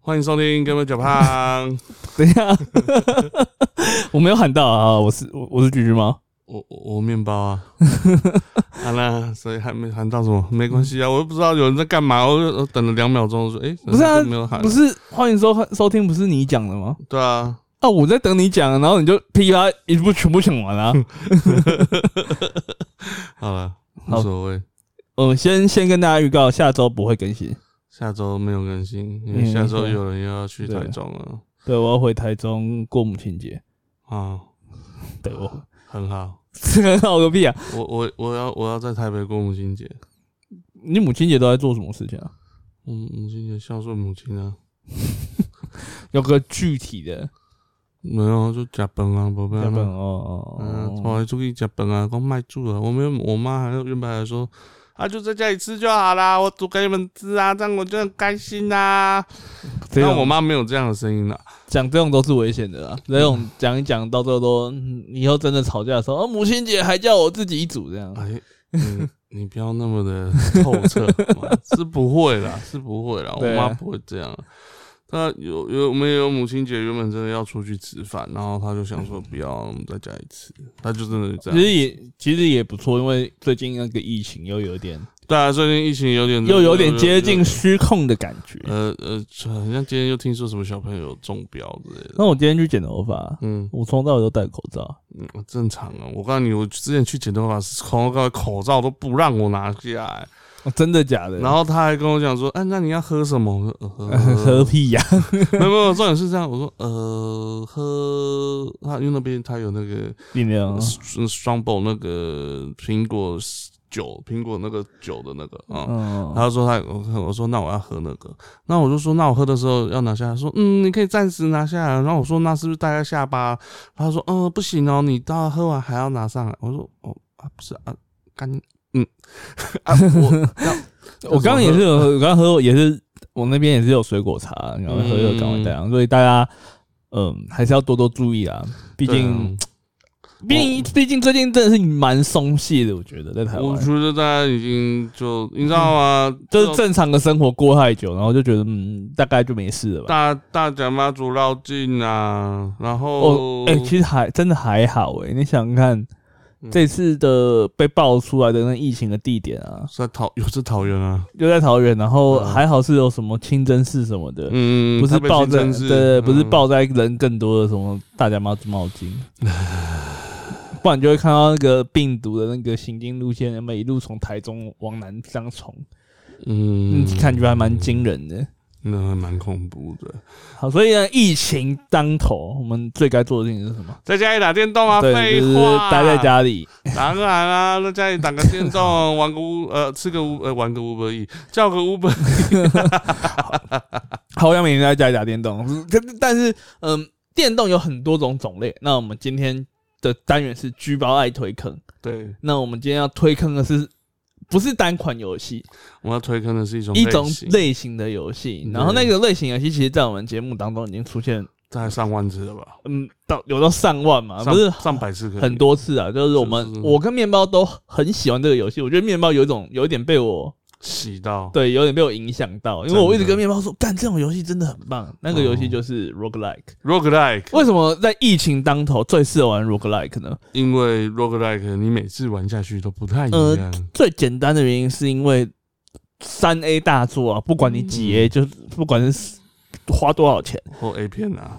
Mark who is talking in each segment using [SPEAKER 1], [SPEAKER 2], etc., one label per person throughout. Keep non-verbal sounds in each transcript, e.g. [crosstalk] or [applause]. [SPEAKER 1] 欢迎收听《哥们酒胖》
[SPEAKER 2] [laughs] 等
[SPEAKER 1] [laughs]
[SPEAKER 2] 一下，啊我没有喊到啊！我是我我是橘橘吗？
[SPEAKER 1] 我。我我面包
[SPEAKER 2] [laughs]
[SPEAKER 1] 啊，好啦，所以还没喊到什么，没关系啊，我又不知道有人在干嘛，我就我等了两秒钟，我说哎，
[SPEAKER 2] 不是啊
[SPEAKER 1] 怎么没有喊，
[SPEAKER 2] 不，是，欢迎收看收听，不是你讲的吗？
[SPEAKER 1] 对啊，
[SPEAKER 2] 啊，我在等你讲，然后你就噼啪一部全部讲
[SPEAKER 1] [laughs]
[SPEAKER 2] 完了、啊。
[SPEAKER 1] 好了，无
[SPEAKER 2] 好
[SPEAKER 1] 所谓，
[SPEAKER 2] 我嗯先先跟大家预告，下周不会更新。
[SPEAKER 1] 下周没有更新，因为
[SPEAKER 2] 嗯
[SPEAKER 1] 下周
[SPEAKER 2] 对
[SPEAKER 1] 有人又要去
[SPEAKER 2] 对
[SPEAKER 1] 台中啊了
[SPEAKER 2] 对，我要回台中过母亲节。
[SPEAKER 1] 啊，
[SPEAKER 2] 对我，
[SPEAKER 1] 很好，
[SPEAKER 2] 这个闹个屁啊！
[SPEAKER 1] 我我我要我要在台北过母亲节，
[SPEAKER 2] 你母亲节都在做什么事情啊？
[SPEAKER 1] 嗯，母亲节孝顺母亲啊，
[SPEAKER 2] 有个具体的，
[SPEAKER 1] 没有就假崩啊，宝贝
[SPEAKER 2] 要
[SPEAKER 1] 啊
[SPEAKER 2] 不。然哦
[SPEAKER 1] 嗯，
[SPEAKER 2] 哦
[SPEAKER 1] 我
[SPEAKER 2] 哦，
[SPEAKER 1] 还出去吃饭啊，光卖住了。我们我妈还原本还说，啊，就在家里吃就好啦，我煮给你们吃啊，这样我就很开心啦、
[SPEAKER 2] 这
[SPEAKER 1] 但
[SPEAKER 2] 种
[SPEAKER 1] 我妈嗯没有这样的声音啦。
[SPEAKER 2] 讲这种都是危险的啦，这种讲一讲到最后都嗯以后真的吵架的时候，哦，母亲节还叫我自己煮这样，
[SPEAKER 1] 哎，嗯，你不要那么的透彻，好吗是不会啦，是不会啦，我
[SPEAKER 2] 对
[SPEAKER 1] 妈
[SPEAKER 2] 啊
[SPEAKER 1] 不会这样。她有有我们有母亲节，原本真的要出去吃饭，然后她就想说不要，我们在家里吃，她就真的这
[SPEAKER 2] 其
[SPEAKER 1] 样。
[SPEAKER 2] 实也其实也不错，因为最近那个疫情又有点
[SPEAKER 1] 对啊，最近疫情有点
[SPEAKER 2] 又有点接
[SPEAKER 1] 嗯
[SPEAKER 2] 近失控的感觉。
[SPEAKER 1] 呃呃，好像今天又听说什么小朋友中标之类的。
[SPEAKER 2] 那我今天去剪头发，
[SPEAKER 1] 嗯
[SPEAKER 2] 我从头到尾都戴口罩，
[SPEAKER 1] 嗯，正常啊。我告诉你，我之前去剪头发，口罩口罩都不让我拿下来，
[SPEAKER 2] 哦真的假的？
[SPEAKER 1] 然后他还跟我讲说：“哎、那你要喝什么？”我说：“呃、喝
[SPEAKER 2] 何屁呀？
[SPEAKER 1] 没有没有，重点是这样。”我说：“呃，喝。”他因为那边他有那个
[SPEAKER 2] 尽量
[SPEAKER 1] 双 b 那个苹果酒，苹果那个酒的那个啊。
[SPEAKER 2] 嗯，
[SPEAKER 1] 他说他我我说那我要喝那个，那我就说那我喝的时候要拿下来，说嗯你可以暂时拿下来，然后我说那是不是大家下巴？他说嗯、呃不行哦，你到喝完还要拿上来。我说哦啊不是啊干嗯啊我
[SPEAKER 2] [laughs]
[SPEAKER 1] 啊
[SPEAKER 2] 我刚刚也是有，我刚刚喝也是，我那边也是有水果茶，然后喝就赶快戴啊上，所以大家嗯还是要多多注意啊，毕竟。毕竟，毕竟最近真的是蛮松懈的，我觉得在台
[SPEAKER 1] 对啊我
[SPEAKER 2] 湾，
[SPEAKER 1] 觉得大家已经就你知道吗？
[SPEAKER 2] 就是正常的生活过太久，然后就觉得嗯，大概就没事了吧。
[SPEAKER 1] 大大甲妈祖绕境啊，然后
[SPEAKER 2] 哦，哎、其实还真的还好哎、你想想看，
[SPEAKER 1] 嗯
[SPEAKER 2] 这次的被爆出来的那疫情的地点啊，
[SPEAKER 1] 是在桃有是桃园啊，
[SPEAKER 2] 就在桃园，然后
[SPEAKER 1] 嗯
[SPEAKER 2] 还好是有什么清真寺什么的，
[SPEAKER 1] 嗯
[SPEAKER 2] 不是
[SPEAKER 1] 台北
[SPEAKER 2] 爆
[SPEAKER 1] 新
[SPEAKER 2] 在
[SPEAKER 1] 城市
[SPEAKER 2] 对，不是
[SPEAKER 1] 嗯
[SPEAKER 2] 爆在人更多的什么大家冒冒金，不然就会看到那个病毒的那个行进路线，那么一路从台中往南这样冲，嗯
[SPEAKER 1] 嗯，
[SPEAKER 2] 感觉还蛮惊人的。
[SPEAKER 1] 那还蛮恐怖的。
[SPEAKER 2] 好，所以呢，疫情当头，我们最该做的事情是什么？
[SPEAKER 1] 在家里打电动啊，
[SPEAKER 2] 对，
[SPEAKER 1] 废
[SPEAKER 2] 就是
[SPEAKER 1] 话，
[SPEAKER 2] 待在。家里。
[SPEAKER 1] 当然啊，在家里打个电动，玩个乌呃，吃个乌呃，玩个乌伯义，叫个乌
[SPEAKER 2] [laughs]
[SPEAKER 1] 伯。
[SPEAKER 2] 好像每天都在家里打电动，可是但是嗯，电动有很多种种类。那我们今天的单元是居包爱推坑，
[SPEAKER 1] 对，
[SPEAKER 2] 那我们今天要推坑的是。不是单款游戏，
[SPEAKER 1] 我要推坑的是一种
[SPEAKER 2] 一种
[SPEAKER 1] 型嗯
[SPEAKER 2] 类型的游戏
[SPEAKER 1] 对，
[SPEAKER 2] 然后那个类型游戏其实，在我们节目当中已经出现，
[SPEAKER 1] 大概上万只了吧，
[SPEAKER 2] 嗯，到有到上万嘛，
[SPEAKER 1] 上
[SPEAKER 2] 啊不是
[SPEAKER 1] 上百次可以
[SPEAKER 2] 很。多次啊，就是我们
[SPEAKER 1] 是是是
[SPEAKER 2] 我跟面包都很喜欢这个游戏，我觉得面包有一种有一点被我
[SPEAKER 1] 洗到。
[SPEAKER 2] 对，有点被我影响到，因为
[SPEAKER 1] 真
[SPEAKER 2] 我一
[SPEAKER 1] 的
[SPEAKER 2] 直
[SPEAKER 1] 哦
[SPEAKER 2] 跟面包说，干这种游戏真的很棒。那个游戏就是 roguelike。
[SPEAKER 1] roguelike，
[SPEAKER 2] 为什么在疫情当头最适合玩 roguelike 呢？
[SPEAKER 1] 因为 roguelike 你每次玩下去都不太一
[SPEAKER 2] 呃
[SPEAKER 1] 样，
[SPEAKER 2] 最简单的原因是因为三 A 大作啊，不管你几
[SPEAKER 1] 嗯
[SPEAKER 2] A，、就是不管是花多
[SPEAKER 1] [laughs]
[SPEAKER 2] 少钱，
[SPEAKER 1] 或 A 片啊，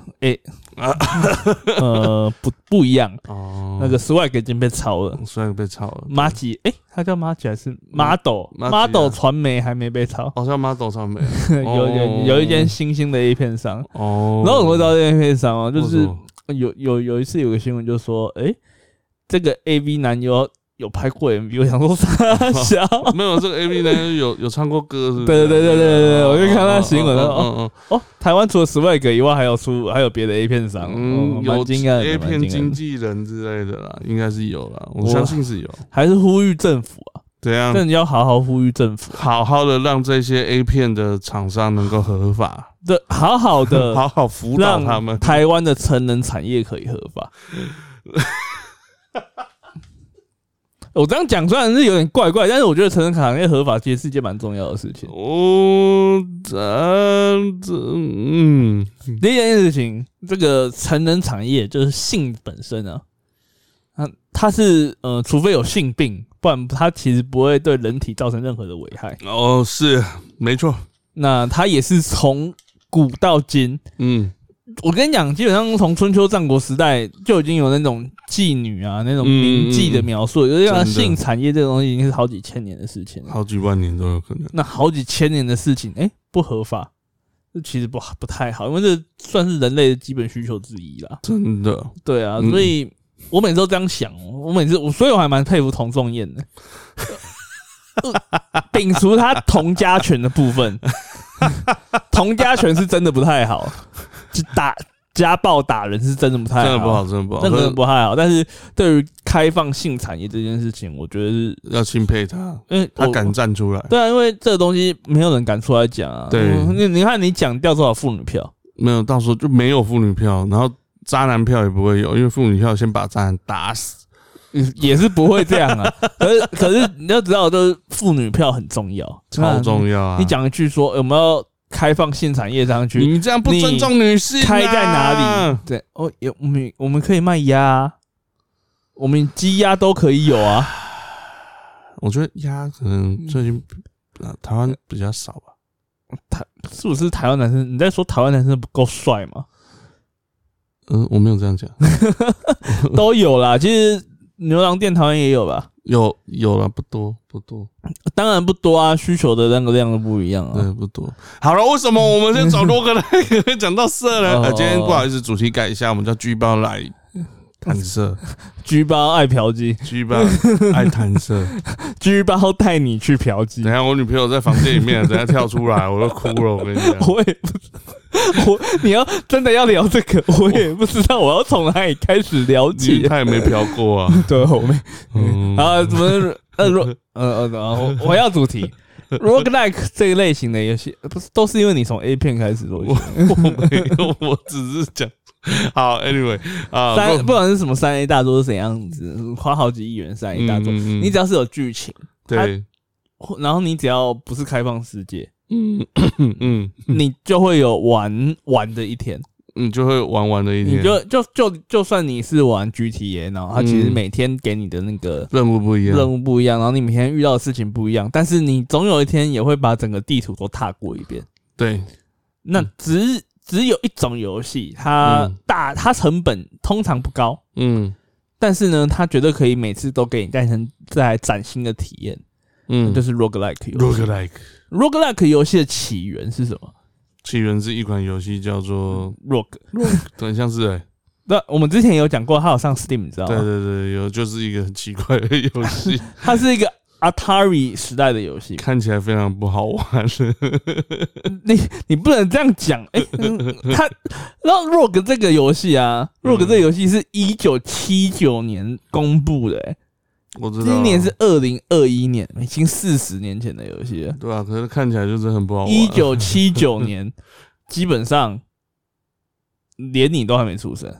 [SPEAKER 2] 呃，不不一样。
[SPEAKER 1] 哦，
[SPEAKER 2] 那个 swag 已经被抄了，
[SPEAKER 1] 虽然被炒了，
[SPEAKER 2] 马吉，诶，它叫马吉还是 model
[SPEAKER 1] 嗯马吉啊
[SPEAKER 2] model 传媒还没被
[SPEAKER 1] [laughs]
[SPEAKER 2] 抄，
[SPEAKER 1] 好像 model 上没
[SPEAKER 2] 有有有一间新兴的 A 片商。
[SPEAKER 1] 哦。
[SPEAKER 2] [laughs] 然后我会知道这件片商哦，就
[SPEAKER 1] 为什
[SPEAKER 2] 是
[SPEAKER 1] 么
[SPEAKER 2] 有有有一次有个新闻就说，诶，这个 A V 男优有拍过 MV，我想说
[SPEAKER 1] [laughs]
[SPEAKER 2] 傻笑，
[SPEAKER 1] 没有这个 A V 呢，有有唱过歌是不是？
[SPEAKER 2] 对对对对对对我就看他新闻
[SPEAKER 1] 嗯
[SPEAKER 2] 了
[SPEAKER 1] 嗯嗯嗯嗯
[SPEAKER 2] 哦，台湾除了 Swag 以外，还有出还有别的 A 片商，嗯，蛮
[SPEAKER 1] 有
[SPEAKER 2] 惊讶的
[SPEAKER 1] A
[SPEAKER 2] 蛮
[SPEAKER 1] 片经
[SPEAKER 2] 惊讶的，
[SPEAKER 1] 纪人之类的啦，应该是有啦，我
[SPEAKER 2] 我
[SPEAKER 1] 相信是有。
[SPEAKER 2] 还是呼吁政府啊，
[SPEAKER 1] 怎样
[SPEAKER 2] 真的要好好呼吁政府，
[SPEAKER 1] 好好的让这些 A 片的厂商能够合法，
[SPEAKER 2] 这好好
[SPEAKER 1] [laughs]
[SPEAKER 2] 的
[SPEAKER 1] 好好辅导他
[SPEAKER 2] 让
[SPEAKER 1] 们。
[SPEAKER 2] 台湾的成人产业可以合法。 [laughs] 我这样讲虽然是有点怪怪，但是我觉得成人产业合法其实是一件蛮重要的事情。
[SPEAKER 1] 哦，真的，嗯，
[SPEAKER 2] 第一件事情，这个成人产业就是性本身啊，它它是呃，除非有性病，不然它其实不会对人体造成任何的危害。
[SPEAKER 1] 哦，是没错，
[SPEAKER 2] 那它也是从古到今，
[SPEAKER 1] 嗯
[SPEAKER 2] 我跟你讲，基本上从春秋战国时代就已经有那种妓女啊，那种
[SPEAKER 1] 嗯
[SPEAKER 2] 名妓的描述，就是像
[SPEAKER 1] 真的
[SPEAKER 2] 性产业这个东西已经是好几千年的事情了。
[SPEAKER 1] 好几万年都有可能。
[SPEAKER 2] [laughs] 那好几千年的事情，哎、不合法，这其实不不太好，因为这算是人类的基本需求之一啦。
[SPEAKER 1] 真的，
[SPEAKER 2] 对啊，
[SPEAKER 1] 嗯
[SPEAKER 2] 所以我每次都这样想，我每次我所以我还蛮佩服童仲彦的， [laughs] 摒除他童家拳的部分， [laughs] 童家拳是真的不太好，就打家暴打人是真的不
[SPEAKER 1] 真
[SPEAKER 2] 太
[SPEAKER 1] 的不好，真的不好，
[SPEAKER 2] 真的
[SPEAKER 1] 可
[SPEAKER 2] 不太好。但是对于开放性产业这件事情，我觉得是
[SPEAKER 1] 是要钦佩他，
[SPEAKER 2] 因为
[SPEAKER 1] 他
[SPEAKER 2] 我
[SPEAKER 1] 敢站出来，
[SPEAKER 2] 对啊，因为这个东西没有人敢出来讲啊。
[SPEAKER 1] 对
[SPEAKER 2] 嗯你你看你讲掉多少妇女票？
[SPEAKER 1] 没有到时候就没有妇女票，然后渣男票也不会有，因为妇女票先把渣男打死。
[SPEAKER 2] [laughs] 也是不会这样
[SPEAKER 1] [laughs]
[SPEAKER 2] 啊，可是可是你要知道，就是妇女票很重要，
[SPEAKER 1] 超重要啊！
[SPEAKER 2] 你讲一句说，呃我们要开放性产业上去，
[SPEAKER 1] 你这啊样不尊重女性、啊，
[SPEAKER 2] 开在哪里？？对，哦，有我们我们可以卖鸭啊，我们鸡鸭都可以有啊。
[SPEAKER 1] 我觉得鸭可能最近、啊、台湾比较少吧。
[SPEAKER 2] 是不是台湾男生？你在说台湾男生不够帅
[SPEAKER 1] [laughs]
[SPEAKER 2] 吗？
[SPEAKER 1] 嗯，我没有这样讲，
[SPEAKER 2] 都有啦，其实牛郎店台湾也有吧，
[SPEAKER 1] 有有了不多不多，
[SPEAKER 2] 当然不多啊，需求的那个量都不一样啊。
[SPEAKER 1] 对不多。好了，为什么我们先找多个来 [laughs] 讲到色呢？
[SPEAKER 2] 哦
[SPEAKER 1] 呃今天不好意思，主题改一下，我们叫居包来谈色，
[SPEAKER 2] G 包爱嫖妓
[SPEAKER 1] 居包 [laughs] 爱谈 [laughs] 色。
[SPEAKER 2] ，G 包带你去嫖妓
[SPEAKER 1] 等一。下我女朋友在房间里面，等一下跳出来我都哭了，我跟你讲。
[SPEAKER 2] 我也不知道，我你要真的要聊这个，我也不知道我要从哪里开始聊
[SPEAKER 1] 你
[SPEAKER 2] 起。
[SPEAKER 1] 她也没嫖过啊，
[SPEAKER 2] 对，我们 [laughs]
[SPEAKER 1] 嗯，
[SPEAKER 2] 啊，怎么呃若呃呃，然后我要主题 roguelike 这一类型的游戏，不是都是因为你从 A 片开始做起
[SPEAKER 1] 我我没有，我只是讲。好，anyway 啊，
[SPEAKER 2] 三，
[SPEAKER 1] 不
[SPEAKER 2] 不管是什么三 A 大作是怎样子，花好几亿元三 A 大作，
[SPEAKER 1] 嗯嗯嗯
[SPEAKER 2] 你只要是有剧情，
[SPEAKER 1] 对，
[SPEAKER 2] 或然后你只要不是开放世界，
[SPEAKER 1] 嗯嗯，
[SPEAKER 2] 你就会有玩玩的一天。
[SPEAKER 1] 你就会玩玩的一
[SPEAKER 2] 你
[SPEAKER 1] 天，
[SPEAKER 2] 就就就就算你是玩 GTA，然后它其实
[SPEAKER 1] 嗯
[SPEAKER 2] 每天给你的那个
[SPEAKER 1] 任务不一样，
[SPEAKER 2] 任务不一样，然后你每天遇到的事情不一样，但是你总有一天也会把整个地图都踏过一遍。
[SPEAKER 1] 对，
[SPEAKER 2] 那只、只有一种游戏，它
[SPEAKER 1] 嗯
[SPEAKER 2] 大它成本通常不高，
[SPEAKER 1] 嗯
[SPEAKER 2] 但是呢，它绝对可以每次都给你带成带来崭新的体验，
[SPEAKER 1] 嗯，
[SPEAKER 2] 就是是 roguelike 游戏。
[SPEAKER 1] roguelike。
[SPEAKER 2] roguelike 游戏的起源是什么
[SPEAKER 1] 起源是一款游戏叫做，
[SPEAKER 2] ？rog
[SPEAKER 1] 很像是哎、
[SPEAKER 2] 那我们之前有讲过，它有上 Steam，你知道
[SPEAKER 1] 对
[SPEAKER 2] 吗？
[SPEAKER 1] 对对，有就是一个很奇怪的游
[SPEAKER 2] [laughs]
[SPEAKER 1] 戏，
[SPEAKER 2] 它是一个 Atari 时代的游戏，
[SPEAKER 1] 看起来非常不好玩。 [laughs]
[SPEAKER 2] 你你不能这样讲，
[SPEAKER 1] [laughs]
[SPEAKER 2] 哎、嗯他然后 ROG 这个游戏啊，ROG
[SPEAKER 1] 嗯
[SPEAKER 2] 这个游戏是一九七九年公布的、诶
[SPEAKER 1] 我知道，
[SPEAKER 2] 今年是二零二一年，已经四十年前的游戏了。
[SPEAKER 1] 对啊，可是看起来就真的很不好玩。
[SPEAKER 2] 一九七九
[SPEAKER 1] [laughs]
[SPEAKER 2] 年，基本上连你都还没出生，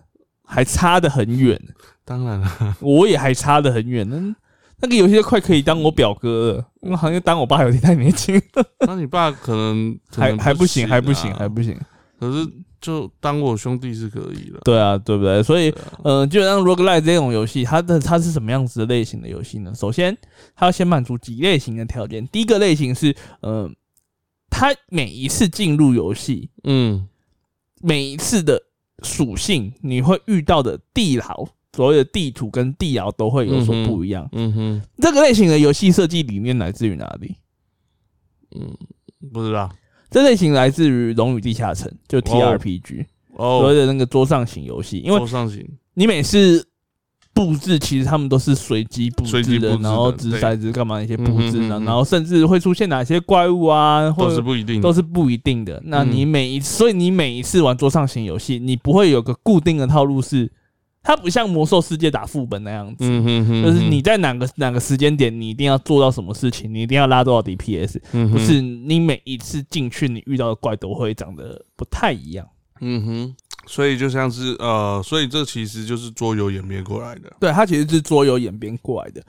[SPEAKER 2] 还差得很远，
[SPEAKER 1] [laughs] 当然了，
[SPEAKER 2] 我也还差得很远。那那个游戏都快可以当我表哥了，因为好像当我爸有点太年轻，
[SPEAKER 1] 那你爸可能可
[SPEAKER 2] 还
[SPEAKER 1] 能
[SPEAKER 2] 还不行，还不
[SPEAKER 1] 啊
[SPEAKER 2] 行，还不行。
[SPEAKER 1] 可是就当我兄弟是可以了。
[SPEAKER 2] 对啊，对不对？所以
[SPEAKER 1] 对啊
[SPEAKER 2] 嗯，基本上 roguelike 这种游戏，它的它是什么样子的类型的游戏呢？首先，它要先满足几类型的条件。第一个类型是，嗯，它每一次进入游戏，
[SPEAKER 1] 嗯，
[SPEAKER 2] 每一次的属性，你会遇到的地牢，所谓的地图跟地牢都会有所不一样。
[SPEAKER 1] 嗯哼，
[SPEAKER 2] 这个类型的游戏设计理念来自于哪里？
[SPEAKER 1] 不知道
[SPEAKER 2] 这类型来自于《龙与地下城》，就 TRPG，、所
[SPEAKER 1] 哦
[SPEAKER 2] 谓。的那个桌上型游戏，因为
[SPEAKER 1] 桌上型，
[SPEAKER 2] 你每次布置，其实他们都是随机布
[SPEAKER 1] 随机
[SPEAKER 2] 置
[SPEAKER 1] 布
[SPEAKER 2] 的
[SPEAKER 1] 置，的
[SPEAKER 2] 然后掷
[SPEAKER 1] 对
[SPEAKER 2] 骰子干嘛一些布置
[SPEAKER 1] 嗯
[SPEAKER 2] 呢
[SPEAKER 1] 哼嗯哼？
[SPEAKER 2] 然后甚至会出现哪些怪物啊，或
[SPEAKER 1] 都是
[SPEAKER 2] 者
[SPEAKER 1] 不一定，
[SPEAKER 2] 都
[SPEAKER 1] 是
[SPEAKER 2] 是不一定的。那
[SPEAKER 1] 嗯
[SPEAKER 2] 你每一，所以你每一次玩桌上型游戏，你不会有个固定的套路是。它不像魔兽世界打副本那样子，
[SPEAKER 1] 嗯哼哼，
[SPEAKER 2] 就是你在哪个哪个时间点，你一定要做到什么事情，你一定要拉多少 DPS，
[SPEAKER 1] 嗯哼
[SPEAKER 2] 不是你每一次进去，你遇到的怪都会长得不太一样。
[SPEAKER 1] 嗯哼，所以就像是呃，所以这其实就是桌游演变过来的。
[SPEAKER 2] 对，它其实是桌游演变过来的。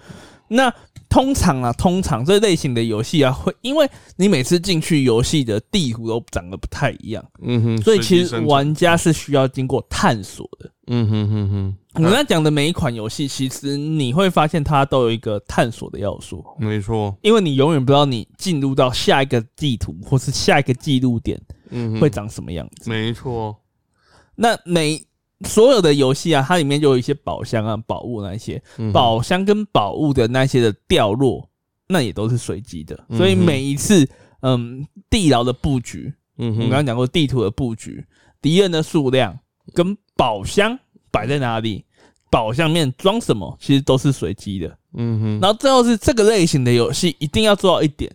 [SPEAKER 2] 那通常啊，通常这类型的游戏啊，会因为你每次进去游戏的地图都长得不太一样，
[SPEAKER 1] 嗯哼，
[SPEAKER 2] 所以其
[SPEAKER 1] 随
[SPEAKER 2] 实
[SPEAKER 1] 机生成，
[SPEAKER 2] 玩家是需要经过探索的。
[SPEAKER 1] 嗯哼哼哼，
[SPEAKER 2] 我刚才讲的每一款游戏，其实你会发现它都有一个探索的要素，
[SPEAKER 1] 没错，
[SPEAKER 2] 因为你永远不知道你进入到下一个地图或是下一个记录点
[SPEAKER 1] 嗯哼，
[SPEAKER 2] 会长什么样子。
[SPEAKER 1] 没错，
[SPEAKER 2] 那每所有的游戏啊，它里面就有一些宝箱啊、宝物那一些，
[SPEAKER 1] 嗯哼，
[SPEAKER 2] 宝箱跟宝物的那些的掉落，那也都是随机的，
[SPEAKER 1] 嗯哼
[SPEAKER 2] 所以每一次嗯地牢的布局，
[SPEAKER 1] 嗯
[SPEAKER 2] 我
[SPEAKER 1] 哼，
[SPEAKER 2] 们刚刚讲过地图的布局，敌人的数量跟宝箱摆在哪里，宝箱里面装什么，其实都是随机的。
[SPEAKER 1] 嗯哼，
[SPEAKER 2] 然后最后是这个类型的游戏一定要做到一点，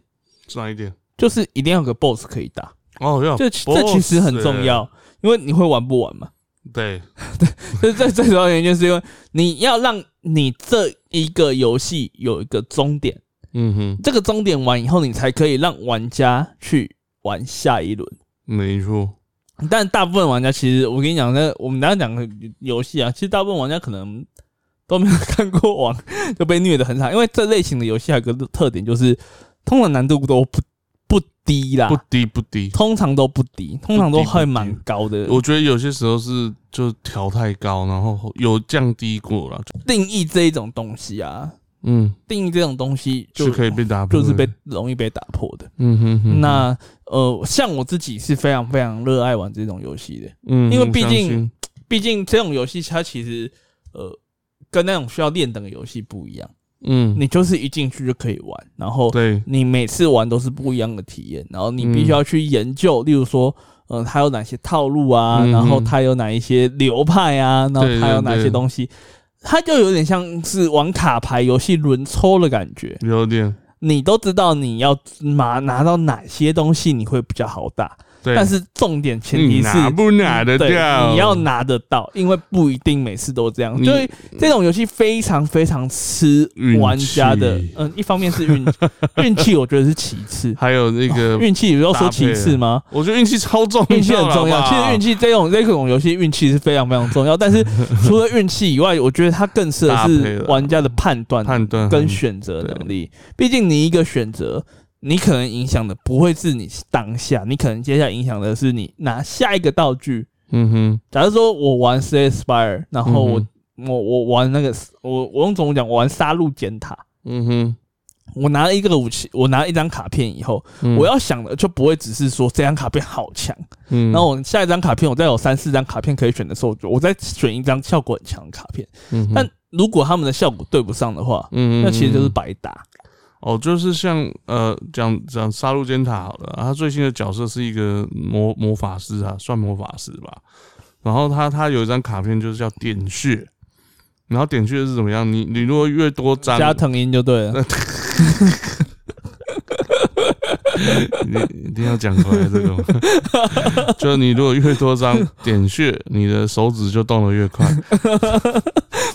[SPEAKER 1] 是哪一点？
[SPEAKER 2] 就是一定要有个 BOSS 可以打，
[SPEAKER 1] 哦，要
[SPEAKER 2] 这这其实很重，
[SPEAKER 1] 哦
[SPEAKER 2] 要，因为你会玩不完嘛。
[SPEAKER 1] 对，
[SPEAKER 2] [laughs] 这最最主要的原因就是因为你要让你这一个游戏有一个终点，
[SPEAKER 1] 嗯哼，
[SPEAKER 2] 这个终点完以后，你才可以让玩家去玩下一轮。
[SPEAKER 1] 没错，
[SPEAKER 2] 但大部分玩家其实，我跟你讲，那我们刚刚讲的游戏啊，其实大部分玩家可能都没有 [laughs] 看过网，就被虐的很惨。因为这类型的游戏还有个特点就是，通常难度都不不低啦
[SPEAKER 1] 不，低不低。
[SPEAKER 2] 通常都不低，通常都还蛮高的。
[SPEAKER 1] 我觉得有些时候是就调太高，然后有降低过了，
[SPEAKER 2] 定义这一种东西啊，
[SPEAKER 1] 嗯，
[SPEAKER 2] 定义这种东西就是
[SPEAKER 1] 可以被打破
[SPEAKER 2] 就
[SPEAKER 1] 的，
[SPEAKER 2] 是被容易被打破的。
[SPEAKER 1] 嗯哼哼，
[SPEAKER 2] 那呃，像我自己是非常非常热爱玩这种游戏的，
[SPEAKER 1] 嗯，
[SPEAKER 2] 因为
[SPEAKER 1] 我
[SPEAKER 2] 毕
[SPEAKER 1] 相
[SPEAKER 2] 竟
[SPEAKER 1] 信
[SPEAKER 2] 毕竟这种游戏它其实呃跟那种需要练等的游戏不一样，
[SPEAKER 1] 嗯，
[SPEAKER 2] 你就是一进去就可以玩，然后
[SPEAKER 1] 对，
[SPEAKER 2] 你每次玩都是不一样的体验，然后你
[SPEAKER 1] 嗯
[SPEAKER 2] 必须要去研究，例如说。呃，它有哪些套路
[SPEAKER 1] 嗯
[SPEAKER 2] 啊？
[SPEAKER 1] 哼
[SPEAKER 2] 然后它有哪一些流派啊？然后
[SPEAKER 1] 对
[SPEAKER 2] 它有
[SPEAKER 1] 对
[SPEAKER 2] 哪些
[SPEAKER 1] 对
[SPEAKER 2] 东西？它就有点像是玩卡牌游戏轮抽的感觉。
[SPEAKER 1] 有点，
[SPEAKER 2] 你都知道你要拿拿到哪些东西你会比较好打，
[SPEAKER 1] 对，
[SPEAKER 2] 但是重点前
[SPEAKER 1] 你
[SPEAKER 2] 提是嗯
[SPEAKER 1] 拿不拿得
[SPEAKER 2] 对
[SPEAKER 1] 掉，
[SPEAKER 2] 你要拿得到，因为不一定每次都这样。
[SPEAKER 1] 你
[SPEAKER 2] 所以这种游戏非常非常吃玩家的
[SPEAKER 1] 运气，
[SPEAKER 2] 嗯，一方面是运运气，我觉得是其
[SPEAKER 1] [laughs]
[SPEAKER 2] 次。
[SPEAKER 1] 还有那个，
[SPEAKER 2] 运气有时候说其次吗？
[SPEAKER 1] 我觉得运气超重要，
[SPEAKER 2] [laughs] 运气很重要，其实运
[SPEAKER 1] 气
[SPEAKER 2] 气这种这种游戏运气是非常非常重要，但是 [laughs] 除了运气以外，我觉得它更适合
[SPEAKER 1] 搭配
[SPEAKER 2] 是
[SPEAKER 1] 了
[SPEAKER 2] 玩家的判断能力
[SPEAKER 1] 判断
[SPEAKER 2] 跟选择能力。毕竟你一个选择，你可能影响的不会是你当下，你可能接下来影响的是你拿下一个道具。
[SPEAKER 1] 嗯哼，
[SPEAKER 2] 假如说我玩 C Spire，然后我、
[SPEAKER 1] 嗯
[SPEAKER 2] 我我玩那个我我用中文讲，我玩杀戮尖塔。
[SPEAKER 1] 嗯哼，
[SPEAKER 2] 我拿了一个武器，我拿了一张卡片以后，
[SPEAKER 1] 嗯
[SPEAKER 2] 我要想的就不会只是说这张卡片好强，
[SPEAKER 1] 嗯，
[SPEAKER 2] 然后我下一张卡片，我再有三四张卡片可以选的时候，我再选一张效果很强的卡片。
[SPEAKER 1] 嗯哼，
[SPEAKER 2] 但如果他们的效果对不上的话，
[SPEAKER 1] 嗯，
[SPEAKER 2] 那其实就是
[SPEAKER 1] 嗯嗯
[SPEAKER 2] 白打。
[SPEAKER 1] 哦，就是像呃，讲讲杀戮尖塔好了，他最新的角色是一个魔魔法师啊，算魔法师吧。然后他他有一张卡片就是叫点穴，然后点穴是怎么样？你你如果越多张，
[SPEAKER 2] 加藤鹰就对了。
[SPEAKER 1] 你一定要讲出来这种， [laughs] 就是你如果越多张点穴，你的手指就动得越
[SPEAKER 2] [laughs]
[SPEAKER 1] 快，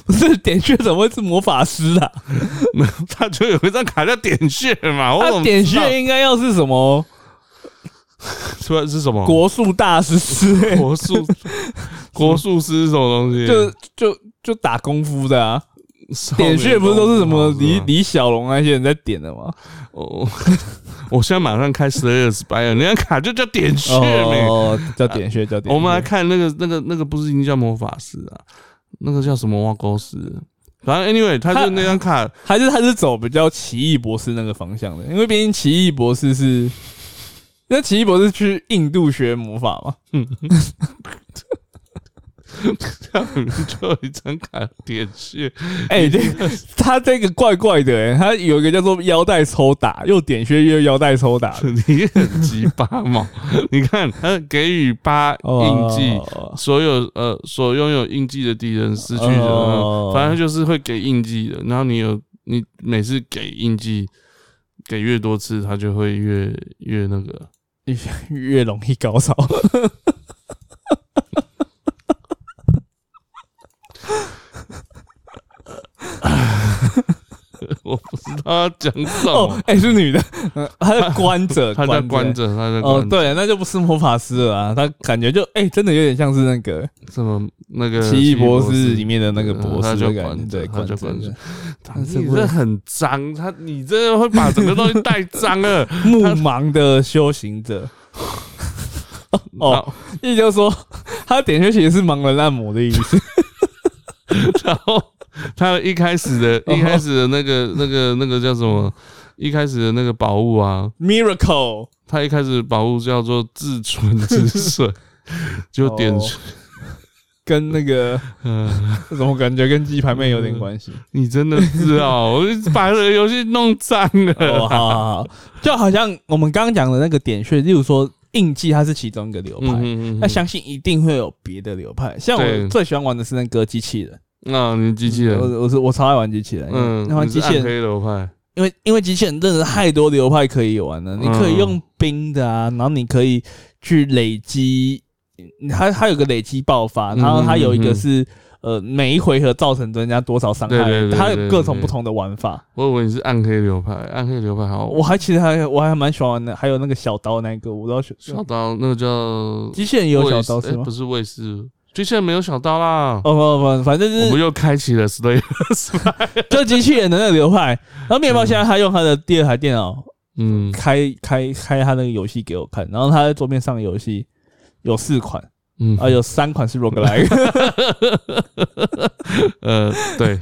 [SPEAKER 2] 不 [laughs] 是点穴怎么会是魔法师啊？
[SPEAKER 1] 他就有一张卡叫点穴嘛。哦我怎
[SPEAKER 2] 他
[SPEAKER 1] 么
[SPEAKER 2] 点
[SPEAKER 1] 知道
[SPEAKER 2] 穴应该要是什么
[SPEAKER 1] 出来是什么？
[SPEAKER 2] 国术大师之类的，
[SPEAKER 1] 国术 [laughs] 国术师是什么东西？
[SPEAKER 2] 就就就打功夫的啊。
[SPEAKER 1] 少
[SPEAKER 2] 点
[SPEAKER 1] 年
[SPEAKER 2] 穴不是都是什么
[SPEAKER 1] 功夫
[SPEAKER 2] 李
[SPEAKER 1] 吧
[SPEAKER 2] 李小龙那些人在点的吗？
[SPEAKER 1] 哦， [laughs] 我现在马上开十二 expire，那张卡就叫点穴没？
[SPEAKER 2] 哦， [laughs] 叫点穴，叫点穴。
[SPEAKER 1] 我们来看那个那个那个不是已经叫魔法师啊，那个叫什么挖沟师？反正 anyway，他
[SPEAKER 2] 他
[SPEAKER 1] 就那张卡， [laughs]
[SPEAKER 2] 还是他是走比较奇异博士那个方向的，因为毕竟奇异博士是，那奇异博士去印度学魔法 [laughs] 嘛，
[SPEAKER 1] 他明明就有一张卡点穴，
[SPEAKER 2] 哎、这个他这个怪怪的、欸，他有一个叫做腰带抽打，又点穴又腰带抽 [laughs] 打的，
[SPEAKER 1] 你很鸡巴嘛？ [laughs] 你看，他给予八印记。
[SPEAKER 2] 哦
[SPEAKER 1] 所有呃，所拥有印记的敌人失去的，
[SPEAKER 2] 哦
[SPEAKER 1] 反正就是会给印记的。然后你有你每次给印记，给越多次，他就会越越那个。 [laughs]
[SPEAKER 2] 越容易高潮。
[SPEAKER 1] 我不知道他讲什
[SPEAKER 2] 哦
[SPEAKER 1] 么？，
[SPEAKER 2] 哎、是女 [laughs] 的，嗯她在关着，
[SPEAKER 1] 他在关
[SPEAKER 2] 着。
[SPEAKER 1] 着，他在
[SPEAKER 2] 哦，
[SPEAKER 1] 关着
[SPEAKER 2] 对，那就不是魔法师了啊，他感觉就哎、真的有点像是那个
[SPEAKER 1] 什么那个
[SPEAKER 2] 奇异博士嗯
[SPEAKER 1] 士
[SPEAKER 2] 里面的那个博
[SPEAKER 1] 他
[SPEAKER 2] 士
[SPEAKER 1] 就
[SPEAKER 2] 的感觉，
[SPEAKER 1] 管
[SPEAKER 2] 对，
[SPEAKER 1] 他就
[SPEAKER 2] 管
[SPEAKER 1] 管着
[SPEAKER 2] 着。
[SPEAKER 1] 你这很脏，他你这会把整个东西带脏了。 [laughs]
[SPEAKER 2] 牧盲的修行者。哦，
[SPEAKER 1] 哦，
[SPEAKER 2] 也就是说，他的点穴其实是盲人按摩的意思。
[SPEAKER 1] [laughs] 然后 [laughs] 他一开始的、
[SPEAKER 2] 哦
[SPEAKER 1] 一开始的那个、那个、那个叫什么？一开始的那个宝物啊，
[SPEAKER 2] Miracle，
[SPEAKER 1] 他一开始宝物叫做至纯之水，就点
[SPEAKER 2] 哦
[SPEAKER 1] 出。
[SPEAKER 2] 跟那个
[SPEAKER 1] 嗯，
[SPEAKER 2] 怎么感觉跟鸡排妹有点
[SPEAKER 1] [laughs]
[SPEAKER 2] 关系？
[SPEAKER 1] 你真的是哦，我就把这个游戏弄脏
[SPEAKER 2] 哦，好
[SPEAKER 1] 了。
[SPEAKER 2] 好好，就好像我们刚刚讲的那个点穴，例如说印记，它是其中一个流
[SPEAKER 1] 嗯
[SPEAKER 2] 派。
[SPEAKER 1] 嗯
[SPEAKER 2] 那相信一定会有别的流派，像
[SPEAKER 1] 对
[SPEAKER 2] 我最喜欢玩的是那个机器人，
[SPEAKER 1] 那你机器人，
[SPEAKER 2] 我我是我超爱玩机器人，
[SPEAKER 1] 嗯，
[SPEAKER 2] 那玩
[SPEAKER 1] 你是
[SPEAKER 2] 机
[SPEAKER 1] 暗
[SPEAKER 2] 器人，
[SPEAKER 1] 黑流派，
[SPEAKER 2] 因为因为机器人真的太多流派可以玩了，你可
[SPEAKER 1] 嗯
[SPEAKER 2] 以用冰的啊，然后你可以去累积，它它有个累积爆发，
[SPEAKER 1] 嗯
[SPEAKER 2] 然后它有一
[SPEAKER 1] 嗯
[SPEAKER 2] 个
[SPEAKER 1] 嗯
[SPEAKER 2] 是呃每一回合造成人家多少伤害
[SPEAKER 1] 对对对，对
[SPEAKER 2] 它
[SPEAKER 1] 对
[SPEAKER 2] 有各种
[SPEAKER 1] 对
[SPEAKER 2] 不同的玩法。
[SPEAKER 1] 我以为你是暗黑流派，暗黑流派好，
[SPEAKER 2] 我还其实还我还蛮喜欢玩的，还有那个小刀那个，我都要选。
[SPEAKER 1] 小刀那个叫
[SPEAKER 2] 机器人也有小刀
[SPEAKER 1] 卫士
[SPEAKER 2] 是
[SPEAKER 1] 诶
[SPEAKER 2] 吗
[SPEAKER 1] 不？是卫士，机器人没有小刀啦。
[SPEAKER 2] 哦不不，反正就是
[SPEAKER 1] 我们又开启了 Slayer，
[SPEAKER 2] 就机器人的那个流派。然后面包现在他用他的第二台电脑
[SPEAKER 1] 嗯
[SPEAKER 2] 开开开他那个游戏给我看，然后他在桌面上的游戏有四款，
[SPEAKER 1] 嗯
[SPEAKER 2] 啊，有三款是 [laughs] roguelike，
[SPEAKER 1] 呃对，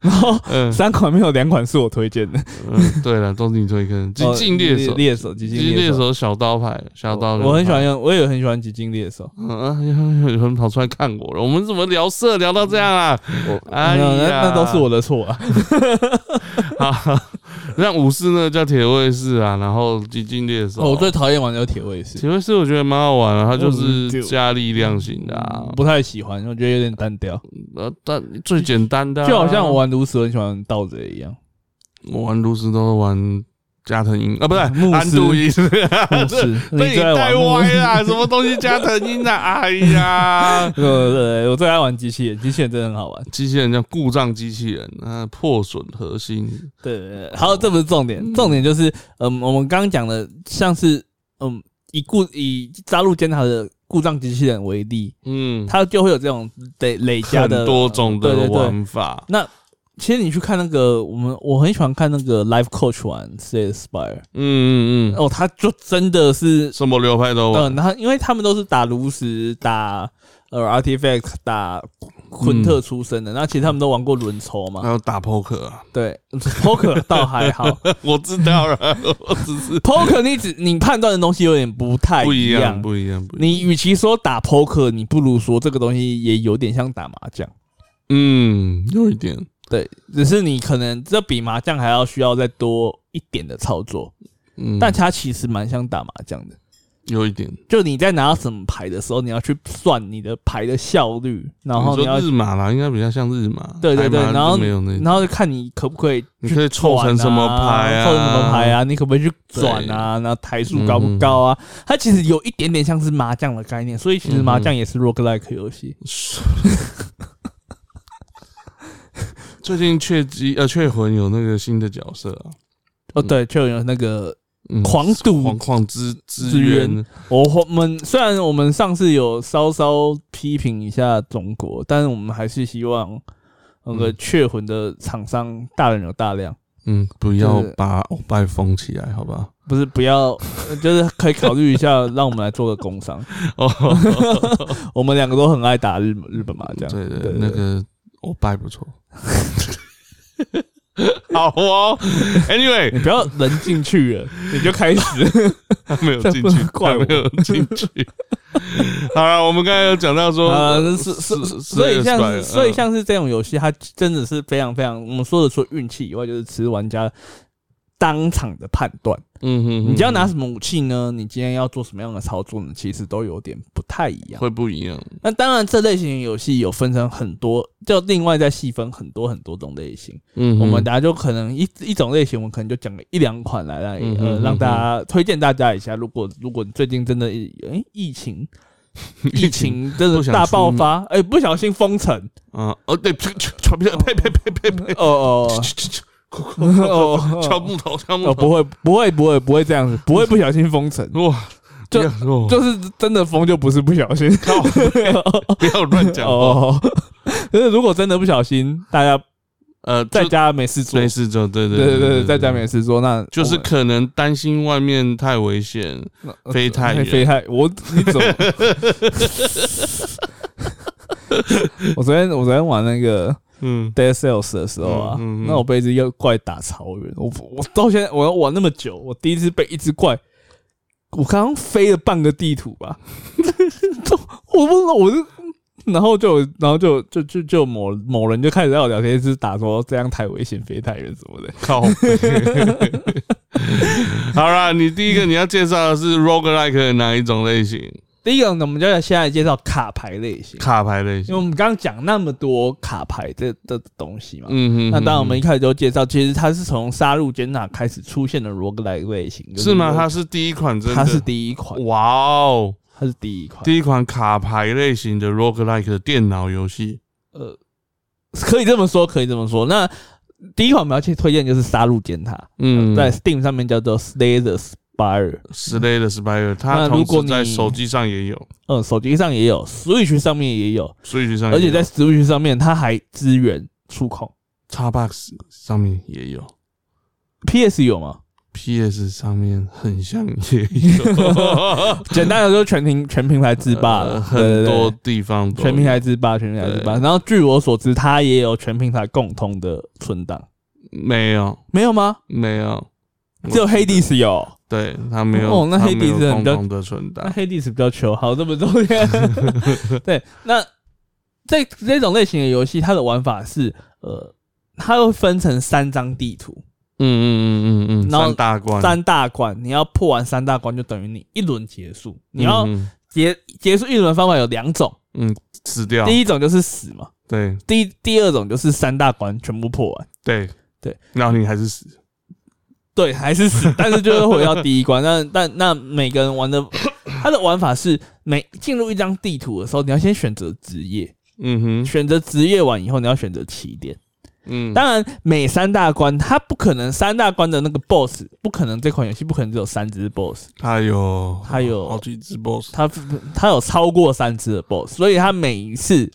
[SPEAKER 2] 然后
[SPEAKER 1] 嗯
[SPEAKER 2] 三款没有两款是我推荐的，
[SPEAKER 1] 嗯对了，都是你推坑，激
[SPEAKER 2] 哦
[SPEAKER 1] 进猎手，
[SPEAKER 2] 猎手，极
[SPEAKER 1] 激
[SPEAKER 2] 尽
[SPEAKER 1] 进
[SPEAKER 2] 猎
[SPEAKER 1] 猎
[SPEAKER 2] 手，
[SPEAKER 1] 手小刀牌，小刀流派，
[SPEAKER 2] 我很喜欢用，我也很喜欢极尽猎手。
[SPEAKER 1] 嗯，啊有有有人跑出来看我了，我们怎么聊色聊到这样啊？哎
[SPEAKER 2] 嗯没有那
[SPEAKER 1] 呀
[SPEAKER 2] 那都是我的错啊。
[SPEAKER 1] [laughs] 好，像武士呢叫铁卫士啊，然后激进猎手，
[SPEAKER 2] 哦我最讨厌玩的就是铁卫士，
[SPEAKER 1] 铁卫士我觉得蛮好玩的，它就是
[SPEAKER 2] 嗯就
[SPEAKER 1] 加力量型的啊，
[SPEAKER 2] 嗯不太喜欢，我觉得有点单调，
[SPEAKER 1] 呃，但最简单的啊、
[SPEAKER 2] 就好像我玩炉石我很喜欢盗贼一样。
[SPEAKER 1] 我玩炉石都是玩加藤鹰啊，不是
[SPEAKER 2] 嗯牧师
[SPEAKER 1] 安度鹰，
[SPEAKER 2] 牧师，
[SPEAKER 1] 啊 [laughs] 被
[SPEAKER 2] 你
[SPEAKER 1] 你
[SPEAKER 2] 最爱
[SPEAKER 1] 带
[SPEAKER 2] 玩牧
[SPEAKER 1] 歪啊
[SPEAKER 2] [laughs]
[SPEAKER 1] 啦，什么东西加藤鹰啊？哎呀，
[SPEAKER 2] 对对对，我最爱玩机器人，机器人真的很好玩。
[SPEAKER 1] 机器人叫故障机器人，啊，破损核心，
[SPEAKER 2] 对对对，好，这不是重点，重点就是，嗯，我们刚刚讲的，像是，嗯，以故以加入监察的故障机器人为例，
[SPEAKER 1] 嗯，
[SPEAKER 2] 它就会有这种累累加
[SPEAKER 1] 很
[SPEAKER 2] 的
[SPEAKER 1] 多种
[SPEAKER 2] 对
[SPEAKER 1] 的
[SPEAKER 2] 对对。
[SPEAKER 1] 玩法，
[SPEAKER 2] 那其实你去看那个，我们我很喜欢看那个 Life Coach 玩 Slay Spire，
[SPEAKER 1] 嗯嗯嗯，
[SPEAKER 2] 哦，他就真的是，
[SPEAKER 1] 什么流派都玩，
[SPEAKER 2] 嗯，他因为他们都是打炉石、打呃 Artifact、打
[SPEAKER 1] 嗯
[SPEAKER 2] 昆特出身的，那其实他们都玩过轮抽
[SPEAKER 1] 还
[SPEAKER 2] 嘛，
[SPEAKER 1] 有打扑克啊，
[SPEAKER 2] 对，Poker 倒还好。
[SPEAKER 1] [laughs] 我知道了，我只是
[SPEAKER 2] poker 你只你判断的东西有点不太
[SPEAKER 1] 不一
[SPEAKER 2] 样，
[SPEAKER 1] 样，不一样，不一样，
[SPEAKER 2] 你与其说打 poker，你不如说这个东西也有点像打麻将，
[SPEAKER 1] 嗯，有一点，
[SPEAKER 2] 对，只是你可能这比麻将还要需要再多一点的操作，
[SPEAKER 1] 嗯，
[SPEAKER 2] 但它其实蛮像打麻将的。
[SPEAKER 1] 有一点，
[SPEAKER 2] 就你在拿到什么牌的时候，你要去算你的牌的效率，然后
[SPEAKER 1] 你
[SPEAKER 2] 你
[SPEAKER 1] 说
[SPEAKER 2] 要
[SPEAKER 1] 日马啦，应该比较像日马，
[SPEAKER 2] 对对对
[SPEAKER 1] 海马
[SPEAKER 2] 然后
[SPEAKER 1] 就没有那
[SPEAKER 2] [laughs] 然后就看你可不可以
[SPEAKER 1] 你
[SPEAKER 2] 去
[SPEAKER 1] 可以凑成
[SPEAKER 2] 转
[SPEAKER 1] 什么牌啊嗯
[SPEAKER 2] 凑成什么牌啊？你可不可以去转啊？然后台数高不高啊？它其实有一点点像是麻将的概念，所以
[SPEAKER 1] 嗯
[SPEAKER 2] 其实麻将也是 roguelike 游戏。
[SPEAKER 1] 最近雀姬呃雀魂有那个新的角色啊，
[SPEAKER 2] 哦，对，就有那个
[SPEAKER 1] 嗯，
[SPEAKER 2] 狂
[SPEAKER 1] 狂
[SPEAKER 2] 赌。
[SPEAKER 1] 狂之之
[SPEAKER 2] 之
[SPEAKER 1] 渊
[SPEAKER 2] 渊，我我们虽然我们上次有稍稍批评一下中国，但是我们还是希望那个
[SPEAKER 1] 嗯
[SPEAKER 2] 雀魂的厂商大人有大量，
[SPEAKER 1] 嗯，不要
[SPEAKER 2] 对
[SPEAKER 1] 把鳌拜封起来，好 [laughs] 吧？
[SPEAKER 2] 不是不要，呃就是可以考虑一下，让我们来做个工 [laughs] 商。
[SPEAKER 1] 哦，
[SPEAKER 2] 我们两个都很爱打日日本麻将，
[SPEAKER 1] 对对，那个鳌拜不错。 [laughs] 好哦，Anyway，
[SPEAKER 2] [laughs] 你不要人进去了， [laughs] 你就开始
[SPEAKER 1] 他没有
[SPEAKER 2] 这
[SPEAKER 1] 进
[SPEAKER 2] 不
[SPEAKER 1] 去
[SPEAKER 2] 能，怪
[SPEAKER 1] 他
[SPEAKER 2] 我
[SPEAKER 1] 没有进去。好了，我们刚才有讲到说，
[SPEAKER 2] [laughs] [laughs] 啊，是是，
[SPEAKER 1] 是
[SPEAKER 2] 所以像是
[SPEAKER 1] 嗯
[SPEAKER 2] 所以像是这种游戏，它真的是非常非常，我们说的除了运气以外，就是吃玩家当场的判断。
[SPEAKER 1] 嗯哼，
[SPEAKER 2] 你今天要拿
[SPEAKER 1] 嗯
[SPEAKER 2] 什么武器呢？你今天要做什么样的操作呢？其实都有点不太一样。
[SPEAKER 1] 会不一样，
[SPEAKER 2] 那当然，这类型的游戏有分成很多，就另外再细分很多很多种类型。
[SPEAKER 1] 嗯哼，
[SPEAKER 2] 我们大家就可能一一种类型，我们可能就讲个一两款来让
[SPEAKER 1] 嗯
[SPEAKER 2] 呃
[SPEAKER 1] 哼
[SPEAKER 2] 让
[SPEAKER 1] 嗯
[SPEAKER 2] 大家推荐大家一下。如果如果你最近真的诶疫
[SPEAKER 1] [laughs]
[SPEAKER 2] 情疫情真
[SPEAKER 1] 不
[SPEAKER 2] 的
[SPEAKER 1] 想
[SPEAKER 2] 大
[SPEAKER 1] 出
[SPEAKER 2] 爆
[SPEAKER 1] 门
[SPEAKER 2] 发，哎不小心封城，
[SPEAKER 1] [laughs] 啊，哦对，呸呸呸呸呸呸呸，
[SPEAKER 2] 哦哦哦， [laughs] 哦
[SPEAKER 1] 敲木头，敲木头，
[SPEAKER 2] 哦，不会，不会，不会，不会这样子，不会不小心封城，
[SPEAKER 1] 哇，
[SPEAKER 2] 就
[SPEAKER 1] 不要哦
[SPEAKER 2] 就是真的封就不是不小心。 [laughs]
[SPEAKER 1] 靠，不要乱讲话。
[SPEAKER 2] 哦， [laughs] 可是如果真的不小心，大家
[SPEAKER 1] 呃，
[SPEAKER 2] 在
[SPEAKER 1] 就
[SPEAKER 2] 家没事做，
[SPEAKER 1] 没事做，对对
[SPEAKER 2] 对对对对，在家
[SPEAKER 1] 对
[SPEAKER 2] 没事做，那
[SPEAKER 1] 就是可能担心外面太危险，
[SPEAKER 2] 我
[SPEAKER 1] 飞太远
[SPEAKER 2] 呃飞太我你怎么？我昨天我昨天玩那个
[SPEAKER 1] 嗯
[SPEAKER 2] Dead Cells 的时候啊，
[SPEAKER 1] 嗯嗯嗯
[SPEAKER 2] 那我被一只怪打超远，我我到现在我要玩那么久，我第一次被一只怪，我刚刚飞了半个地图吧， [laughs] 我不知道我是。然后就有，然后就就就就某某人就开始在我聊天室打说这样太危险，飞太远什么的。
[SPEAKER 1] [laughs] 靠北。 [laughs] 好啦，你第一个你要介绍的是 roguelike 的哪一种类型？
[SPEAKER 2] 第一个，我们就来现在介绍卡牌类型，
[SPEAKER 1] 卡牌类
[SPEAKER 2] 因为
[SPEAKER 1] 型。
[SPEAKER 2] 我们刚刚讲那么多卡牌的的的东西嘛，
[SPEAKER 1] 嗯哼，
[SPEAKER 2] 那当然我们一开始就介绍，其实它是从杀戮尖塔开始出现的 roguelike 类型，就是
[SPEAKER 1] 吗？它是第一款真的，
[SPEAKER 2] 它是第一款，
[SPEAKER 1] 哇哦，
[SPEAKER 2] 它是第一款，
[SPEAKER 1] 第一款卡牌类型的 roguelike 的电脑游戏。
[SPEAKER 2] 呃，可以这么说，可以这么说。那第一款我们要去推荐就是杀戮尖塔，
[SPEAKER 1] 嗯，
[SPEAKER 2] 呃在 Steam 上面叫做 Slay the Spire，
[SPEAKER 1] s l a y 的 Spire，它
[SPEAKER 2] 那
[SPEAKER 1] 同
[SPEAKER 2] 如果
[SPEAKER 1] 时
[SPEAKER 2] 你
[SPEAKER 1] 在手机上也有
[SPEAKER 2] 嗯，手机上也有，Switch 上面也有，
[SPEAKER 1] ，Switch 上也有，
[SPEAKER 2] 而且在 Switch 上面它还支援触控
[SPEAKER 1] Xbox 上面也有。
[SPEAKER 2] ，PS 有吗？
[SPEAKER 1] PS 上面很像也
[SPEAKER 2] [laughs]
[SPEAKER 1] 有，
[SPEAKER 2] 简单的说，全平 [laughs] 全平台制霸
[SPEAKER 1] 呃
[SPEAKER 2] 了，对
[SPEAKER 1] 很
[SPEAKER 2] 对对
[SPEAKER 1] 多地方都有
[SPEAKER 2] 全平台制霸，全平台制霸。然后据我所知，它也有全平台共通的存档，
[SPEAKER 1] 没有
[SPEAKER 2] 没有吗？
[SPEAKER 1] 没有，
[SPEAKER 2] [laughs] 只有黑历史有，
[SPEAKER 1] 对他没有
[SPEAKER 2] 哦那
[SPEAKER 1] 它
[SPEAKER 2] 黑
[SPEAKER 1] 没有
[SPEAKER 2] 底子很哎
[SPEAKER 1] 共
[SPEAKER 2] 多
[SPEAKER 1] 同的存
[SPEAKER 2] 那
[SPEAKER 1] 档，
[SPEAKER 2] 黑历史比较球，好，这么重要。 [laughs] 对，那这这种类型的游戏，它的玩法是，呃，它会分成三张地图，
[SPEAKER 1] 嗯嗯嗯嗯嗯，
[SPEAKER 2] 然后
[SPEAKER 1] 三大关，
[SPEAKER 2] 三大关，你要破完三大关，就等于你一轮结束。你要
[SPEAKER 1] 嗯
[SPEAKER 2] 结结束一轮的方法有两种，
[SPEAKER 1] 嗯嗯死掉，
[SPEAKER 2] 第一种就是死嘛，
[SPEAKER 1] 对
[SPEAKER 2] 第一第二种就是三大关全部破完。
[SPEAKER 1] 对
[SPEAKER 2] 对，
[SPEAKER 1] 然后你还是死，
[SPEAKER 2] 对，还是死，但是就是回到第一关。但但那每个人玩的，他的玩法是每进入一张地图的时候，你要先选择职业，
[SPEAKER 1] 嗯哼，
[SPEAKER 2] 选择职业完以后，你要选择起点。
[SPEAKER 1] 嗯，
[SPEAKER 2] 当然，每三大关，它不可能三大关的那个 BOSS，不可能这款游戏不可能只有三只 BOSS，
[SPEAKER 1] 它有
[SPEAKER 2] 它有
[SPEAKER 1] 好几只 BOSS，
[SPEAKER 2] 它它有超过三只的 BOSS，所以它每一次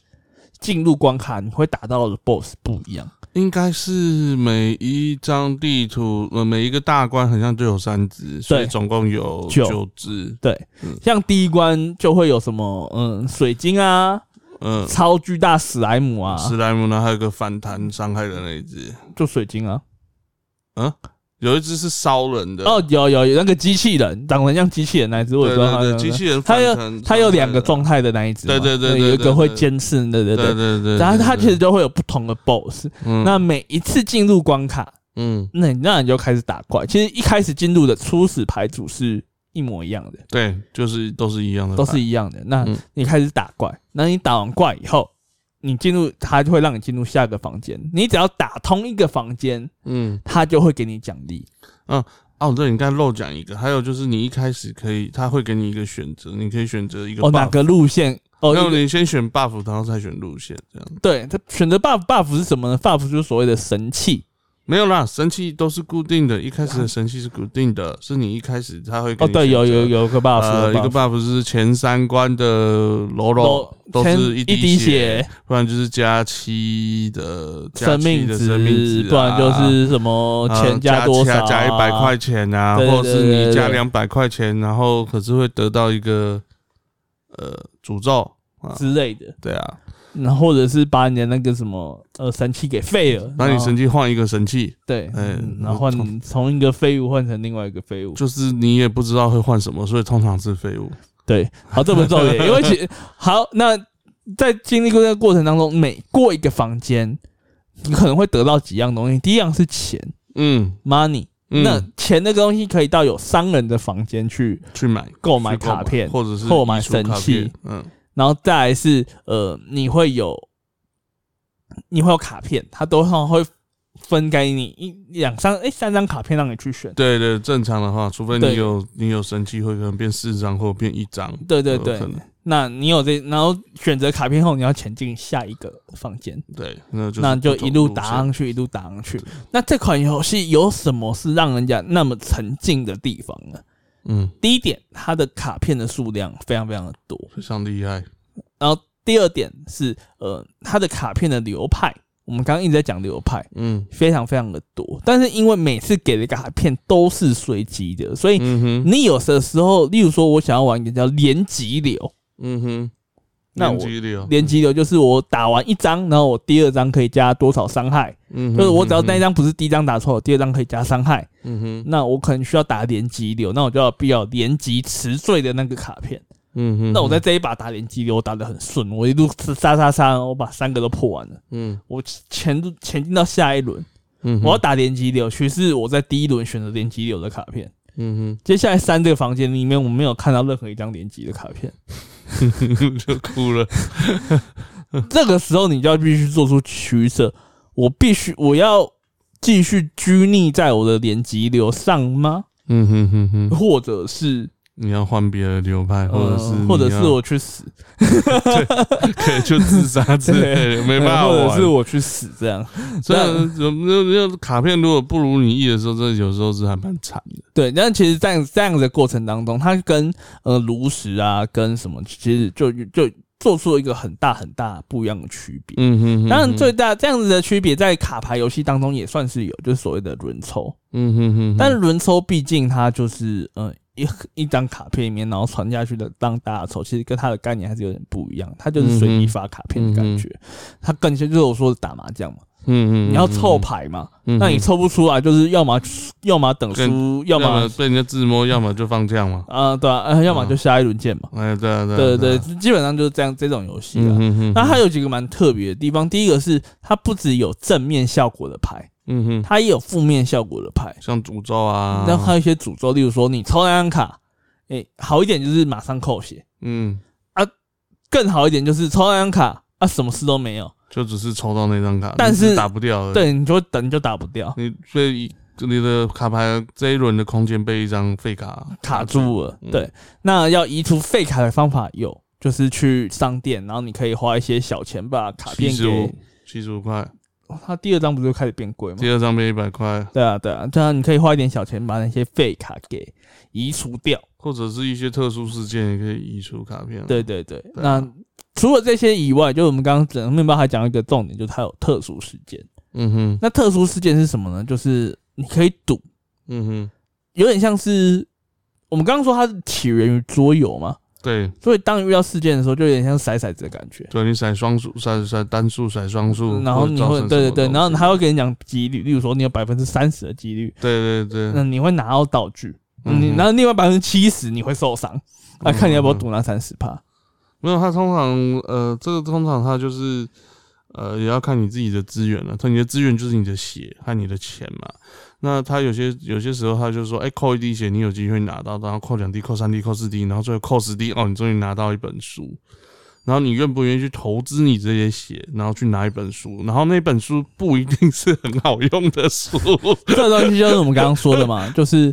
[SPEAKER 2] 进入关卡，你会打到的 BOSS 不一样。
[SPEAKER 1] 应该是每一张地图呃每一个大关好像就有三只，所以
[SPEAKER 2] 对
[SPEAKER 1] 总共有
[SPEAKER 2] 九
[SPEAKER 1] 九只，
[SPEAKER 2] 对
[SPEAKER 1] 嗯，
[SPEAKER 2] 像第一关就会有什么嗯水晶啊，
[SPEAKER 1] 嗯，
[SPEAKER 2] 超巨大史莱姆啊，
[SPEAKER 1] 史莱姆呢，还有个反弹伤害的那一只，
[SPEAKER 2] 就水晶啊。
[SPEAKER 1] 有一只是烧人的
[SPEAKER 2] 哦，有有有那个机器人，长得像机器人那一只，我
[SPEAKER 1] 对
[SPEAKER 2] 也知
[SPEAKER 1] 对
[SPEAKER 2] 道它
[SPEAKER 1] 对，
[SPEAKER 2] 的。
[SPEAKER 1] 机器人
[SPEAKER 2] 它
[SPEAKER 1] 反
[SPEAKER 2] 有
[SPEAKER 1] 弹，
[SPEAKER 2] 它有两个，状态的那一只嘛，
[SPEAKER 1] 对对对对
[SPEAKER 2] 有一
[SPEAKER 1] 对
[SPEAKER 2] 个会
[SPEAKER 1] 对
[SPEAKER 2] 监视，对
[SPEAKER 1] 对
[SPEAKER 2] 对
[SPEAKER 1] 对
[SPEAKER 2] 对。
[SPEAKER 1] 对对，
[SPEAKER 2] 然后它
[SPEAKER 1] 对
[SPEAKER 2] 其实，就会有不同的 BOSS，
[SPEAKER 1] 嗯
[SPEAKER 2] 那每一次进入关卡，
[SPEAKER 1] 嗯，
[SPEAKER 2] 那你那你就开始打怪。其实一开始进入的初始牌组是一模一样的，
[SPEAKER 1] 对，就是都是一样的吧，
[SPEAKER 2] 都是一样的。那
[SPEAKER 1] 嗯
[SPEAKER 2] 你开始打怪，那你打完怪以后，你进入它就会让你进入下一个房间。你只要打通一个房间，
[SPEAKER 1] 嗯，
[SPEAKER 2] 它就会给你奖励。
[SPEAKER 1] 哦，对，你刚才漏讲一个，还有就是你一开始可以，他会给你一个选择，你可以选择一个
[SPEAKER 2] 哦，哪
[SPEAKER 1] buff，
[SPEAKER 2] 个路线？哦，
[SPEAKER 1] 然后
[SPEAKER 2] 一个
[SPEAKER 1] 你先选 buff，然后再选路线，这样
[SPEAKER 2] 对，它选择 buff buff 是什么呢？buff 就是所谓的神器。
[SPEAKER 1] 没有啦，神器都是固定的，一开始的神器是固定的，是你一开始他会给
[SPEAKER 2] 哦，
[SPEAKER 1] 你
[SPEAKER 2] 对，
[SPEAKER 1] 选
[SPEAKER 2] 有
[SPEAKER 1] 择
[SPEAKER 2] 有有个 buff，
[SPEAKER 1] 呃，一个 buff 是前三关的柔柔都是一
[SPEAKER 2] 一滴血，
[SPEAKER 1] 不然就是加七的加
[SPEAKER 2] 生
[SPEAKER 1] 七
[SPEAKER 2] 命
[SPEAKER 1] 的
[SPEAKER 2] 值，
[SPEAKER 1] 生命值啊，
[SPEAKER 2] 不然就是什么
[SPEAKER 1] 呃
[SPEAKER 2] 哦钱
[SPEAKER 1] 加
[SPEAKER 2] 多
[SPEAKER 1] 七啊
[SPEAKER 2] 少、
[SPEAKER 1] 加一百，块钱啊，
[SPEAKER 2] 对对
[SPEAKER 1] 或者是
[SPEAKER 2] 对
[SPEAKER 1] 你
[SPEAKER 2] 对
[SPEAKER 1] 加
[SPEAKER 2] 对
[SPEAKER 1] 两百块钱，然后可是会得到一个呃诅咒啊，
[SPEAKER 2] 之类的，
[SPEAKER 1] 对啊，
[SPEAKER 2] 然后或者是把你的那个什么呃神器给废了，
[SPEAKER 1] 那你
[SPEAKER 2] 然后
[SPEAKER 1] 神器换一个神器，
[SPEAKER 2] 对，嗯
[SPEAKER 1] 嗯
[SPEAKER 2] 然后换从一个废物换成另外一个废物，
[SPEAKER 1] 就是你也不知道会换什么，所以通常是废物。
[SPEAKER 2] 对，好，这不是重点，
[SPEAKER 1] [laughs]
[SPEAKER 2] 因为其实好那在经历过这个过程当中，每过一个房间，你可能会得到几样东西，第一样是钱
[SPEAKER 1] 嗯，
[SPEAKER 2] money。
[SPEAKER 1] 嗯
[SPEAKER 2] 那钱那个东西可以到有商人的房间去
[SPEAKER 1] 去买
[SPEAKER 2] 购买
[SPEAKER 1] 去
[SPEAKER 2] 卡片，
[SPEAKER 1] 或者是
[SPEAKER 2] 购买
[SPEAKER 1] 艺术
[SPEAKER 2] 神
[SPEAKER 1] 卡
[SPEAKER 2] 器
[SPEAKER 1] 片，嗯
[SPEAKER 2] 然后再来是呃，你会有你会有卡片，它都好会分给你一两张，哎，三张卡片让你去选。
[SPEAKER 1] 对对，正常的话，除非你
[SPEAKER 2] 对
[SPEAKER 1] 有你有神器，会可能变四张或变一张。
[SPEAKER 2] 对对
[SPEAKER 1] 都有嗯
[SPEAKER 2] 对
[SPEAKER 1] 可能，
[SPEAKER 2] 那你有这，然后选择卡片后，你要前进下一个房间，
[SPEAKER 1] 对，那就
[SPEAKER 2] 那
[SPEAKER 1] 就
[SPEAKER 2] 就一路打啊上去，一路打上去。那这款游戏有什么是让人家那么沉浸的地方呢？
[SPEAKER 1] 嗯，
[SPEAKER 2] 第一点，它的卡片的数量非常非常的多，
[SPEAKER 1] 非常厉害，
[SPEAKER 2] 然后第二点是，呃，它的卡片的流派，我们刚刚一直在讲流派，
[SPEAKER 1] 嗯
[SPEAKER 2] 非常非常的多，但是因为每次给的卡片都是随机的，所以
[SPEAKER 1] 嗯哼，
[SPEAKER 2] 你有的时候，例如说我想要玩一个叫连级流，
[SPEAKER 1] 嗯哼，
[SPEAKER 2] 那我
[SPEAKER 1] 激流，
[SPEAKER 2] 连级流就是我打完一张，然后我第二张可以加多少伤害，
[SPEAKER 1] 嗯哼，
[SPEAKER 2] 就是我只要那一
[SPEAKER 1] 嗯
[SPEAKER 2] 张不是第一张打错，我第二张可以加伤害，
[SPEAKER 1] 哼，
[SPEAKER 2] 那我可能需要打连级流，那我就要必要连级词缀的那个卡片。
[SPEAKER 1] 嗯哼，
[SPEAKER 2] 那我在这一把打连击流，我打得很顺，我一路杀杀杀，我把三个都破完了。
[SPEAKER 1] 嗯
[SPEAKER 2] 我前前进到下一轮，
[SPEAKER 1] 嗯哼，
[SPEAKER 2] 我要打连击流，于是我在第一轮选择连击流的卡片。
[SPEAKER 1] [laughs] 嗯
[SPEAKER 2] 接下来三这个房间里面，我没有看到任何一张连击的卡片。
[SPEAKER 1] 哼，就哭了，嗯
[SPEAKER 2] 这个时候，你就要必须做出取舍，我必须我要继续拘泥在我的连击流上吗？
[SPEAKER 1] 嗯哼哼哼，
[SPEAKER 2] 或者是
[SPEAKER 1] 你要换别的流派，或者是
[SPEAKER 2] 呃
[SPEAKER 1] 你
[SPEAKER 2] 或者是
[SPEAKER 1] 要 [laughs]
[SPEAKER 2] 我去死，
[SPEAKER 1] 对就自杀之类的，没办法
[SPEAKER 2] 呃
[SPEAKER 1] 玩
[SPEAKER 2] 或 [laughs] 者是。我去死这样。
[SPEAKER 1] 所以有那那卡片如果不如你意的时候，真的有时候是还蛮惨的。
[SPEAKER 2] 对，但其实这样这样的过程当中，它跟呃炉石啊，跟什么，其实就就做出了一个很大很大不一样的区别。
[SPEAKER 1] 嗯哼哼
[SPEAKER 2] 当然，最大这样子的区别在卡牌游戏当中也算是有，就是所谓的轮抽。
[SPEAKER 1] 嗯哼哼，
[SPEAKER 2] 但是轮抽毕竟它就是呃一一张卡片里面，然后传下去的当大的抽，其实跟它的概念还是有点不一样。它就是随
[SPEAKER 1] 嗯
[SPEAKER 2] 机
[SPEAKER 1] 哼
[SPEAKER 2] 发卡片的感
[SPEAKER 1] 嗯
[SPEAKER 2] 觉，它更像就是我说的打麻将嘛，
[SPEAKER 1] 嗯嗯，
[SPEAKER 2] 你要凑牌嘛，
[SPEAKER 1] 嗯哼，
[SPEAKER 2] 那你抽不出来，就是要么要么等输，
[SPEAKER 1] 跟
[SPEAKER 2] 要么
[SPEAKER 1] 么被嗯人家自摸，要么就放酱嘛。
[SPEAKER 2] 啊、对啊，呃要么就下一轮见嘛。
[SPEAKER 1] 哎，对啊对啊
[SPEAKER 2] 对对
[SPEAKER 1] 啊
[SPEAKER 2] 对，基本上就是这样这种游戏
[SPEAKER 1] 嗯
[SPEAKER 2] 啊。
[SPEAKER 1] 哼哼，
[SPEAKER 2] 那它有几个蛮特别的地方，第一个是它不只有正面效果的牌，
[SPEAKER 1] 嗯哼，
[SPEAKER 2] 它也有负面效果的牌。
[SPEAKER 1] 像诅咒啊，
[SPEAKER 2] 那还有一些诅咒，例如说你抽那张卡，诶、好一点就是马上扣血，
[SPEAKER 1] 嗯，
[SPEAKER 2] 更好一点就是抽那张卡啊，什么事都没有，
[SPEAKER 1] 就只是抽到那张卡，
[SPEAKER 2] 但
[SPEAKER 1] 你
[SPEAKER 2] 是
[SPEAKER 1] 只打不掉而已，
[SPEAKER 2] 对，你就等你就打不掉，
[SPEAKER 1] 你所以你的卡牌这一轮的空间被一张废卡
[SPEAKER 2] 卡，住了。
[SPEAKER 1] 嗯
[SPEAKER 2] 对，那要移除废卡的方法有，就是去商店，然后你可以花一些小钱把卡
[SPEAKER 1] 七
[SPEAKER 2] 片
[SPEAKER 1] 十
[SPEAKER 2] 给
[SPEAKER 1] 五。七十五块，
[SPEAKER 2] 哦它第二张不就开始变贵吗？
[SPEAKER 1] 第二张变一百块，
[SPEAKER 2] 对啊，对啊，这样你可以花一点小钱把那些废卡给移除掉。
[SPEAKER 1] 或者是一些特殊事件也可以移除卡片。
[SPEAKER 2] 对对对，
[SPEAKER 1] 对啊
[SPEAKER 2] 那除了这些以外，就我们刚刚整个面包还讲一个重点，就是它有特殊事件。
[SPEAKER 1] 嗯哼，
[SPEAKER 2] 那特殊事件是什么呢？就是你可以赌，
[SPEAKER 1] 嗯哼，
[SPEAKER 2] 有点像是我们刚刚说它是起源于桌游嘛，
[SPEAKER 1] 对，
[SPEAKER 2] 所以当你遇到事件的时候，就有点像骰骰子的感觉。
[SPEAKER 1] 对你甩双数，甩甩单数，甩双数，
[SPEAKER 2] 然后你
[SPEAKER 1] 造
[SPEAKER 2] 会
[SPEAKER 1] 成
[SPEAKER 2] 对对
[SPEAKER 1] 什么
[SPEAKER 2] 对，
[SPEAKER 1] 东
[SPEAKER 2] 然后
[SPEAKER 1] 西
[SPEAKER 2] 他会给你讲几率，例如说你有百分之三十的几率，
[SPEAKER 1] 对对
[SPEAKER 2] 那
[SPEAKER 1] 对，
[SPEAKER 2] 你会拿到道具，
[SPEAKER 1] 嗯
[SPEAKER 2] 你
[SPEAKER 1] 哼嗯
[SPEAKER 2] 然后另外百分之七十你会受伤，啊，看你要不要赌那三十趴。
[SPEAKER 1] 没有，他通常呃，这个通常他就是呃，也要看你自己的资源了。他你的资源就是你的血和你的钱嘛。那他有些有些时候他就说，哎、扣一滴血你有机会拿到，然后扣两滴、扣三滴、扣四滴，然后最后扣十滴，哦，你终于拿到一本书。然后你愿不愿意去投资你这些血，然后去拿一本书，然后那本书不一定是很好用的书，
[SPEAKER 2] 这个东西就是我们刚刚说的嘛， [laughs] 就是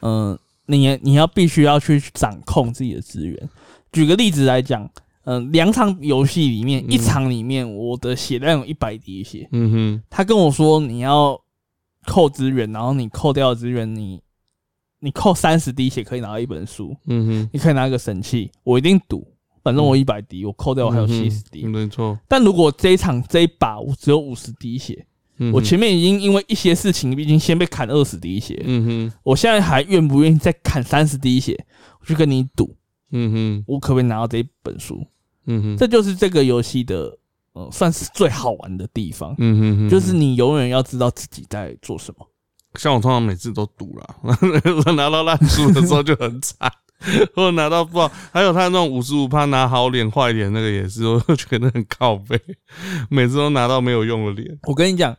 [SPEAKER 2] 嗯、呃你你要必须要去掌控自己的资源。举个例子来讲，嗯、两场游戏里面，一场里面我的血量有一百滴血，
[SPEAKER 1] [laughs] 嗯哼，
[SPEAKER 2] 他跟我说你要扣资源，然后你扣掉的资源，你你扣三十滴血可以拿到一本书，
[SPEAKER 1] 嗯哼，
[SPEAKER 2] 你可以拿一个神器，我一定赌，反正我一百滴，我扣掉我还有七十滴
[SPEAKER 1] 嗯。哼没错，
[SPEAKER 2] 但如果这一场这一把我只有五十滴血，
[SPEAKER 1] 嗯哼
[SPEAKER 2] 我前面已经因为一些事情已经先被砍二十滴血，
[SPEAKER 1] 嗯哼，
[SPEAKER 2] 我现在还愿不愿意再砍三十滴血？我去跟你赌，
[SPEAKER 1] 嗯哼，
[SPEAKER 2] 我可不可以拿到这一本书？
[SPEAKER 1] 嗯哼，
[SPEAKER 2] 这就是这个游戏的，呃，算是最好玩的地方，
[SPEAKER 1] 嗯哼哼，
[SPEAKER 2] 就是你永远要知道自己在做什么。
[SPEAKER 1] 像我通常每次都赌啦， [laughs] 我拿到烂书的时候就很惨，或者拿到不好，还有他那种五十五趴拿好脸坏脸那个也是，我就觉得很靠背，每次都拿到没有用的脸。
[SPEAKER 2] 我跟你讲，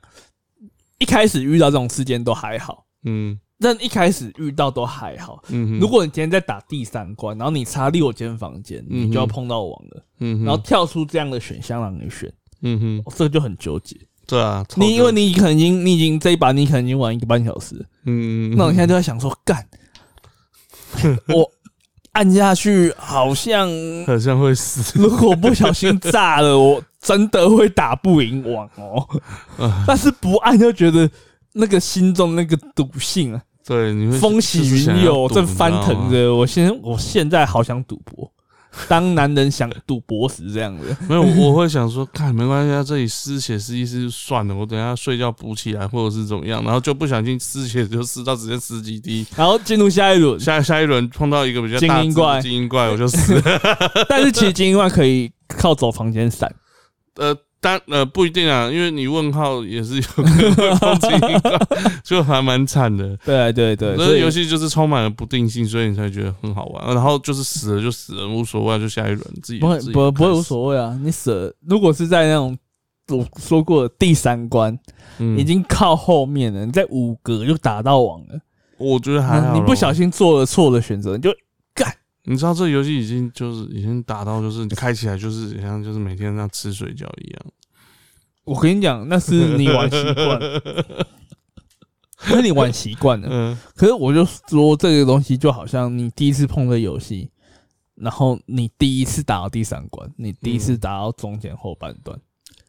[SPEAKER 2] 一开始遇到这种事件都还好，
[SPEAKER 1] 嗯
[SPEAKER 2] 但一开始遇到都还好。
[SPEAKER 1] 嗯哼，
[SPEAKER 2] 如果你今天在打第三关，然后你差六间房间，
[SPEAKER 1] 嗯哼
[SPEAKER 2] 你就要碰到王了，
[SPEAKER 1] 嗯哼
[SPEAKER 2] 然后跳出这样的选项让你选，
[SPEAKER 1] 嗯哼，
[SPEAKER 2] 哦这个就很纠结。
[SPEAKER 1] 对啊，超
[SPEAKER 2] 你因为
[SPEAKER 1] 级
[SPEAKER 2] 你可能已经你已经这一把你可能已经玩一个半小时，
[SPEAKER 1] 嗯，
[SPEAKER 2] 那我现在就在想说，干，我按下去好像，
[SPEAKER 1] 好像会死。
[SPEAKER 2] 如果不小心炸了，我真的会打不赢网哦。但是不按就觉得那个心中那个赌性啊，
[SPEAKER 1] 对，你会
[SPEAKER 2] 风起
[SPEAKER 1] 就是想
[SPEAKER 2] 云
[SPEAKER 1] 要
[SPEAKER 2] 涌
[SPEAKER 1] 赌
[SPEAKER 2] 正翻腾。
[SPEAKER 1] 你知道吗
[SPEAKER 2] 着。我现我现在好想赌博，当男人想赌博时这样子。
[SPEAKER 1] 没有，我会想说，看没关系，啊，这里失血失一失算了，我等一下睡觉补起来，或者是怎么样，然后就不小心失血就失到直接十几滴。
[SPEAKER 2] 然后进入下一轮，
[SPEAKER 1] 下下一轮碰到一个比较大
[SPEAKER 2] 精英
[SPEAKER 1] 只的
[SPEAKER 2] 怪
[SPEAKER 1] 精英怪我就死 [laughs] 了。
[SPEAKER 2] 但是其实金冠可以靠走房间闪，
[SPEAKER 1] 呃，但呃不一定啊，因为你问号也是有可能会碰精英怪，就还蛮惨的。
[SPEAKER 2] 对
[SPEAKER 1] [laughs]
[SPEAKER 2] 对对，
[SPEAKER 1] 这
[SPEAKER 2] 所
[SPEAKER 1] 个
[SPEAKER 2] 以
[SPEAKER 1] 游戏就是充满了不定性，所以你才觉得很好玩。然后就是死了就死了，无所谓，啊就下一轮自己
[SPEAKER 2] 不会
[SPEAKER 1] 自己
[SPEAKER 2] 不不会
[SPEAKER 1] 开始
[SPEAKER 2] 无所谓啊。你舍如果是在那种我说过的第三关，
[SPEAKER 1] 嗯
[SPEAKER 2] 已经靠后面了，你在五格就打到网了，
[SPEAKER 1] 我觉得还好。
[SPEAKER 2] 你不小，心做了错的选择，你就
[SPEAKER 1] 你知道这个游戏已经就是已经打到就是你开起来就是好像就是每天像吃水饺一样。 [laughs]
[SPEAKER 2] 我跟你讲，那是你玩习惯了，那是你玩习惯了。
[SPEAKER 1] 嗯，
[SPEAKER 2] 可是我就说这个东西就好像你第一次碰这游戏，然后你第一次打到第三关，你第一次打到中间后半段，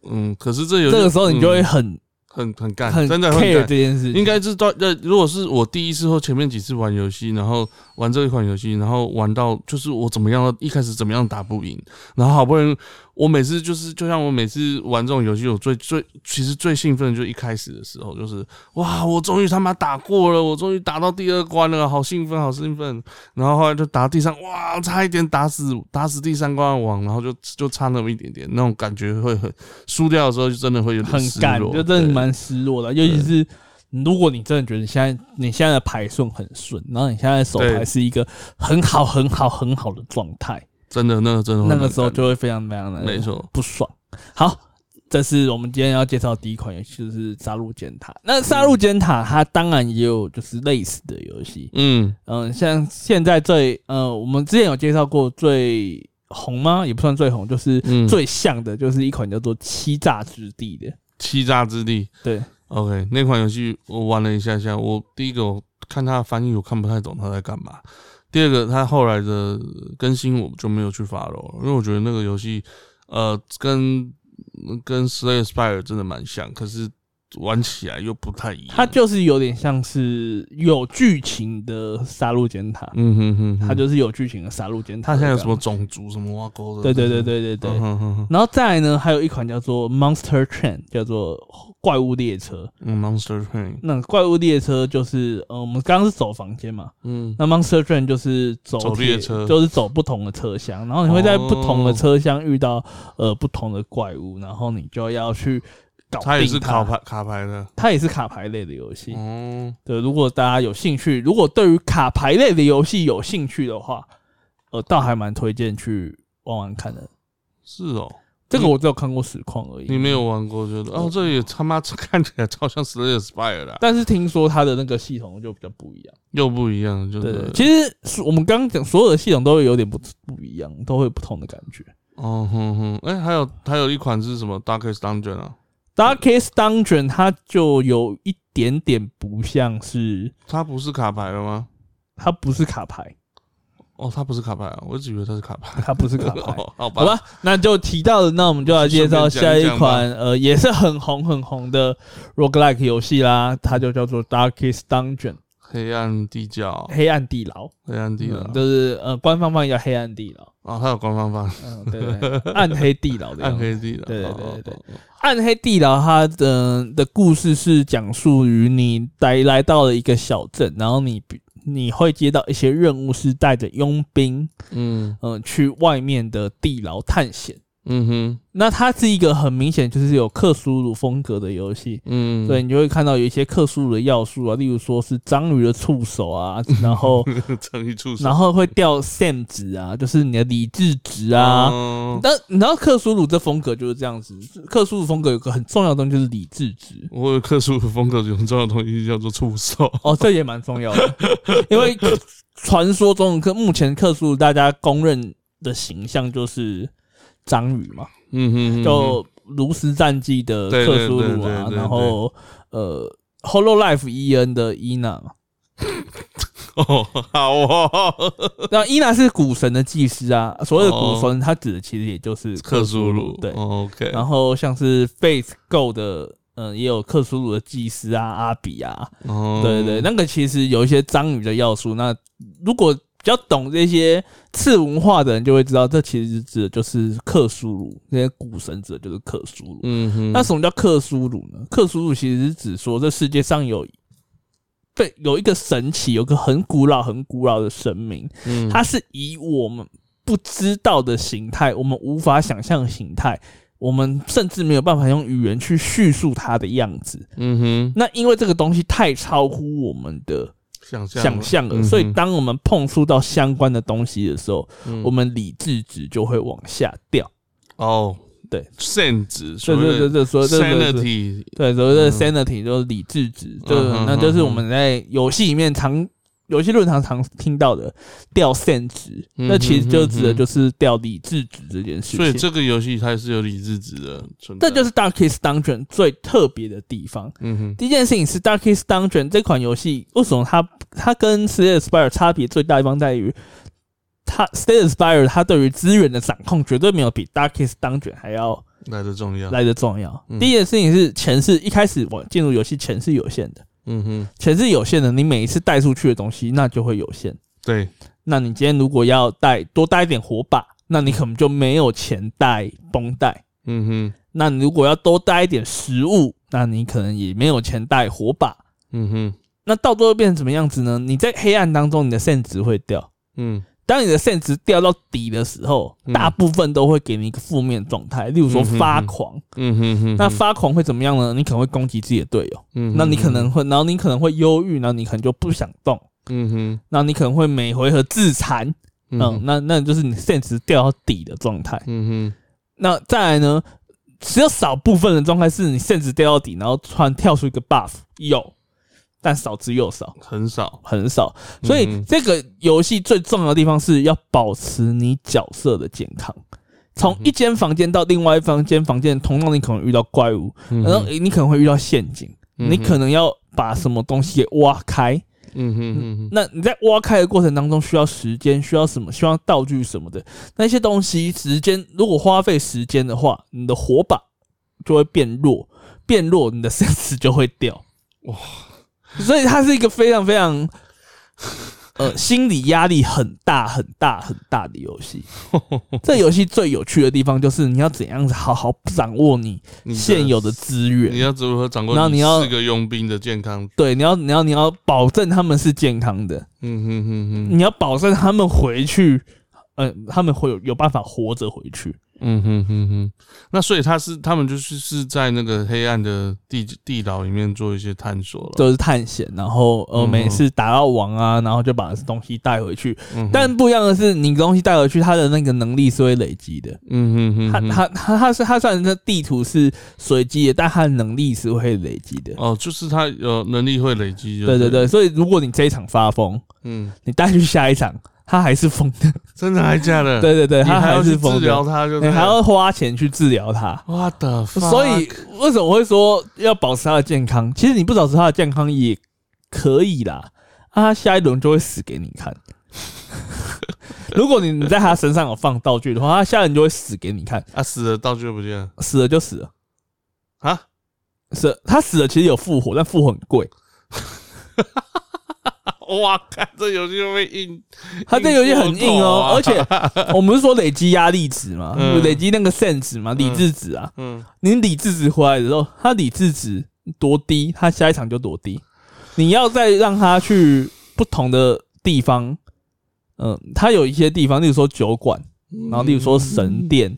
[SPEAKER 1] 嗯，可是这游戏
[SPEAKER 2] 这个时候你就会
[SPEAKER 1] 嗯
[SPEAKER 2] 很
[SPEAKER 1] 很很干，
[SPEAKER 2] 很
[SPEAKER 1] 嗯真的很
[SPEAKER 2] care
[SPEAKER 1] 干
[SPEAKER 2] 这。件事情，
[SPEAKER 1] 应该是到呃，如果是我第一次或前面几次玩游戏，然后玩这一款游戏，然后玩到就是我怎么样，一开始怎么样打不赢，然后好不容易我每次就是就像我每次玩这种游戏，我最最其实最兴奋的就是一开始的时候，就是哇，我终于他妈打过了，我终于打到第二关了，好兴奋，好兴奋。然后后来就打第三，哇，差一点打死打死第三关的王，然后就就差那么一点点，那种感觉会很输掉的时候，就真的会有点
[SPEAKER 2] 很
[SPEAKER 1] 失
[SPEAKER 2] 干，
[SPEAKER 1] 落
[SPEAKER 2] 就真的
[SPEAKER 1] 对
[SPEAKER 2] 蛮失落的。尤其是如果你真的觉得你现在你现在的牌顺很顺，然后你现在的手
[SPEAKER 1] 对
[SPEAKER 2] 牌是一个很好很好很好的状态，
[SPEAKER 1] 真的那个真的会
[SPEAKER 2] 那
[SPEAKER 1] 蛮
[SPEAKER 2] 个时候
[SPEAKER 1] 干的
[SPEAKER 2] 就会非常非常的
[SPEAKER 1] 没错。
[SPEAKER 2] 不爽。好，这是我们今天要介绍的第一款游戏，就是《杀戮尖塔》。那《杀戮尖塔》它当然也有就是类似的游戏，
[SPEAKER 1] 嗯，
[SPEAKER 2] 嗯，像现在最呃，我们之前有介绍过最红吗？也不算最红，就是
[SPEAKER 1] 嗯
[SPEAKER 2] 最像的，就是一款叫做《欺诈之地》的。
[SPEAKER 1] 欺诈之地。
[SPEAKER 2] 对，
[SPEAKER 1] OK，那款游戏我玩了一下下，我第一个我看它的翻译我看不太懂它在干嘛，第二个它后来的更新我就没有去 follow，了因为我觉得那个游戏呃跟跟 Slay Spire 真的蛮像，可是玩起来又不太一样。
[SPEAKER 2] 它就是有点像是有剧情的杀戮尖塔，
[SPEAKER 1] 嗯哼哼哼，
[SPEAKER 2] 它就是有剧情的杀戮尖塔。
[SPEAKER 1] 它现在有什么？种族什么挖沟的？
[SPEAKER 2] 对对对对对对。
[SPEAKER 1] 嗯哼哼哼
[SPEAKER 2] 然后再来呢，还有一款叫做 Monster Train，叫做怪物列车。
[SPEAKER 1] 嗯，Monster Train，
[SPEAKER 2] 那怪物列车就是，呃，我们刚刚是走房间嘛，
[SPEAKER 1] 嗯
[SPEAKER 2] 那 Monster Train 就是走
[SPEAKER 1] 走
[SPEAKER 2] 铁
[SPEAKER 1] 列车
[SPEAKER 2] 就是走不同的车厢，然后你会在
[SPEAKER 1] 哦
[SPEAKER 2] 不同的车厢遇到呃不同的怪物，然后你就要去搞定它
[SPEAKER 1] 它也是卡，牌卡牌的。
[SPEAKER 2] 它也是卡牌类的游戏。
[SPEAKER 1] 哦，
[SPEAKER 2] 对，如果大家有兴趣，如果对于卡牌类的游戏有兴趣的话，呃，倒还蛮推荐去玩玩看的。
[SPEAKER 1] 是哦。
[SPEAKER 2] 这个我只有看过实况而已，
[SPEAKER 1] 你没有玩过，觉得哦，这也他妈 [laughs] 看起来超像 Slay Spire 的啊、
[SPEAKER 2] 但是听说它的那个系统就比较不一样。
[SPEAKER 1] 又不一样，就
[SPEAKER 2] 对
[SPEAKER 1] 是
[SPEAKER 2] 对，其实是我们刚刚讲所有的系统都会有点不不一样，都会有不同的感觉。
[SPEAKER 1] 哦哼哼，哎、还有还有一款是什么 Darkest Dungeon 啊？
[SPEAKER 2] Darkest Dungeon 它就有一点点不像是，
[SPEAKER 1] 它不是卡牌了吗？
[SPEAKER 2] 它不是卡牌，
[SPEAKER 1] 哦，它不是卡牌啊，我一直以为它是卡牌。
[SPEAKER 2] 它不是卡牌。
[SPEAKER 1] [laughs] 哦，好吧，
[SPEAKER 2] 好吧，那就提到了，那我们就来介绍下一款呃，也是很红很红的 roguelike 游戏啦，它就叫做 Darkest Dungeon
[SPEAKER 1] 黑暗地窖，
[SPEAKER 2] 黑暗地牢，
[SPEAKER 1] 黑暗地窖
[SPEAKER 2] 嗯就是呃官方翻译叫黑暗地牢，
[SPEAKER 1] 哦，它有官方版，
[SPEAKER 2] 嗯，对对，
[SPEAKER 1] [laughs]
[SPEAKER 2] 对暗黑地牢的样
[SPEAKER 1] 暗
[SPEAKER 2] 子。
[SPEAKER 1] 黑地窖。
[SPEAKER 2] 对对
[SPEAKER 1] 哦
[SPEAKER 2] 对对
[SPEAKER 1] 哦哦
[SPEAKER 2] 暗黑地牢它的的故事是讲述于你来来到了一个小镇，然后你比你会接到一些任务，是带着佣兵，
[SPEAKER 1] 嗯
[SPEAKER 2] 嗯、去外面的地牢探险。
[SPEAKER 1] 嗯哼
[SPEAKER 2] 那它是一个很明显就是有克苏鲁风格的游戏，
[SPEAKER 1] 嗯， [laughs]
[SPEAKER 2] 所以，你就会看到有一些克苏鲁的要素啊，例如说是章鱼的触手啊，然后
[SPEAKER 1] 成语触手
[SPEAKER 2] 然后会掉 Sam 值啊，就是你的理智值啊。
[SPEAKER 1] 啊
[SPEAKER 2] 但你知道克苏鲁这风格就是这样子，克苏鲁风格有个很重要的东西就是理智值。
[SPEAKER 1] 我有克苏鲁风格有很重要的东西叫做触
[SPEAKER 2] [laughs]
[SPEAKER 1] 手。
[SPEAKER 2] 哦，这也蛮重要的，因为传说中的克目前克苏鲁大家公认的形象就是章鱼嘛，
[SPEAKER 1] 嗯哼哼，
[SPEAKER 2] 就炉石战记的克苏
[SPEAKER 1] 对对对
[SPEAKER 2] 鲁
[SPEAKER 1] 对
[SPEAKER 2] 啊
[SPEAKER 1] 对，对 [laughs]
[SPEAKER 2] 然后呃，Hololive E N 的伊娜嘛，
[SPEAKER 1] [laughs] 哦，好哦，
[SPEAKER 2] 那伊娜是古神的祭司啊，所谓的古神，它指的其实也就是
[SPEAKER 1] 克苏
[SPEAKER 2] 苏
[SPEAKER 1] 鲁，
[SPEAKER 2] 对，
[SPEAKER 1] 哦，OK，
[SPEAKER 2] 然后像是 Face Go 的，嗯，也有克苏鲁的祭司啊，阿比啊，
[SPEAKER 1] 哦
[SPEAKER 2] 对对对，，那个其实有一些章鱼的要素。那如果比较懂这些次文化的人，就会知道，这其实指的就是克苏鲁，那些古神指的就是克苏鲁。
[SPEAKER 1] 嗯哼，
[SPEAKER 2] 那什么叫克苏鲁呢？克苏鲁其实是指说，这世界上有被有一个神奇，有个很古老、很古老的神明，
[SPEAKER 1] 嗯
[SPEAKER 2] 它是以我们不知道的形态，我们无法想象的形态，我们甚至没有办法用语言去叙述它的样子。
[SPEAKER 1] 嗯哼，
[SPEAKER 2] 那因为这个东西太超乎我们的
[SPEAKER 1] 想象啊
[SPEAKER 2] 想象了，所以当我们碰触到相关的东西的时候，
[SPEAKER 1] 嗯
[SPEAKER 2] 我们理智值就会往下掉。
[SPEAKER 1] 哦，
[SPEAKER 2] 对，
[SPEAKER 1] 圣旨，
[SPEAKER 2] 对对对对，所以这个是
[SPEAKER 1] sanity，
[SPEAKER 2] 对，所谓的
[SPEAKER 1] 嗯
[SPEAKER 2] sanity 就是理智值，就
[SPEAKER 1] 嗯哼
[SPEAKER 2] 那就是
[SPEAKER 1] 哼
[SPEAKER 2] 我们在游戏里面常游戏论坛常听到的掉 san 值，
[SPEAKER 1] 嗯
[SPEAKER 2] 那其实
[SPEAKER 1] 哼
[SPEAKER 2] 就
[SPEAKER 1] 哼
[SPEAKER 2] 指的
[SPEAKER 1] 哼
[SPEAKER 2] 就是掉理智值这件事情。
[SPEAKER 1] 所以这个游戏它是有理智值的存在，
[SPEAKER 2] 这就是 Darkest Dungeon 最特别的地方。
[SPEAKER 1] 嗯哼，
[SPEAKER 2] 第一件事情是 Darkest Dungeon 这款游戏为什么它它跟 Slay the Spire 差别最大的地方在于，它 Slay the Spire 它对于资源的掌控绝对没有比 Darkest Dungeon 还要
[SPEAKER 1] 来的重要，
[SPEAKER 2] 来的重要。
[SPEAKER 1] 嗯
[SPEAKER 2] 第一件事情是钱是一开始我进入游戏钱是有限的，
[SPEAKER 1] 嗯哼，
[SPEAKER 2] 钱是有限的，你每一次带出去的东西那就会有限。
[SPEAKER 1] 对，
[SPEAKER 2] 那你今天如果要带多带一点火把，那你可能就没有钱带绷带。
[SPEAKER 1] 嗯哼，
[SPEAKER 2] 那你如果要多带一点食物，那你可能也没有钱带火把。
[SPEAKER 1] 嗯哼，
[SPEAKER 2] 那到最后变成什么样子呢？你在黑暗当中，你的肾值会掉。
[SPEAKER 1] 嗯
[SPEAKER 2] 当你的肾值掉到底的时候，
[SPEAKER 1] 嗯
[SPEAKER 2] 大部分都会给你一个负面状态，例如说发狂。
[SPEAKER 1] 嗯哼哼，
[SPEAKER 2] 那发狂会怎么样呢？你可能会攻击自己的队友，
[SPEAKER 1] 嗯哼，
[SPEAKER 2] 那你可能会，然后你可能会忧郁，然后你可能就不想动，
[SPEAKER 1] 嗯哼，
[SPEAKER 2] 那你可能会每回合自残。
[SPEAKER 1] 嗯
[SPEAKER 2] 嗯，
[SPEAKER 1] 哼，
[SPEAKER 2] 那那就是你肾值掉到底的状态。
[SPEAKER 1] 嗯
[SPEAKER 2] 那再来呢？只有少部分的状态是你甚至掉到底，然后突然跳出一个 buff，有，但少之又少，
[SPEAKER 1] 哼，很少，
[SPEAKER 2] 很少。所以
[SPEAKER 1] 嗯
[SPEAKER 2] 这个游戏最重要的地方是要保持你角色的健康。
[SPEAKER 1] 嗯
[SPEAKER 2] 从一间房间到另外一房间房间，同样你可能遇到怪物，
[SPEAKER 1] 嗯
[SPEAKER 2] 然后你可能会遇到陷阱，
[SPEAKER 1] 嗯
[SPEAKER 2] 你可能要把什么东西给挖开。
[SPEAKER 1] 嗯哼嗯哼，
[SPEAKER 2] 那你在挖开的过程当中，需要时间，需要什么？需要道具什么的那些东西，时间如果花费时间的话，你的火把就会变弱，变弱，你的 [laughs] s e n s 就会掉。
[SPEAKER 1] 哇！
[SPEAKER 2] 所以它是一个非常非
[SPEAKER 1] [laughs]
[SPEAKER 2] 常，呃，心理压力很大很大很大的
[SPEAKER 1] [laughs]
[SPEAKER 2] 游戏。这游戏最有趣的地方就是你要怎样子好好掌握你
[SPEAKER 1] 你的
[SPEAKER 2] 现有的资
[SPEAKER 1] 你
[SPEAKER 2] 源。
[SPEAKER 1] 要如何掌握？
[SPEAKER 2] 然后你要
[SPEAKER 1] 四个佣兵的健康，
[SPEAKER 2] 对，你要你要你要保证他们是健康的，
[SPEAKER 1] 嗯哼哼哼，
[SPEAKER 2] 你要保证他们回去，呃，他们会有有办法活着回去。
[SPEAKER 1] 嗯哼哼哼。那所以他是他们就是是在那个黑暗的地地牢里面做一些探索了，
[SPEAKER 2] 就是探险，然后呃，
[SPEAKER 1] 嗯
[SPEAKER 2] 每次打到王啊，然后就把东西带回去。
[SPEAKER 1] 嗯哼
[SPEAKER 2] 但不一样的是，你东西带回去，它的那个能力是会累积的。
[SPEAKER 1] 嗯哼哼
[SPEAKER 2] 它
[SPEAKER 1] 哼，
[SPEAKER 2] 它它它是它虽然这地图是随机的，但它的能力是会累积的。
[SPEAKER 1] 哦，就是他有能力会累积，就
[SPEAKER 2] 对对
[SPEAKER 1] 对了，
[SPEAKER 2] 对，所以如果你这一场发疯，
[SPEAKER 1] 嗯，
[SPEAKER 2] 你带去下一场，它还是疯的。
[SPEAKER 1] 真的还假的？
[SPEAKER 2] 对对对，
[SPEAKER 1] 嗯你
[SPEAKER 2] 它
[SPEAKER 1] 还要
[SPEAKER 2] 是
[SPEAKER 1] 去
[SPEAKER 2] 疯
[SPEAKER 1] 治疗
[SPEAKER 2] 的。
[SPEAKER 1] 他，就
[SPEAKER 2] 你
[SPEAKER 1] 对
[SPEAKER 2] 还要花钱去治疗它。
[SPEAKER 1] 我的，
[SPEAKER 2] 所以为什么会说要保持他的健康？其实你不保持他的健康也可以啦，啊，他下一轮就会死给你看。 [laughs] 如果你你在他身上有放道具的话，他下一轮就会死给你看，
[SPEAKER 1] 啊，死了道具又不见了
[SPEAKER 2] 死了就死了，
[SPEAKER 1] 啊， [laughs]
[SPEAKER 2] 死了他死了其实有复活，但复活很贵。
[SPEAKER 1] 哇，看这游戏会被硬，
[SPEAKER 2] 他这游戏很硬哦，而
[SPEAKER 1] 硬过头
[SPEAKER 2] 且我们是说累积压力值嘛，
[SPEAKER 1] 嗯
[SPEAKER 2] 累积那个 s e 值嘛，理智值啊，
[SPEAKER 1] 嗯，
[SPEAKER 2] 你理智值回来的时候，他理智值多低，他下一场就多低。你要再让他去不同的地方，嗯，他有一些地方，例如说酒馆，然后例如说神殿，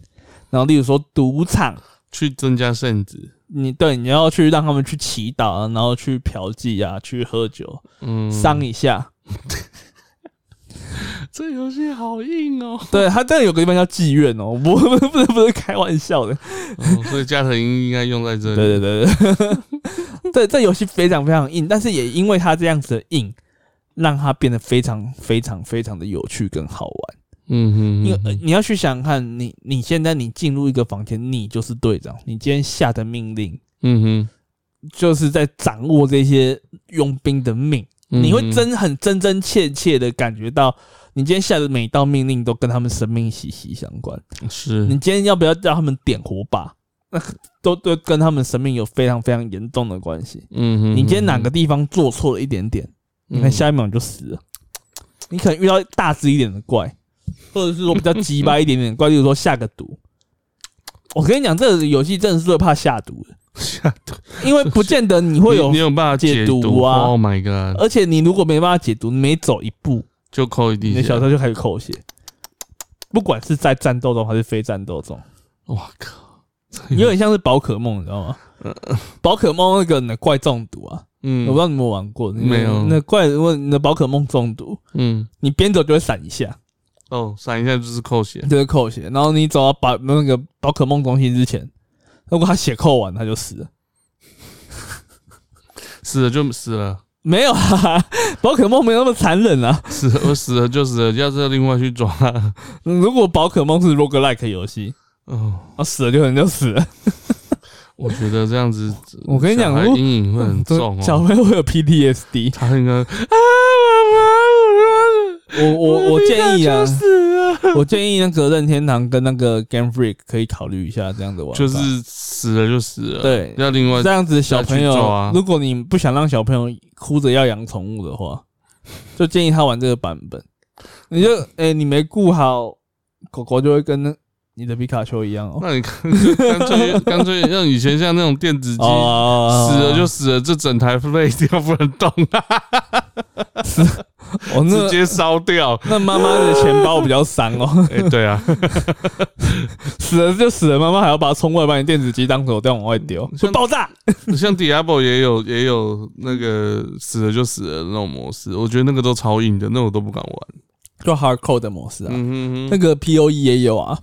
[SPEAKER 2] 然后例如说赌场，
[SPEAKER 1] 去增加圣子，
[SPEAKER 2] 你对你要去让他们去祈祷啊，然后去嫖妓啊，去喝酒，
[SPEAKER 1] 嗯，
[SPEAKER 2] 伤一下。
[SPEAKER 1] 这游戏好硬哦，
[SPEAKER 2] [laughs] 对他真的有个地方叫妓院哦，不 [laughs] 不是不是不是开玩笑的。
[SPEAKER 1] 哦所以加藤鹰应该用在这里，
[SPEAKER 2] 对对对对， [laughs] 对这游戏非常非常硬，但是也因为它这样子的硬，让它变得非常非常非常的有趣跟好玩。
[SPEAKER 1] 嗯
[SPEAKER 2] 因为
[SPEAKER 1] 哼
[SPEAKER 2] 呃
[SPEAKER 1] 哼，
[SPEAKER 2] 你要去想想看，你你现在你进入一个房间，你就是队长，你今天下的命令
[SPEAKER 1] 嗯哼，
[SPEAKER 2] 就是在掌握这些佣兵的命，你会
[SPEAKER 1] 嗯
[SPEAKER 2] 真很真真切切的感觉到，你今天下的每一道命令都跟他们生命息息相关。
[SPEAKER 1] 是
[SPEAKER 2] 你今天要不要让他们点火把，那 [laughs] 都都跟他们生命有非常非常严重的关系。
[SPEAKER 1] 嗯哼，
[SPEAKER 2] 你今天哪个地方做错了一点点，你看
[SPEAKER 1] 嗯
[SPEAKER 2] 下一秒你就死了。你可能遇到大只一点的怪，或者是说比较鸡巴一点点的怪，例如说下个毒。我跟你讲，这个游戏真的是最怕下毒的，
[SPEAKER 1] 下毒
[SPEAKER 2] 因为不见得你会
[SPEAKER 1] [laughs] 你
[SPEAKER 2] 有
[SPEAKER 1] 你，有办法
[SPEAKER 2] 解
[SPEAKER 1] 毒
[SPEAKER 2] 毒啊
[SPEAKER 1] ？Oh my god！
[SPEAKER 2] 而且你如果没办法解毒，你每走一步，
[SPEAKER 1] 就扣一
[SPEAKER 2] 你
[SPEAKER 1] 滴
[SPEAKER 2] 的小
[SPEAKER 1] 血。
[SPEAKER 2] 时候就开始扣血，不管是在战斗中还是非战斗
[SPEAKER 1] 嗯
[SPEAKER 2] 中，
[SPEAKER 1] 哇靠！
[SPEAKER 2] 你有点像是宝可梦，你知道
[SPEAKER 1] [laughs]
[SPEAKER 2] 吗？宝可梦那个你的怪中毒啊，
[SPEAKER 1] 嗯
[SPEAKER 2] 我不知道你有没有玩过，你的
[SPEAKER 1] 没有
[SPEAKER 2] 那怪，如果你的宝可梦中毒，
[SPEAKER 1] 嗯
[SPEAKER 2] 你边走就会闪一下，
[SPEAKER 1] 哦，闪一下就是扣血。
[SPEAKER 2] 就会扣血，然后你走到宝那个宝可梦中心之前，如果他血扣完，他就死了。
[SPEAKER 1] 死了就死了，
[SPEAKER 2] 没有啊， [laughs] 宝可梦没有那么残忍啊。
[SPEAKER 1] 死了
[SPEAKER 2] [laughs]
[SPEAKER 1] 我死了就死了，要是另外去抓，
[SPEAKER 2] 如果宝可梦是 roguelike 游戏，
[SPEAKER 1] 哦，
[SPEAKER 2] 啊死了就人就死了。
[SPEAKER 1] 我觉得这样子，
[SPEAKER 2] 我跟你讲
[SPEAKER 1] 小孩
[SPEAKER 2] 如果
[SPEAKER 1] 阴影会很重
[SPEAKER 2] 小
[SPEAKER 1] 哦。
[SPEAKER 2] 朋友会
[SPEAKER 1] [laughs]
[SPEAKER 2] 有 PTSD。
[SPEAKER 1] 他应该啊，妈
[SPEAKER 2] 我我我建议
[SPEAKER 1] 妈，
[SPEAKER 2] 啊
[SPEAKER 1] 我，死了，
[SPEAKER 2] 我建议那个任天堂跟那个 Game Freak 可以考虑一下这样的玩法，
[SPEAKER 1] 就是呃死了就死了，
[SPEAKER 2] 对
[SPEAKER 1] 要另外
[SPEAKER 2] 这样子小朋友
[SPEAKER 1] 再去做啊，
[SPEAKER 2] 如果你不想让小朋友哭着要养宠物的话， [laughs] 就建议他玩这个版本。你就哎、你没顾好，狗狗就会跟那你的皮卡丘一样哦。
[SPEAKER 1] 那你干脆干脆干脆让以前像那种电子鸡。
[SPEAKER 2] 哦
[SPEAKER 1] 死了就死了，这整台废掉不能动，啊
[SPEAKER 2] 我、哦、
[SPEAKER 1] 直
[SPEAKER 2] 那
[SPEAKER 1] 接烧掉。
[SPEAKER 2] 那妈妈的钱包比较伤
[SPEAKER 1] [laughs]
[SPEAKER 2] 哦，
[SPEAKER 1] 哎、对啊，
[SPEAKER 2] 死了就死了，妈妈还要把它冲过来，把你电子鸡当手电往外丢，
[SPEAKER 1] 嗯
[SPEAKER 2] 会爆炸。
[SPEAKER 1] 像 Diablo 也有也有那个死了就死了的那种模式，我觉得那个都超硬的，那我都不敢玩。
[SPEAKER 2] 就 hardcore 的模式啊，
[SPEAKER 1] 嗯哼
[SPEAKER 2] 那
[SPEAKER 1] 哼，
[SPEAKER 2] 个 POE 也有啊。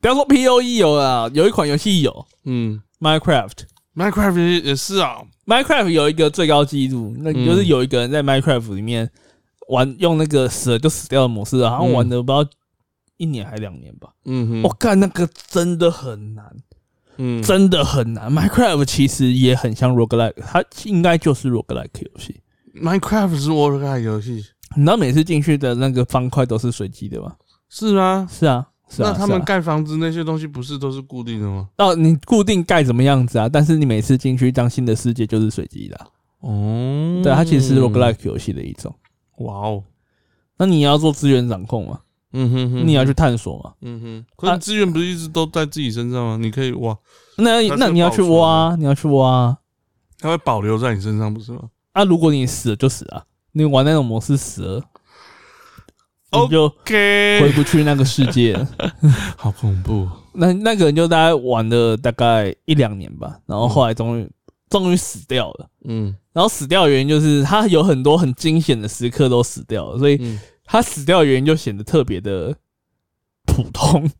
[SPEAKER 2] 不要说 POE 有啊，有一款游戏有
[SPEAKER 1] 嗯
[SPEAKER 2] Minecraft。
[SPEAKER 1] ，Minecraft 也也是啊，
[SPEAKER 2] Minecraft 有一个最高纪录，那
[SPEAKER 1] 嗯
[SPEAKER 2] 就是有一个人在 Minecraft 里面玩用那个死了就死掉的模式，然后
[SPEAKER 1] 嗯
[SPEAKER 2] 玩的不知道一年还两年吧。
[SPEAKER 1] 嗯哼，
[SPEAKER 2] 我看、那个真的很难，
[SPEAKER 1] 嗯，
[SPEAKER 2] 真的很难。Minecraft 其实也很像 roguelike，它应该就是 roguelike 游戏。
[SPEAKER 1] Minecraft 是 w a r g a 游戏
[SPEAKER 2] 你知道每次进去的那个方块都是随机的吗？
[SPEAKER 1] 是吗？
[SPEAKER 2] 是啊，是啊。
[SPEAKER 1] 那他们
[SPEAKER 2] 是啊
[SPEAKER 1] 盖房子那些东西不是都是固定的吗？
[SPEAKER 2] 到你固定盖怎么样子啊？但是你每次进去一张新的世界就是随机的啊、
[SPEAKER 1] 哦，
[SPEAKER 2] 对，它其实是 roguelike 游戏的一种。
[SPEAKER 1] 哇哦，
[SPEAKER 2] 那你要做资源掌控嘛？
[SPEAKER 1] 嗯哼哼，
[SPEAKER 2] 你要啊去探索嘛？
[SPEAKER 1] 嗯哼，可是资源不是一直都在自己身上吗？你可以挖，
[SPEAKER 2] 那
[SPEAKER 1] 它是
[SPEAKER 2] 那你要去挖，啊你要去挖
[SPEAKER 1] 它会保留在你身上，不是吗？
[SPEAKER 2] 啊！如果你死了就死啊，你玩那种模式死了，你就
[SPEAKER 1] OK，
[SPEAKER 2] 回不去那个世界 [laughs] 了。
[SPEAKER 1] 好恐怖，
[SPEAKER 2] 那那个人就大概玩了大概一两年吧，然后后来终于终于死掉了。
[SPEAKER 1] 嗯
[SPEAKER 2] 然后死掉的原因就是他有很多很惊险的时刻都死掉了，所以
[SPEAKER 1] 嗯，
[SPEAKER 2] 他死掉的原因就显得特别的普通，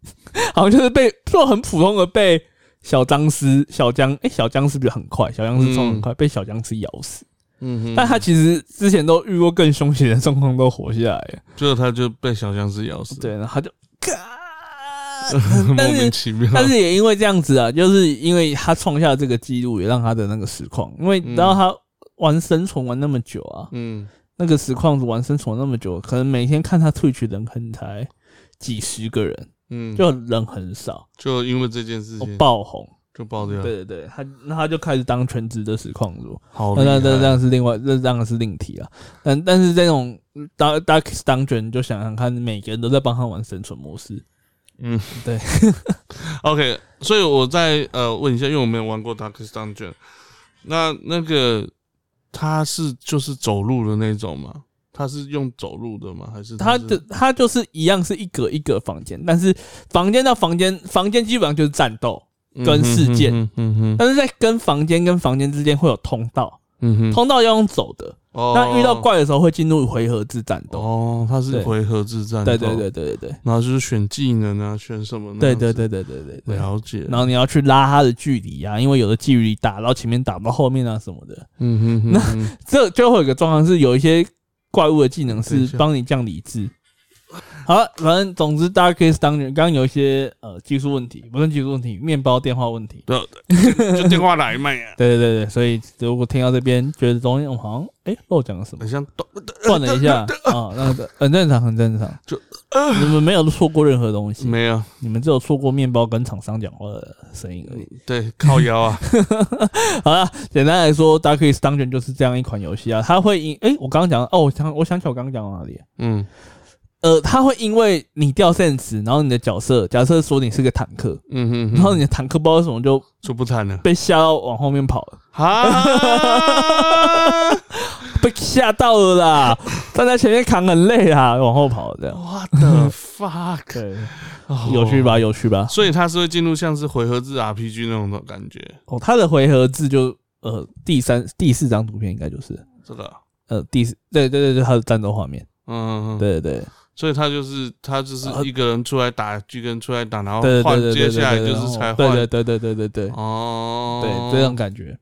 [SPEAKER 2] 好像就是被就很普通的被小僵尸、小僵哎、小僵尸比较很快，小僵尸冲很快，被小僵尸咬死。
[SPEAKER 1] 嗯哼，
[SPEAKER 2] 但他其实之前都遇过更凶险的状况，都活下来了。
[SPEAKER 1] 最后他就被小僵尸咬死，
[SPEAKER 2] 对，，然后他就，
[SPEAKER 1] 莫
[SPEAKER 2] [laughs] 但是
[SPEAKER 1] 名其妙，
[SPEAKER 2] [laughs] 但是也因为这样子啊，就是因为他创下这个记录，也让他的那个实况，因为
[SPEAKER 1] 嗯
[SPEAKER 2] 然后他玩生存玩那么久啊，
[SPEAKER 1] 嗯
[SPEAKER 2] 那个实况玩生存玩那么久，可能每天看他退群人可能才几十个人，
[SPEAKER 1] 嗯，就
[SPEAKER 2] 就人很少，
[SPEAKER 1] 就因为这件事
[SPEAKER 2] 哦
[SPEAKER 1] 情
[SPEAKER 2] 爆红。
[SPEAKER 1] 就爆掉，
[SPEAKER 2] 对，对对，他那他就开始当全职的实况主。
[SPEAKER 1] 好
[SPEAKER 2] 那那那
[SPEAKER 1] 哦厉
[SPEAKER 2] 这
[SPEAKER 1] 害，
[SPEAKER 2] 样是另外，那当然是另题了。但但是这种 Dark Dark Dungeon 你就想想看，每个人都在帮他玩生存模式，
[SPEAKER 1] 嗯，
[SPEAKER 2] 对
[SPEAKER 1] ，OK，所以我再呃问一下，因为我没有玩过 Darkest Dungeon，那那个他是就是走路的那种吗？他是用走路的吗？还是
[SPEAKER 2] 他
[SPEAKER 1] 是 [laughs]
[SPEAKER 2] 就他就是一样是一格一格房间，但是房间到房间，房间基本上就是战斗，跟事件
[SPEAKER 1] 嗯哼哼哼
[SPEAKER 2] 但是在跟房间跟房间之间会有通道，
[SPEAKER 1] 嗯哼，
[SPEAKER 2] 通道要用走的。
[SPEAKER 1] 哦
[SPEAKER 2] 那遇到怪的时候会进入回合制战斗。
[SPEAKER 1] 哦，他是
[SPEAKER 2] 对
[SPEAKER 1] 回合制战，哦
[SPEAKER 2] 对对，对对对对
[SPEAKER 1] 然后就是选技能啊，选什么？
[SPEAKER 2] 对对，对对对对对。
[SPEAKER 1] 了解，
[SPEAKER 2] 然后你要去拉他的距离啊，因为有的距离大，然后前面打不到后面啊什么的。
[SPEAKER 1] 嗯哼哼哼，
[SPEAKER 2] 这就会有一个状况是，有一些怪物的技能
[SPEAKER 1] 等一
[SPEAKER 2] 是
[SPEAKER 1] 下
[SPEAKER 2] 帮你降理智，它好了，反正总之大家可以当刚刚有一些呃技术问题，不是技术问题，面包电话问题。
[SPEAKER 1] 对，就电话来嘛呀，
[SPEAKER 2] 对对对对，所以如果听到这边觉得中间我好像哎漏讲了什么，
[SPEAKER 1] 很像断
[SPEAKER 2] 断了一下
[SPEAKER 1] 呃
[SPEAKER 2] 啊、那个很正常，很正常。
[SPEAKER 1] 就
[SPEAKER 2] 你们没有错过任何东西，
[SPEAKER 1] 没有，
[SPEAKER 2] 你们只有错过面包跟厂商讲话的声音而已。
[SPEAKER 1] 对，靠腰啊，
[SPEAKER 2] 好啦，简单来说，Dark Is Dungeon 就是这样一款游戏啊，它会因哎、我刚刚讲哦，我想我想起我刚刚讲到哪里了，
[SPEAKER 1] [laughs] 嗯
[SPEAKER 2] 呃，它会因为你掉 sense，然后你的角色，假设说你是个坦克，
[SPEAKER 1] 嗯哼哼，
[SPEAKER 2] 然后你的坦克不知道为什么就
[SPEAKER 1] 就不 [laughs] 谈了，
[SPEAKER 2] 被吓到往后面跑了，
[SPEAKER 1] 啊，
[SPEAKER 2] 被吓到了
[SPEAKER 1] [laughs]
[SPEAKER 2] 啦，站在前面扛很累啦，往后跑这样，
[SPEAKER 1] 我的 fuck，哦
[SPEAKER 2] 对，有趣？吧，有趣吧，
[SPEAKER 1] 所以它是会进入像是回合制 RPG 那种的感觉，
[SPEAKER 2] 哦，它的回合制就呃第三第四张图片应该就是
[SPEAKER 1] 这个，
[SPEAKER 2] 呃第四对对对对，它的战斗画面，
[SPEAKER 1] 嗯，，
[SPEAKER 2] 对对对。
[SPEAKER 1] 所以他就是他就是
[SPEAKER 2] 啊
[SPEAKER 1] 一个人出来打，一个人出来打，然后
[SPEAKER 2] 对对
[SPEAKER 1] 换
[SPEAKER 2] 对对
[SPEAKER 1] 接
[SPEAKER 2] 对
[SPEAKER 1] 下来
[SPEAKER 2] 对，
[SPEAKER 1] 就是才
[SPEAKER 2] 然后
[SPEAKER 1] 换，
[SPEAKER 2] 对对对对对对对，
[SPEAKER 1] 哦，
[SPEAKER 2] 对这种感觉，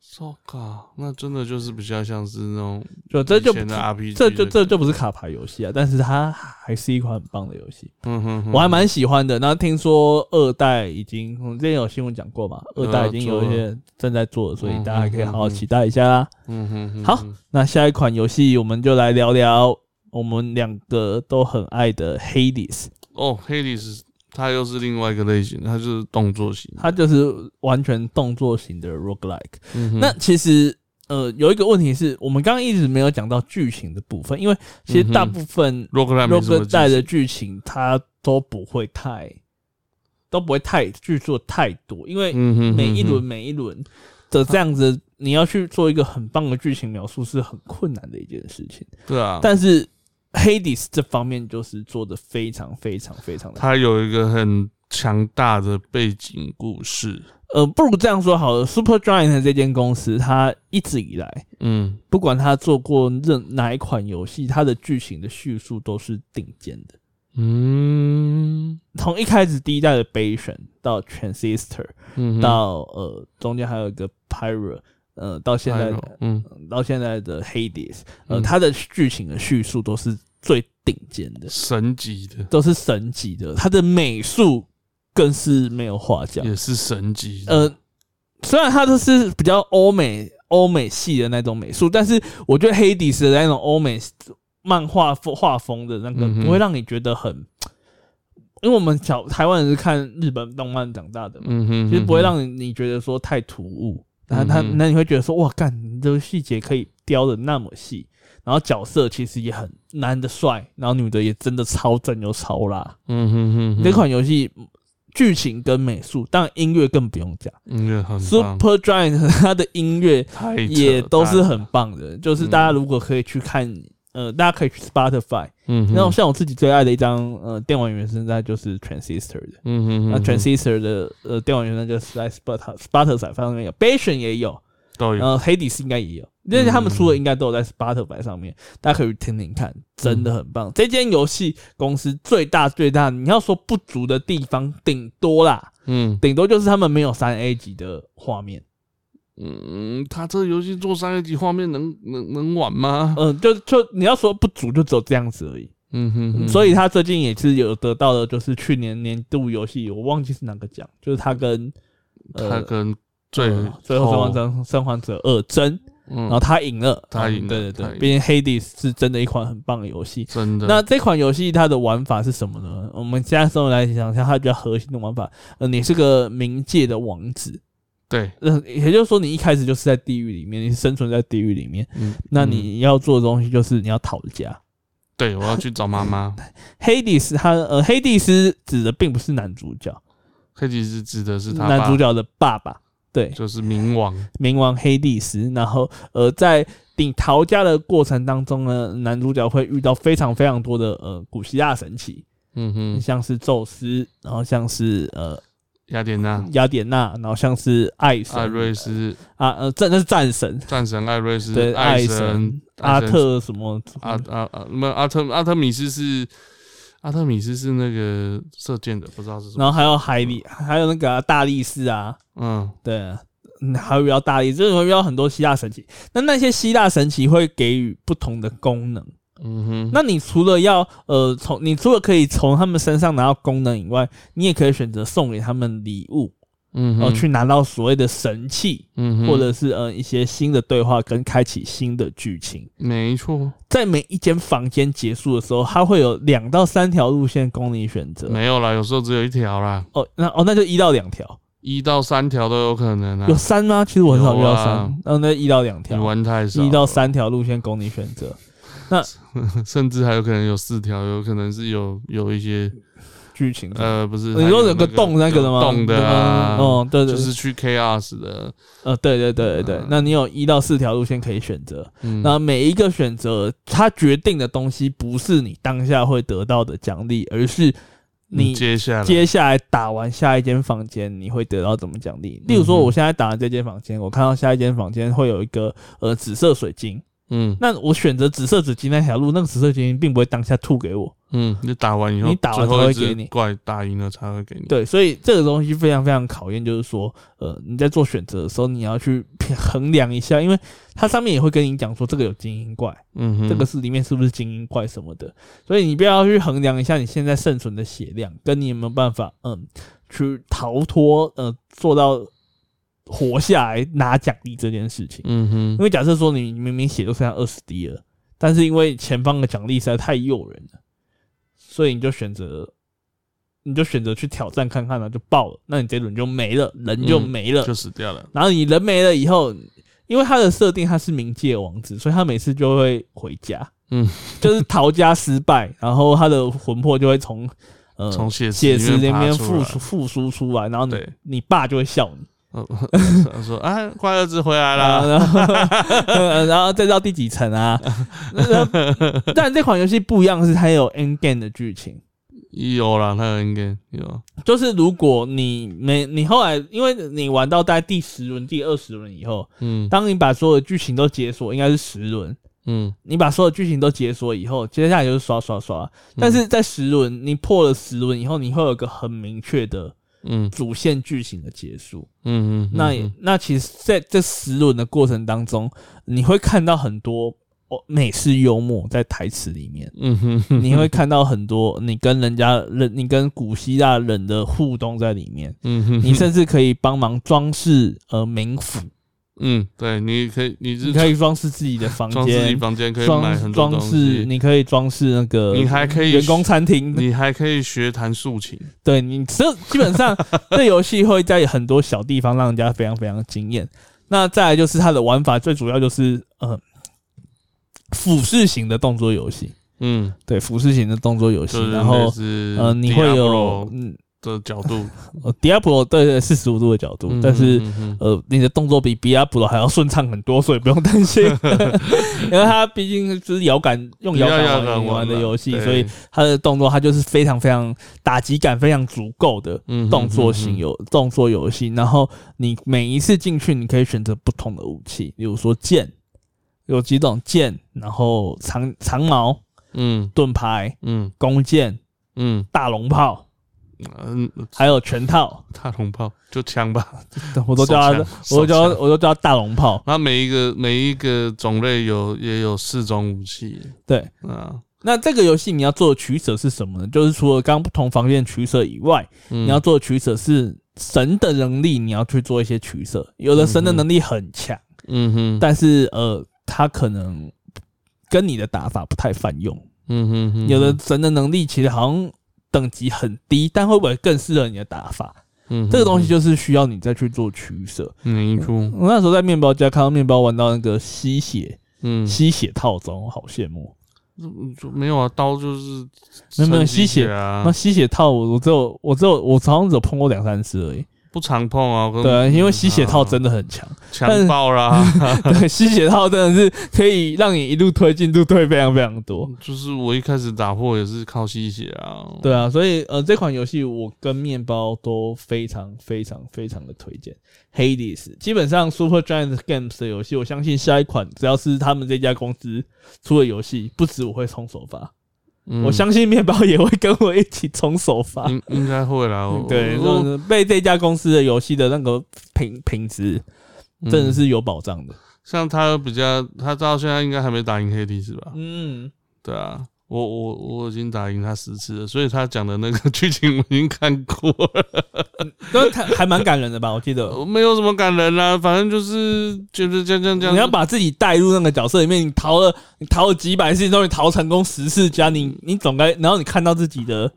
[SPEAKER 1] So 卡，那真的就是比较像是那种
[SPEAKER 2] 就这就
[SPEAKER 1] 以前的 RPG，
[SPEAKER 2] 这就
[SPEAKER 1] 的
[SPEAKER 2] 这就不是卡牌游戏啊，但是它还是一款很棒的游戏，
[SPEAKER 1] 嗯哼哼，
[SPEAKER 2] 我还蛮喜欢的。然后听说二代已经，我们之前有新闻讲过嘛，
[SPEAKER 1] 嗯
[SPEAKER 2] 二代已经有一些正在做了，所以
[SPEAKER 1] 嗯
[SPEAKER 2] 大家还可以
[SPEAKER 1] 嗯嗯
[SPEAKER 2] 好好
[SPEAKER 1] 嗯
[SPEAKER 2] 期待一下啦。
[SPEAKER 1] 嗯哼哼，
[SPEAKER 2] 好那下一款游戏我们就来聊聊我们两个都很爱的 Hades，
[SPEAKER 1] 哦，黑历史它又是另外一个类型，它就是动作型的，
[SPEAKER 2] 它就是完全动作型的 roguelike。
[SPEAKER 1] 嗯哼
[SPEAKER 2] 那其实呃有一个问题是我们刚刚一直没有讲到剧情的部分，因为其实大
[SPEAKER 1] 嗯哼
[SPEAKER 2] 部分
[SPEAKER 1] Rock l i
[SPEAKER 2] 肉
[SPEAKER 1] e
[SPEAKER 2] 哥带的剧情它都不会太都不会太去做太多，因为
[SPEAKER 1] 嗯哼哼
[SPEAKER 2] 每一轮每一轮的这样子，你要去做一个很棒的剧情描述是很困难的一件事情。
[SPEAKER 1] 对啊，
[SPEAKER 2] 但是 Hades 这方面就是做的非常非常非常的好，
[SPEAKER 1] 它有一个很强大的背景故事，
[SPEAKER 2] 呃，不如这样说好了，Super Giant 这间公司它一直以来。
[SPEAKER 1] 嗯
[SPEAKER 2] 不管他做过任哪一款游戏，它的剧情的叙述都是顶尖的。
[SPEAKER 1] 嗯
[SPEAKER 2] 从一开始第一代的悲神到 Transistor，
[SPEAKER 1] 嗯哼，
[SPEAKER 2] 到呃中间还有一个 Pyro，呃到现在呃
[SPEAKER 1] Pyro，嗯
[SPEAKER 2] 到现在的 Hades，呃
[SPEAKER 1] 嗯
[SPEAKER 2] 它的剧情的叙述都是最顶尖的，
[SPEAKER 1] 神级的
[SPEAKER 2] 都是神级的，它的美术更是没有话讲。
[SPEAKER 1] 也是神级的，
[SPEAKER 2] 呃，虽然它都是比较欧美欧美系的那种美术，但是我觉得 Hades 的那种欧美漫画风画风的那个
[SPEAKER 1] 嗯哼
[SPEAKER 2] 不会让你觉得很，因为我们小台湾人是看日本动漫长大的嘛，
[SPEAKER 1] 嗯哼，
[SPEAKER 2] 其实不会
[SPEAKER 1] 嗯哼
[SPEAKER 2] 让你你觉得说太突兀，然后他
[SPEAKER 1] 嗯哼
[SPEAKER 2] 那你会觉得说哇干，你这个细节可以雕的那么细，然后角色其实也很男的帅，然后女的也真的超正又超辣。
[SPEAKER 1] 嗯哼哼哼，
[SPEAKER 2] 这款游戏剧情跟美术，当然音乐更不用讲
[SPEAKER 1] 音乐嗯很棒，
[SPEAKER 2] ，Super Giant [laughs] 它的音乐
[SPEAKER 1] 太扯
[SPEAKER 2] 也都
[SPEAKER 1] 淡
[SPEAKER 2] 是
[SPEAKER 1] 了嗯
[SPEAKER 2] 很棒的，就是大家如果可以去看。呃，大家可以去 Spotify，
[SPEAKER 1] 嗯哼，
[SPEAKER 2] 然后像我自己最爱的一张呃电玩原声带就是 Transistor 的，
[SPEAKER 1] 嗯哼哼，
[SPEAKER 2] 那
[SPEAKER 1] 嗯哼
[SPEAKER 2] Transistor 的呃电玩原声就是在 Spotify Spotify 上面有，Bastion 也有，
[SPEAKER 1] 都有
[SPEAKER 2] 然后 Hades 应该也有，因为他们
[SPEAKER 1] 嗯
[SPEAKER 2] 出的应该都有在 Spotify 上面，大家可以听听看，真
[SPEAKER 1] 嗯
[SPEAKER 2] 的很棒。这间游戏公司最大最大，你要说不足的地方，顶多啦，
[SPEAKER 1] 嗯
[SPEAKER 2] 顶多就是他们没有三 A 级的画面，
[SPEAKER 1] 嗯，他这个游戏做三 A 级画面能能能玩吗？
[SPEAKER 2] 嗯、就就你要说不足，就只有这样子而已。
[SPEAKER 1] 嗯哼哼，
[SPEAKER 2] 所以他最近也是有得到的，就是去年年度游戏，我忘记是哪个奖，就是他跟呃
[SPEAKER 1] 他跟哦最
[SPEAKER 2] 呃最后生还者生还者二争，
[SPEAKER 1] 嗯
[SPEAKER 2] 然后他赢了，
[SPEAKER 1] 他赢了
[SPEAKER 2] 对对
[SPEAKER 1] 他赢
[SPEAKER 2] 对，
[SPEAKER 1] 了
[SPEAKER 2] 毕竟 Hades 是真的一款很棒的游戏。
[SPEAKER 1] 真的
[SPEAKER 2] 那这款游戏它的玩法是什么呢？我们现在稍微来讲一下它比较核心的玩法。呃，你是个冥界的王子，
[SPEAKER 1] 对，
[SPEAKER 2] 呃，也就是说你一开始就是在地狱里面，你是生存在地狱里面。
[SPEAKER 1] 嗯，
[SPEAKER 2] 那
[SPEAKER 1] 嗯
[SPEAKER 2] 你要做的东西就是你要逃家。
[SPEAKER 1] 对我要去找妈妈。
[SPEAKER 2] 黑帝斯他呃，黑帝斯指的并不是男主角，
[SPEAKER 1] 黑吉是指的是他
[SPEAKER 2] 男
[SPEAKER 1] 爸
[SPEAKER 2] 主角的爸爸，对，
[SPEAKER 1] 就是冥王，
[SPEAKER 2] 冥王黑帝斯，然后呃，在顶逃家的过程当中呢，男主角会遇到非常非常多的呃古希腊神奇，
[SPEAKER 1] 嗯哼，
[SPEAKER 2] 像是宙斯，然后像是呃
[SPEAKER 1] 雅典娜、
[SPEAKER 2] 雅典娜，然后像是爱神
[SPEAKER 1] 艾瑞斯、
[SPEAKER 2] 啊呃战那是战神
[SPEAKER 1] 战神艾瑞斯、
[SPEAKER 2] 对
[SPEAKER 1] 爱
[SPEAKER 2] 爱神阿
[SPEAKER 1] 爱神
[SPEAKER 2] 特什么
[SPEAKER 1] 阿阿阿没有阿特阿特米斯是阿特米斯是那个射箭的，不知道是什么。
[SPEAKER 2] 然后还有海里还有那个啊、大力士啊，
[SPEAKER 1] 嗯
[SPEAKER 2] 对啊。嗯，还有遇到大力，士，就是会遇到很多希腊神奇。那那些希腊神奇会给予不同的功能，
[SPEAKER 1] 嗯哼，
[SPEAKER 2] 那你除了要呃从你除了可以从他们身上拿到功能以外，你也可以选择送给他们礼物，
[SPEAKER 1] 嗯
[SPEAKER 2] 然、
[SPEAKER 1] 哼
[SPEAKER 2] 后，哦去拿到所谓的神器，
[SPEAKER 1] 嗯哼，
[SPEAKER 2] 或者是呃一些新的对话跟开启新的剧情。
[SPEAKER 1] 没错，
[SPEAKER 2] 在每一间房间结束的时候，它会有两到三条路线供你选择。
[SPEAKER 1] 没有啦，有时候只有一条啦，
[SPEAKER 2] 哦，那哦那就一到两条，
[SPEAKER 1] 一到三条都有可能啊
[SPEAKER 2] 有。三吗？其实我很少遇
[SPEAKER 1] 有
[SPEAKER 2] 到
[SPEAKER 1] 啊
[SPEAKER 2] 三，嗯，那一到两
[SPEAKER 1] 你
[SPEAKER 2] 条，
[SPEAKER 1] 玩太少，
[SPEAKER 2] 一到，三条路线供你选择。
[SPEAKER 1] [laughs] 甚至还有可能有四条，有可能是有有一些
[SPEAKER 2] 剧情的。
[SPEAKER 1] 呃，不是，
[SPEAKER 2] 哦你
[SPEAKER 1] 还
[SPEAKER 2] 说有
[SPEAKER 1] 那
[SPEAKER 2] 个洞那个的吗？
[SPEAKER 1] 有洞的啊，
[SPEAKER 2] 哦，对对，
[SPEAKER 1] 就
[SPEAKER 2] 对
[SPEAKER 1] 是去 chaos 的，
[SPEAKER 2] 呃，对对对对对，
[SPEAKER 1] 嗯
[SPEAKER 2] 那你有一到四条路线可以选择，
[SPEAKER 1] 嗯，
[SPEAKER 2] 那每一个选择它决定的东西不是你当下会得到的奖励，而是你
[SPEAKER 1] 嗯接下来，
[SPEAKER 2] 接下来打完下一间房间你会得到怎么奖励。例如说，
[SPEAKER 1] 嗯哼
[SPEAKER 2] 我现在打完这间房间，我看到下一间房间会有一个呃紫色水晶，
[SPEAKER 1] 嗯
[SPEAKER 2] 那我选择紫色水晶那条路，那个紫色水晶并不会当下吐给我，
[SPEAKER 1] 嗯，你打完以后，
[SPEAKER 2] 你打完
[SPEAKER 1] 最
[SPEAKER 2] 才
[SPEAKER 1] 后
[SPEAKER 2] 会
[SPEAKER 1] 一只
[SPEAKER 2] 给你
[SPEAKER 1] 怪打赢了才会给你，
[SPEAKER 2] 对，所以这个东西非常非常考验，就是说，呃，你在做选择的时候，你要去衡量一下，因为它上面也会跟你讲说这个有精英怪，
[SPEAKER 1] 嗯哼，
[SPEAKER 2] 这个是里面是不是精英怪什么的，所以你不要去衡量一下你现在剩存的血量，跟你有没有办法，嗯，去逃脱，呃，做到活下来拿奖励这件事情。
[SPEAKER 1] 嗯哼，
[SPEAKER 2] 因为假设说你明明血就剩下二十滴了，但是因为前方的奖励实在太诱人了，所以你就选择，你就选择去挑战看看了，就爆了，那你这轮就没了，人就没了。
[SPEAKER 1] 嗯就死掉了，
[SPEAKER 2] 然后你人没了以后，因为他的设定他是冥界王子，所以他每次就会回家，
[SPEAKER 1] 嗯，
[SPEAKER 2] 就是逃家失败，然后他的魂魄就会从呃
[SPEAKER 1] 从血
[SPEAKER 2] 血
[SPEAKER 1] 池
[SPEAKER 2] 池
[SPEAKER 1] 里
[SPEAKER 2] 里
[SPEAKER 1] 面
[SPEAKER 2] 面
[SPEAKER 1] 爬出
[SPEAKER 2] 复
[SPEAKER 1] 来
[SPEAKER 2] 苏复苏出来，然后你
[SPEAKER 1] 对
[SPEAKER 2] 你爸就会笑你。
[SPEAKER 1] 呃他 [laughs] 说啊，怪儿子回来啦，
[SPEAKER 2] [laughs] 然后呃然后再到第几层啊？那但这款游戏不一样，是它有 end game 的剧情。
[SPEAKER 1] 有啦，他应该有，
[SPEAKER 2] 就是如果你没你后来，因为你玩到大概第十轮、第二十轮以后，
[SPEAKER 1] 嗯
[SPEAKER 2] 当你把所有剧情都解锁，应该是十轮，
[SPEAKER 1] 嗯，
[SPEAKER 2] 你把所有剧情都解锁以后，接下来就是刷刷刷。但是在十轮，你破了十轮以后，你会有一个很明确的
[SPEAKER 1] 嗯
[SPEAKER 2] 主线剧情的结束。
[SPEAKER 1] 嗯嗯，
[SPEAKER 2] 那也那其实在这十轮的过程当中，你会看到很多哦美式幽默在台词里面，
[SPEAKER 1] 嗯哼哼，
[SPEAKER 2] 你会看到很多你跟人家人，你跟古希腊人的互动在里面，
[SPEAKER 1] 嗯哼，
[SPEAKER 2] 你甚至可以帮忙装饰呃冥府，
[SPEAKER 1] 嗯，对，你可以，你
[SPEAKER 2] 你
[SPEAKER 1] 是
[SPEAKER 2] 可以装饰自己的房
[SPEAKER 1] 装自己
[SPEAKER 2] 间，
[SPEAKER 1] 房间可以买很多
[SPEAKER 2] 装装
[SPEAKER 1] 东
[SPEAKER 2] 饰，
[SPEAKER 1] 西，
[SPEAKER 2] 你可以装饰那个
[SPEAKER 1] 你还可以
[SPEAKER 2] 员工餐厅，
[SPEAKER 1] 你还可以学弹竖琴，
[SPEAKER 2] 对你这基本
[SPEAKER 1] [laughs]
[SPEAKER 2] 上这游戏会在很多小地方让人家非常非常惊艳。那再来就是它的玩法，最主要就是呃，俯视型的动作游戏，
[SPEAKER 1] 嗯，
[SPEAKER 2] 对俯视型的动作游戏
[SPEAKER 1] 就，是
[SPEAKER 2] 然后
[SPEAKER 1] 是
[SPEAKER 2] 呃，你会有嗯
[SPEAKER 1] 的角
[SPEAKER 2] [laughs]
[SPEAKER 1] 度，
[SPEAKER 2] 呃，Diablo 对对四十五度的角度，但是
[SPEAKER 1] 嗯哼
[SPEAKER 2] 呃，你的动作比 Diablo 还要顺畅很多，所以不用担
[SPEAKER 1] [laughs]
[SPEAKER 2] 心，因为它毕竟就是摇杆用摇
[SPEAKER 1] 比较
[SPEAKER 2] 杆
[SPEAKER 1] 摇杆
[SPEAKER 2] 玩
[SPEAKER 1] 玩
[SPEAKER 2] 玩的
[SPEAKER 1] 嘛
[SPEAKER 2] 游戏，
[SPEAKER 1] 对
[SPEAKER 2] 所以它的动作它就是非常非常打击感非常足够的。
[SPEAKER 1] 嗯哼
[SPEAKER 2] 动作型，游动作游戏，然后你每一次进去，你可以选择不同的武器，比如说剑，有几种剑，然后长长矛、
[SPEAKER 1] 嗯
[SPEAKER 2] 盾牌、
[SPEAKER 1] 嗯
[SPEAKER 2] 弓箭、
[SPEAKER 1] 嗯
[SPEAKER 2] 大龙炮，
[SPEAKER 1] 嗯嗯，
[SPEAKER 2] 还有拳套，
[SPEAKER 1] 大龙炮就枪吧，
[SPEAKER 2] [laughs]
[SPEAKER 1] [laughs]
[SPEAKER 2] 我都叫它，
[SPEAKER 1] 手枪手
[SPEAKER 2] 我都叫它
[SPEAKER 1] 枪
[SPEAKER 2] 我都叫它大龙炮。
[SPEAKER 1] 那每一个每一个种类有也有四种武器
[SPEAKER 2] [laughs] 对，
[SPEAKER 1] 啊，
[SPEAKER 2] 那这个游戏你要做的取舍是什么呢？就是除了刚刚不同方面的取舍以外，
[SPEAKER 1] 你
[SPEAKER 2] 你要做的取舍是神的能力，你要去做一些取舍。有的神的
[SPEAKER 1] 嗯哼
[SPEAKER 2] 能力很强。
[SPEAKER 1] 嗯哼，
[SPEAKER 2] 但是呃，他可能跟你的打法不太泛用。
[SPEAKER 1] 嗯哼哼，
[SPEAKER 2] 有的神的能力其实好像等级很低，但会不会更适合你的打法？
[SPEAKER 1] 嗯哼嗯
[SPEAKER 2] 这个东西就是需要你再去做取舍。
[SPEAKER 1] 没错，
[SPEAKER 2] 我那时候在面包家看到面包玩到那个吸血
[SPEAKER 1] 嗯，
[SPEAKER 2] 吸血套装，我好羡慕。
[SPEAKER 1] 就没有啊，刀就是
[SPEAKER 2] 没有没有
[SPEAKER 1] 趁机
[SPEAKER 2] 吸血
[SPEAKER 1] 啊
[SPEAKER 2] 那，吸血套我我只有我只有我好像只有碰过两三次而已。
[SPEAKER 1] 不常碰啊，跟
[SPEAKER 2] 对啊，因为吸血套真
[SPEAKER 1] 啊
[SPEAKER 2] 的很强，但
[SPEAKER 1] 强
[SPEAKER 2] 是
[SPEAKER 1] 爆啦，
[SPEAKER 2] 对，吸血套真的是可以让你一路推进度推非常非常多。
[SPEAKER 1] [laughs] 就是我一开始打破也是靠吸血啊，
[SPEAKER 2] 对啊，所以呃，这款游戏我跟面包都非常非常非常的推荐。Hades 基本上 Super Giant Games 的游戏，我相信下一款只要是他们这家公司出的游戏，不止我会冲首发，
[SPEAKER 1] 嗯，
[SPEAKER 2] 我相信面包也会跟我一起冲首发。
[SPEAKER 1] 应应该会
[SPEAKER 2] [laughs]
[SPEAKER 1] 啦，我
[SPEAKER 2] 对，
[SPEAKER 1] 我
[SPEAKER 2] 就是被这家公司的游戏的那个品品质
[SPEAKER 1] 嗯
[SPEAKER 2] 真的是有保障的。
[SPEAKER 1] 像他比较，他到现在应该还没打赢黑帝是吧？
[SPEAKER 2] 嗯，
[SPEAKER 1] 对啊，我我我已经打赢他十次了，所以他讲的那个 [laughs] 剧情我已经看过了，
[SPEAKER 2] 但他还蛮感人的吧？我记得
[SPEAKER 1] 没有什么感人啦、反正就是就是这样这样这样。
[SPEAKER 2] 你要把自己带入那个角色里面，你逃了，你逃了几百次，终于逃成功十次加你，你总该，然后你看到自己的，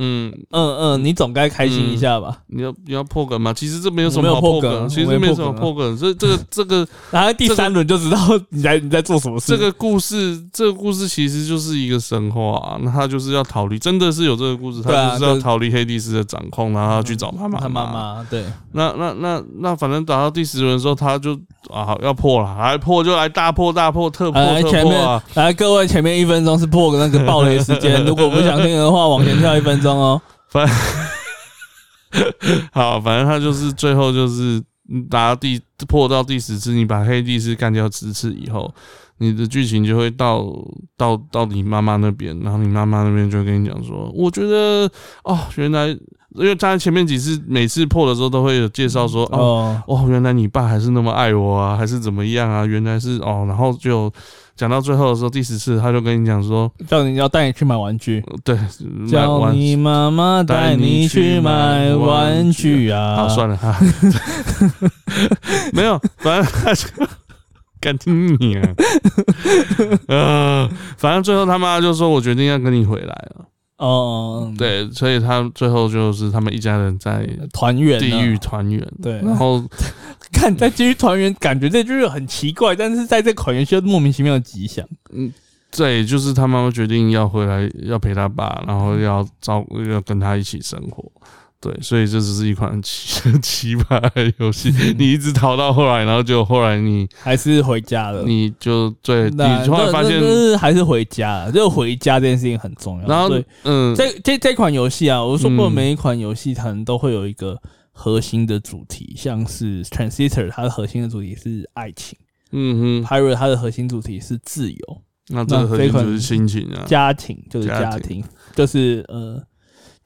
[SPEAKER 1] 嗯，
[SPEAKER 2] 嗯嗯，你总该开心一下吧？
[SPEAKER 1] 你要你要破梗吗？其实这没有什
[SPEAKER 2] 我没
[SPEAKER 1] 么
[SPEAKER 2] 有
[SPEAKER 1] 好
[SPEAKER 2] 破
[SPEAKER 1] 梗，
[SPEAKER 2] 梗
[SPEAKER 1] 其实
[SPEAKER 2] 我没有
[SPEAKER 1] 没
[SPEAKER 2] 破
[SPEAKER 1] 什么
[SPEAKER 2] 梗啊
[SPEAKER 1] 破梗。这这个这个
[SPEAKER 2] 然后第三轮就知道你在你在做什么事。
[SPEAKER 1] 嗯这个故事，这个故事其实就是一个神话、那他就是要逃离，真的是有这个故事，
[SPEAKER 2] 对啊嗯
[SPEAKER 1] 他就是要逃离黑帝斯的掌控，然后他去找他妈
[SPEAKER 2] 他妈。妈对，
[SPEAKER 1] 那那那那，反正打到第十轮的时候，他就啊好要破了，来破就来大破大破特破
[SPEAKER 2] 来
[SPEAKER 1] 特
[SPEAKER 2] 哎前
[SPEAKER 1] 破
[SPEAKER 2] 面
[SPEAKER 1] 啊！
[SPEAKER 2] 来各位前面一分钟是破个那个暴雷
[SPEAKER 1] [laughs]
[SPEAKER 2] 时间，如果不想听的话，往前跳一分钟哦。
[SPEAKER 1] 好，反正他就是最后就是你打到第破到第十次，你把黑帝斯干掉十次以后，你的剧情就会到到到你妈妈那边，然后你妈妈那边就会跟你讲说，我觉得哦，原来因为他前面几次每次破的时候都会有介绍说，哦，
[SPEAKER 2] 哦，
[SPEAKER 1] 哦，原来你爸还是那么爱我啊，还是怎么样啊？原来是哦，然后就讲到最后的时候，第十次他就跟你讲说，
[SPEAKER 2] 叫你要带你去买玩具，
[SPEAKER 1] 呃对，买
[SPEAKER 2] 叫
[SPEAKER 1] 玩
[SPEAKER 2] 你妈妈带你去买玩具啊。
[SPEAKER 1] 好，算了
[SPEAKER 2] [laughs]
[SPEAKER 1] 哈，没有，反正他就敢听你啊，呃，反正最后他妈就说我决定要跟你回来了，
[SPEAKER 2] 哦，，
[SPEAKER 1] 对，所以他最后就是他们一家人在
[SPEAKER 2] 团圆啊
[SPEAKER 1] 地狱团圆，
[SPEAKER 2] 对
[SPEAKER 1] 然后
[SPEAKER 2] [laughs] 看在地狱团圆，感觉这句很奇怪，但是在这团圆却莫名其妙的吉祥。
[SPEAKER 1] 对，就是他妈妈决定要回来，要陪他爸，然
[SPEAKER 2] 嗯
[SPEAKER 1] 后要照顾，要跟他一起生活。对，所以这只是一款很奇 [laughs] 很奇葩的游
[SPEAKER 2] [laughs]
[SPEAKER 1] 戏。你一直逃到后来，然后就后来你
[SPEAKER 2] 还是回家了。
[SPEAKER 1] 你就对，你
[SPEAKER 2] 呃那
[SPEAKER 1] 突然发现
[SPEAKER 2] 那，那还是回家了，就回家这件事情很重要。
[SPEAKER 1] 然后
[SPEAKER 2] 对
[SPEAKER 1] 嗯，
[SPEAKER 2] 这这这款游戏啊，我说过
[SPEAKER 1] 嗯
[SPEAKER 2] 每一款游戏可能都会有一个核心的主题，像是 Transitor 它的核心的主题是爱情
[SPEAKER 1] 嗯哼，
[SPEAKER 2] ，Pirate 它的核心主题是自由，
[SPEAKER 1] 那这个核心
[SPEAKER 2] 那这款
[SPEAKER 1] 就是心情啊，
[SPEAKER 2] 家庭就是家
[SPEAKER 1] 家
[SPEAKER 2] 庭，就是呃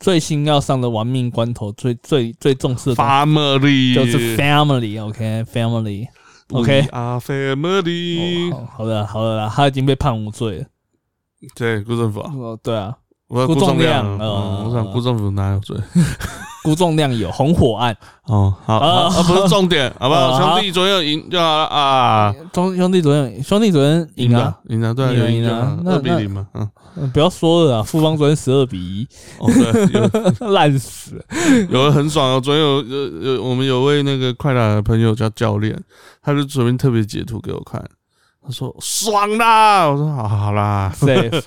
[SPEAKER 2] 最新要上的亡命关头最最最重视的东西
[SPEAKER 1] family
[SPEAKER 2] 就是 family，OK，family，、
[SPEAKER 1] ，OK，
[SPEAKER 2] OK
[SPEAKER 1] 啊
[SPEAKER 2] 哦
[SPEAKER 1] family，
[SPEAKER 2] 好好的好的啦，他已经被判无罪了。
[SPEAKER 1] 对，顾政府啊，
[SPEAKER 2] 哦，对啊，
[SPEAKER 1] 我
[SPEAKER 2] 顾
[SPEAKER 1] 顾
[SPEAKER 2] 仲
[SPEAKER 1] 仲亮啊，
[SPEAKER 2] 亮呃
[SPEAKER 1] 嗯我想顾政府哪有罪？
[SPEAKER 2] 估重量有红火案，
[SPEAKER 1] 哦，好，
[SPEAKER 2] 啊
[SPEAKER 1] 好啊，不是重点，好不
[SPEAKER 2] 哦
[SPEAKER 1] 好？
[SPEAKER 2] 好
[SPEAKER 1] 兄弟左右赢就好了啊，
[SPEAKER 2] 兄兄弟昨天兄弟昨天赢啊，
[SPEAKER 1] 了，赢啊，对啊，
[SPEAKER 2] 赢了
[SPEAKER 1] 有赢
[SPEAKER 2] 赢啊
[SPEAKER 1] 啊，
[SPEAKER 2] 那
[SPEAKER 1] 二比零嘛，嗯，
[SPEAKER 2] 嗯不要说了啊，富邦昨天十二比一， [laughs]
[SPEAKER 1] 哦，对，
[SPEAKER 2] 烂死了。
[SPEAKER 1] 有有的很爽哦。昨天有有呃有，我们有位那个快打的朋友叫教练，他就随便特别截图给我看，他说爽啦，我说好好啦，
[SPEAKER 2] Safe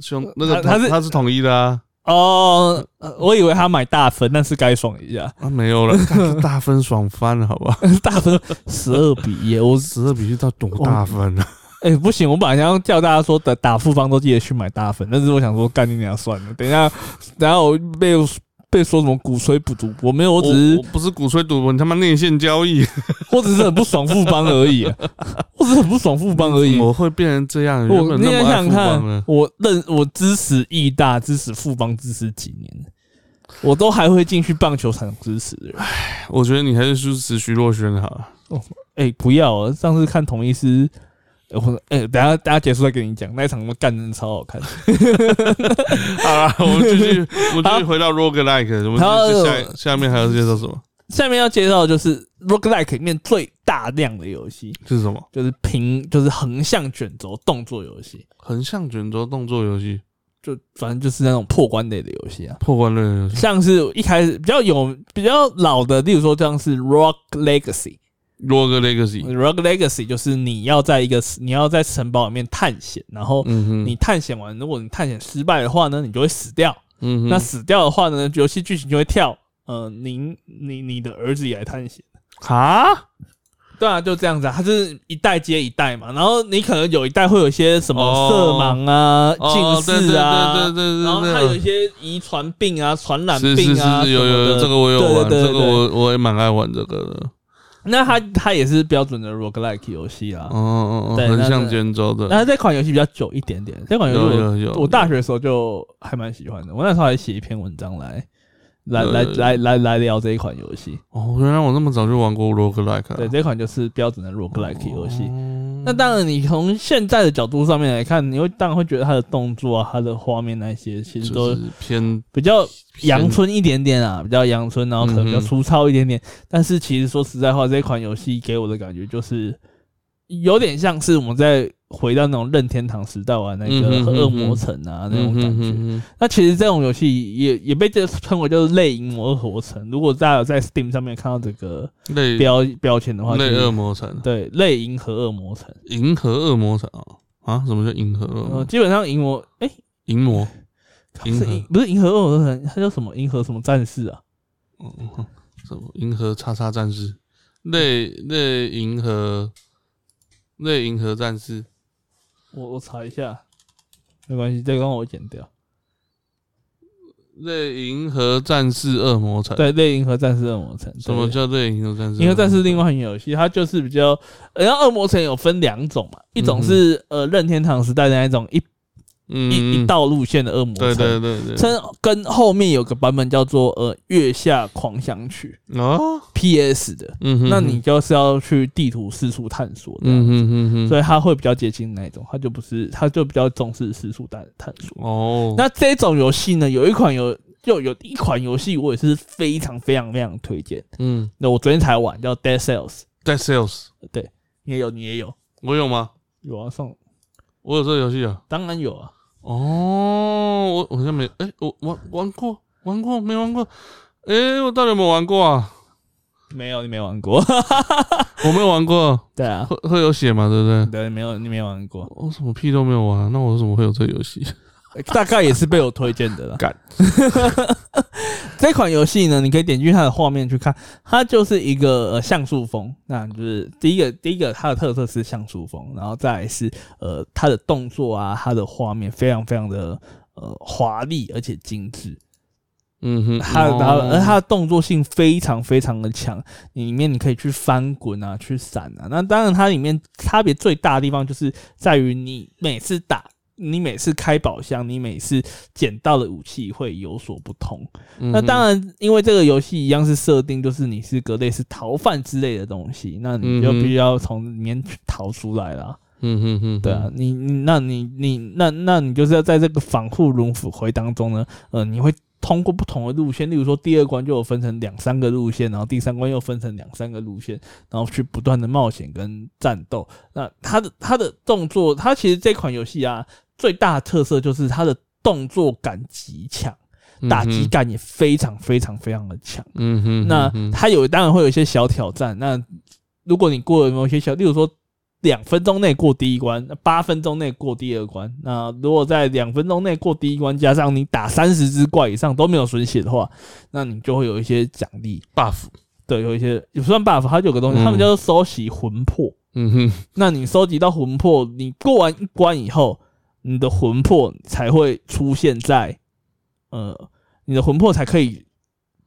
[SPEAKER 1] 兄那个
[SPEAKER 2] 他他是
[SPEAKER 1] 呃他是统一的啊，
[SPEAKER 2] [laughs] 哦，呃我以为他买大分，但是该爽一下， [laughs]
[SPEAKER 1] 啊没有 [laughs] 了，看大分爽翻了，好吧？
[SPEAKER 2] 大分十二比一，我
[SPEAKER 1] 十二比一到多大分啊？
[SPEAKER 2] 哎、不行，我本来想要叫大家说打打富邦都记得去买大分，但是我想说干你娘算了，等一下，然后我被被说什么鼓吹不赌博，没有，我只是
[SPEAKER 1] 我不是鼓吹赌博，你他妈内线交易，
[SPEAKER 2] [laughs] 我只是很不爽富邦而已、我只是很不爽富邦而已。
[SPEAKER 1] 我会变成这样，原
[SPEAKER 2] 我
[SPEAKER 1] 本
[SPEAKER 2] 你
[SPEAKER 1] 那
[SPEAKER 2] 想
[SPEAKER 1] 么爱
[SPEAKER 2] 想
[SPEAKER 1] 富邦呢
[SPEAKER 2] 看，我认我支持义大，支持富邦，支持几年，我都还会进去棒球场支持的人。
[SPEAKER 1] 我觉得你还是支持徐若瑄好 [laughs] 了。
[SPEAKER 2] 哎、不要、啊！上次看同一师，呃我哎、等一下等一下结束再跟你讲，那一场我干真的超好看。
[SPEAKER 1] 好了，啊我们继续，我们继
[SPEAKER 2] [laughs] 好
[SPEAKER 1] 续回到 rogue like，我们
[SPEAKER 2] 好
[SPEAKER 1] 继续下下面还要介绍什么？
[SPEAKER 2] 下面要介绍的就是 roguelike 里面最大量的游戏，
[SPEAKER 1] 是什么？
[SPEAKER 2] 就是平就是横向卷轴动作游戏，
[SPEAKER 1] 横向卷轴动作游戏、
[SPEAKER 2] 就反正就是那种破关类的游戏啊。
[SPEAKER 1] 破关类的游戏、
[SPEAKER 2] 像是一开始比较有比较老的，例如说像是 Rock Legacy。
[SPEAKER 1] rogue legacy，
[SPEAKER 2] Rogue Legacy 就是你要在一个你要在城堡里面探险，然后
[SPEAKER 1] 嗯哼，
[SPEAKER 2] 你探险完，如果你探险失败的话呢，你就会死掉。
[SPEAKER 1] 嗯哼，
[SPEAKER 2] 那死掉的话呢，游戏剧情就会跳，呃，您你你的儿子也来探险。
[SPEAKER 1] 啊，
[SPEAKER 2] 对啊，就这样子啊，它是一代接一代嘛，然后你可能有一代会有一些什么
[SPEAKER 1] 哦
[SPEAKER 2] 色盲啊、
[SPEAKER 1] 哦对
[SPEAKER 2] 近视啊
[SPEAKER 1] 对对对，对对，
[SPEAKER 2] 然后它有一
[SPEAKER 1] 对
[SPEAKER 2] 些遗传病啊、传染
[SPEAKER 1] 是是
[SPEAKER 2] 病啊
[SPEAKER 1] 是，有
[SPEAKER 2] 什么
[SPEAKER 1] 有
[SPEAKER 2] 的
[SPEAKER 1] 有，这个我有
[SPEAKER 2] 对
[SPEAKER 1] 玩，
[SPEAKER 2] 对对
[SPEAKER 1] 这个
[SPEAKER 2] 对
[SPEAKER 1] 我我也蛮爱玩这个的，
[SPEAKER 2] 那它它也是标准的 roguelike 游戏啊
[SPEAKER 1] 哦。哦哦，
[SPEAKER 2] 对
[SPEAKER 1] 横
[SPEAKER 2] 那
[SPEAKER 1] 向
[SPEAKER 2] 这
[SPEAKER 1] 卷轴的，
[SPEAKER 2] 那这款游戏比较久一点点，这款游
[SPEAKER 1] 有
[SPEAKER 2] 戏我
[SPEAKER 1] 有有，
[SPEAKER 2] 我大学的时候就还蛮喜欢的，我那时候还写一篇文章来来
[SPEAKER 1] 对
[SPEAKER 2] 来来来来聊这一款游戏。
[SPEAKER 1] 哦，原来我那么早就玩过 rogue like，
[SPEAKER 2] 对，这款就是标准的 roguelike 游戏。
[SPEAKER 1] 哦
[SPEAKER 2] 那当然，你从现在的角度上面来看，你会当然会觉得他的动作啊、他的画面那些，其实
[SPEAKER 1] 就
[SPEAKER 2] 都
[SPEAKER 1] 是偏
[SPEAKER 2] 比较
[SPEAKER 1] 偏
[SPEAKER 2] 阳春一点点啊，比较阳春，然后可能比较
[SPEAKER 1] 嗯哼
[SPEAKER 2] 粗糙一点点。但是其实说实在话，这款游戏给我的感觉就是有点像是我们在回到那种任天堂时代玩那
[SPEAKER 1] 嗯哼
[SPEAKER 2] 个
[SPEAKER 1] 哼
[SPEAKER 2] 恶魔城啊那种感觉。
[SPEAKER 1] 嗯哼哼哼
[SPEAKER 2] 那其实这种游戏也也被这称为就是类银魔合成。如果大家有在 Steam 上面看到这个
[SPEAKER 1] 类
[SPEAKER 2] 标标签的话，
[SPEAKER 1] 类
[SPEAKER 2] 其实
[SPEAKER 1] 嗯恶魔城，
[SPEAKER 2] 对类银和恶魔城。
[SPEAKER 1] 银河恶魔城啊啊，什么叫银河恶
[SPEAKER 2] 呃，
[SPEAKER 1] 魔？
[SPEAKER 2] 基本上银魔哎、
[SPEAKER 1] 银魔，
[SPEAKER 2] 不是
[SPEAKER 1] 银河
[SPEAKER 2] 银不是银河恶魔城，它叫什么银河什么战士啊？
[SPEAKER 1] 嗯什么银河叉叉战士，类类银河类银河战士，
[SPEAKER 2] 我我查一下，没关系，这个让我剪掉。
[SPEAKER 1] 类银河战士恶魔城。
[SPEAKER 2] 对，类银河战士恶魔城。
[SPEAKER 1] 嗯什么
[SPEAKER 2] 对
[SPEAKER 1] 叫类银河战士？啊
[SPEAKER 2] 银河战士另外一款游戏，它就是比较，呃然后恶魔城有分两种嘛，一种是、呃任天堂时代的那一种一
[SPEAKER 1] 嗯
[SPEAKER 2] 一一道路线的恶魔城，
[SPEAKER 1] 对对对对，
[SPEAKER 2] 称跟后面有个版本叫做呃《月下狂想曲
[SPEAKER 1] 哦，》
[SPEAKER 2] PS 的，
[SPEAKER 1] 嗯哼，
[SPEAKER 2] 那你就是要去地图四处探索的，
[SPEAKER 1] 嗯哼哼哼，
[SPEAKER 2] 所以它会比较接近那一种，它就不是，它就比较重视四处探探索。
[SPEAKER 1] 哦，
[SPEAKER 2] 那这种游戏呢，有一款游就有一款游戏，我也是非常非常非常推荐。
[SPEAKER 1] 嗯
[SPEAKER 2] 那我昨天才玩，叫 Dead Cells，
[SPEAKER 1] 在 sales，
[SPEAKER 2] 你也有，你也有，
[SPEAKER 1] 我有吗？
[SPEAKER 2] 有啊，送
[SPEAKER 1] 我有这个游戏啊。
[SPEAKER 2] 当然有啊。
[SPEAKER 1] 哦，我我好像没，哎、我玩玩过，玩过没玩过？哎、我到底有没有玩过啊？
[SPEAKER 2] 没有，你没玩过。
[SPEAKER 1] 我没有玩过，
[SPEAKER 2] [laughs]
[SPEAKER 1] [laughs]
[SPEAKER 2] 对啊，
[SPEAKER 1] 会会有写嘛，对不对？
[SPEAKER 2] 对，没有，你没玩过，
[SPEAKER 1] 我什么屁都没有玩，啊那我怎么会有这个游戏？
[SPEAKER 2] [laughs] 大概也是被我推荐的啦。
[SPEAKER 1] 干，
[SPEAKER 2] [laughs] 这款游戏呢，你可以点进去它的画面去看，它就是一个、呃、像素风，那就是第一个第一个它的特色是像素风，然后再来是呃它的动作啊，它的画面非常非常的呃华丽而且精致，
[SPEAKER 1] 嗯
[SPEAKER 2] [laughs]
[SPEAKER 1] 哼，
[SPEAKER 2] 它的
[SPEAKER 1] 哦
[SPEAKER 2] 它的而它的动作性非常非常的强，里面你可以去翻滚啊，去闪啊，那当然它里面差别最大的地方就是在于你每次打。你每次开宝箱，你每次捡到的武器会有所不同，
[SPEAKER 1] 嗯哼
[SPEAKER 2] 那当然，因为这个游戏一样是设定，就是你是个类似逃犯之类的东西，那你就
[SPEAKER 1] 嗯哼
[SPEAKER 2] 必须要从里面去逃出来啦。
[SPEAKER 1] 嗯哼哼，
[SPEAKER 2] 对啊，你你那你你那那你就是要在这个反复轮回当中呢，呃，你会通过不同的路线，例如说第二关就有分成两三个路线，然后第三关又分成两三个路线，然后去不断的冒险跟战斗。那它的它的动作，它其实这款游戏啊，最大的特色就是它的动作感极强。
[SPEAKER 1] 嗯哼
[SPEAKER 2] 打击，感也非常非常非常的强。
[SPEAKER 1] 嗯哼，
[SPEAKER 2] 那
[SPEAKER 1] 嗯哼
[SPEAKER 2] 它有当然会有一些小挑战。那如果你过了某些小，例如说两分钟内过第一关，八分钟内过第二关，那如果在两分钟内过第一关，加上你打三十只怪以上都没有损血的话，那你就会有一些奖励。
[SPEAKER 1] buff，
[SPEAKER 2] 对，有一些也不算 buff，它就有个东西，
[SPEAKER 1] 嗯
[SPEAKER 2] 他们叫做收集魂魄。
[SPEAKER 1] 嗯哼，
[SPEAKER 2] 那你收集到魂魄，你过完一关以后，你的魂魄才会出现在，呃，你的魂魄才可以